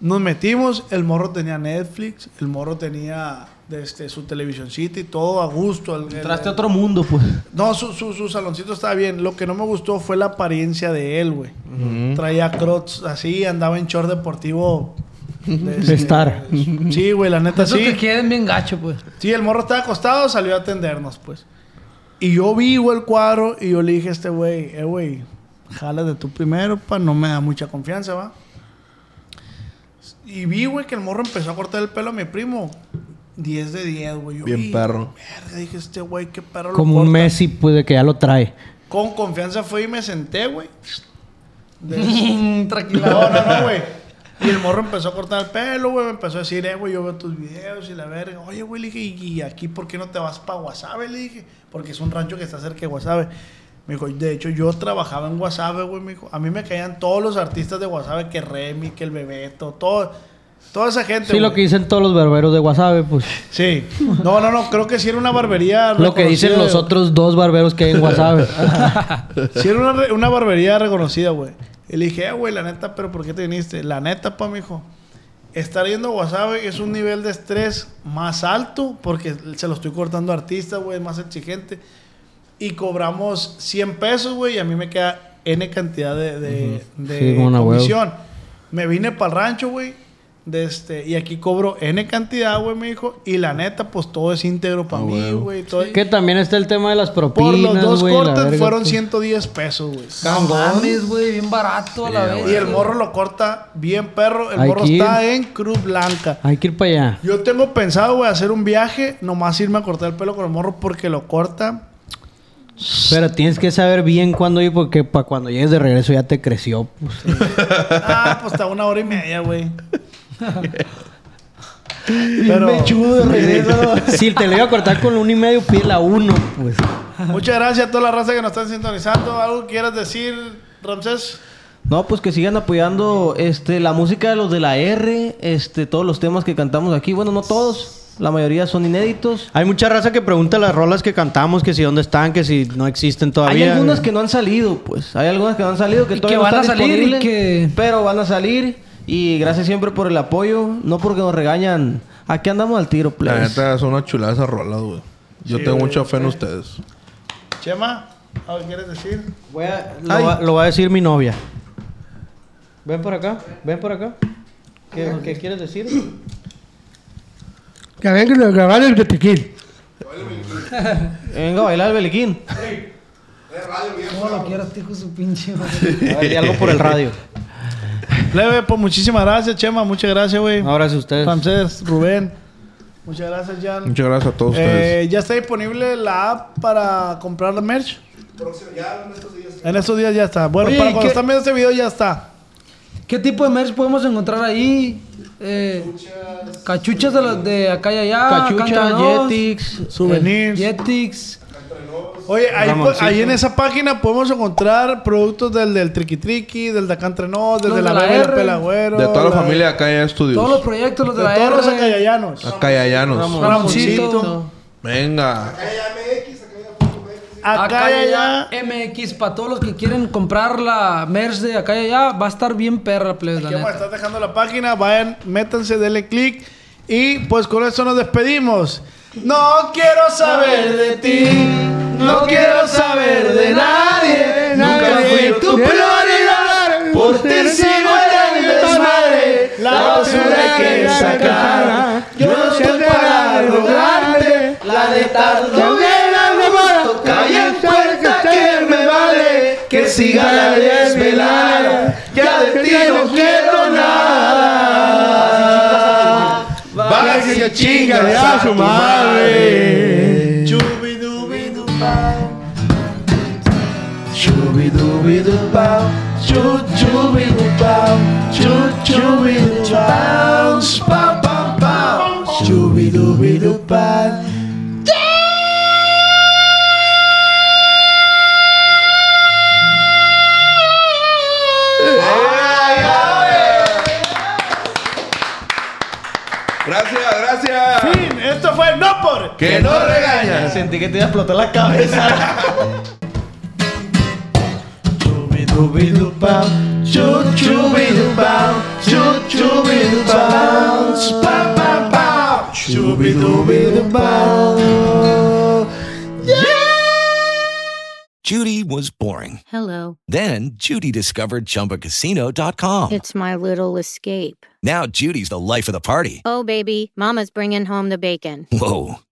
S5: Nos metimos, el morro tenía Netflix, el morro tenía este, su televisioncita y todo a gusto. El- el-
S11: Entraste a otro mundo, pues.
S5: no, su, su, su saloncito estaba bien. Lo que no me gustó fue la apariencia de él, güey. Traía crocs así, andaba en short deportivo. De este-
S3: Star.
S5: Sí, güey, la neta
S8: Eso que
S5: ¿Ah, sí.
S8: queden bien gacho, pues.
S5: Sí, el morro estaba acostado, salió a atendernos, pues. Y yo vi, güey, el cuadro y yo le dije a este güey, eh, güey, jálate tú primero, pa, no me da mucha confianza, va. Y vi, güey, que el morro empezó a cortar el pelo a mi primo. 10 de 10, güey. Yo
S2: Bien
S5: vi,
S2: perro.
S5: Verga, dije, este güey, qué perro lo
S3: Como un
S5: corta".
S3: Messi, pues, de que ya lo trae.
S5: Con confianza fui y me senté, güey. De-
S8: Tranquila.
S5: No, no, no, güey. Y el morro empezó a cortar el pelo, güey. Me empezó a decir, eh, güey, yo veo tus videos y la verga. Oye, güey, le dije, ¿y y aquí por qué no te vas para Guasave? Le dije, porque es un rancho que está cerca de Guasave. Me dijo, de hecho, yo trabajaba en Guasave, güey. Me dijo, a mí me caían todos los artistas de Guasave, que Remy, que el Bebeto, todo, toda esa gente.
S3: Sí, lo que
S5: güey.
S3: dicen todos los barberos de Guasave, pues.
S5: Sí. No, no, no, creo que sí era una barbería.
S3: Lo que dicen
S5: reconocida.
S3: los otros dos barberos que hay en Guasave.
S5: Sí, era una, re- una barbería reconocida, güey. Y le dije, eh, güey, la neta, pero ¿por qué te viniste? La neta, pa, mijo. Estar yendo a Wasabe es un nivel de estrés más alto porque se lo estoy cortando a artistas, güey, es más exigente. Y cobramos 100 pesos, güey, y a mí me queda N cantidad de, de, de
S3: Sí, como una hueva.
S5: comisión. Me vine para el rancho, güey, de este, y aquí cobro N cantidad, güey, me dijo. Y la neta, pues todo es íntegro para
S2: Ah,
S5: mí,
S2: huevo.
S5: güey. todo-
S3: que también está el tema de las propinas,
S5: Por los dos
S3: güey, la
S5: cortes
S3: verga,
S5: fueron
S3: pues.
S5: 110 pesos, güey.
S8: No mames, güey, bien barato a la vez.
S5: Y el morro lo corta bien perro. El
S3: Hay
S5: morro
S3: que ir.
S5: está en Cruz Blanca.
S3: Hay que ir para allá.
S5: Yo tengo pensado, güey, hacer un viaje, nomás irme a cortar el pelo con el morro porque lo corta.
S3: Pero tienes que saber bien cuándo ir porque para cuando llegues de regreso ya te creció. pues.
S5: Ah, pues está una hora y media, güey.
S8: Pero...
S5: Pero
S8: Mechudo de regreso.
S3: si te lo iba a cortar con un y medio, pide la uno, pues.
S5: muchas gracias a toda la raza que nos están sintonizando. ¿Algo que quieras decir, Ramsés?
S4: No, pues que sigan apoyando este la música de los de la R, este todos los temas que cantamos aquí, bueno, no todos, la mayoría son inéditos.
S3: Hay mucha raza que pregunta las rolas que cantamos, que si dónde están, que si no existen todavía.
S4: Hay algunas que no han salido, pues. Hay algunas que no han salido que
S8: Y
S4: todavía
S8: que
S4: no
S8: van
S4: están
S8: a salir y
S4: disponibles,
S8: que-
S4: pero van a salir y gracias siempre por el apoyo, no porque nos regañan. Aquí andamos al tiro, pues.
S2: La
S4: plebes.
S2: neta es una chulada esas rolas, güey. Yo
S5: Sí,
S2: tengo
S5: güey.
S2: mucha fe en ustedes.
S5: Chema, ¿algo que quieres decir?
S3: Voy a- lo, va, lo va a decir mi novia. Ven por acá, ven por acá. ¿Qué, qué quieres decir?
S10: Que venga a grabar el botiquín.
S4: Venga a bailar el beliquín.
S8: ¿Cómo lo quieras, te hijo su pinche madre?
S3: A ver, di algo por el radio.
S5: Plebe, pues muchísimas gracias, Chema. Muchas gracias, güey.
S3: Ahora sí ustedes.
S5: Ramsés, Rubén. Muchas gracias, Jan.
S2: Muchas gracias a todos ustedes.
S5: Eh, ya está disponible la app para comprar la merch. ya en estos días. ya está. Bueno,
S8: Oye,
S5: para
S8: ¿y
S5: cuando
S8: qué-
S5: están viendo este video ya está.
S8: ¿Qué tipo de merch podemos encontrar ahí? Eh, cachuchas de, los de acá y allá. eh,
S4: Cachucha,
S8: Cantanos,
S4: Jetix,
S5: Souvenirs.
S8: Jetix.
S5: Oye, ahí, po- ahí en esa página podemos encontrar productos del, del Triqui Triqui, del de acá entre nos, del
S8: Los
S5: de la,
S8: de la
S5: Bebe y el
S8: R.
S5: Pelagüero.
S2: De toda la familia de acá ya estudios.
S8: Todos los proyectos, los de
S5: De
S8: la
S5: Eh, todos los
S8: R,
S5: acayayanos.
S2: Acá ya
S8: Ramoncito.
S5: Ramoncito.
S2: Venga.
S5: Acá y allá.
S8: MX, para todos los que quieren comprar la merch de acá y allá, va a estar bien perra, plebes, la
S5: Aquí vamos a
S8: neta.
S5: estar dejando la página. Vayan, métanse, denle click. Y pues con eso nos despedimos. No quiero saber de ti. No quiero saber de nadie.
S9: Nunca fui tu prioridad, por ti sigo en el desmadre, la basura que sacar. Yo no estoy para rogarte, la neta no me gusto, calla en puerta que me vale, que siga la desvelada, ya de ti no quiero nada. Vaya que se chinga a su madre. Chubidubidupa. Chubidubidupa. Chubidubidupa. Chubidubidupa. Pa pa pa. Chubidubidupa.
S2: Gracias, gracias.
S5: Fin. Esto fue No Por.
S2: Que no regañas.
S4: Sentí que te iba a explotar la cabeza.
S9: Chubidubidupa. Chubidubidupa. Chubidubidupa. Pa pa pa. Chubidubidupa.
S12: Judy was boring.
S13: Hello,
S12: Then Judy discovered ChumbaCasino.com.
S13: it's my little escape.
S12: Now Judy's the life of the party.
S13: Oh, baby, Mama's bringing home the bacon.
S12: Whoa,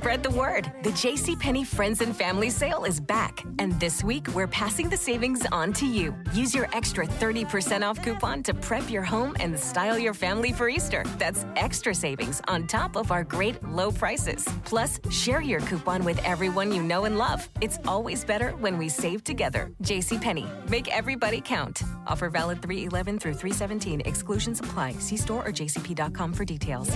S3: Spread the word. The JCPenney Friends and Family Sale is back. And this week, we're passing the savings on to you. Use your extra 30% off coupon to prep your home and style your family for Easter. That's extra savings on top of our great low prices. Plus, share your coupon with everyone you know and love. It's always better when we save together. JCPenney, make everybody count. Offer valid 311 through 317. Exclusions apply. See store or jcp.com for details.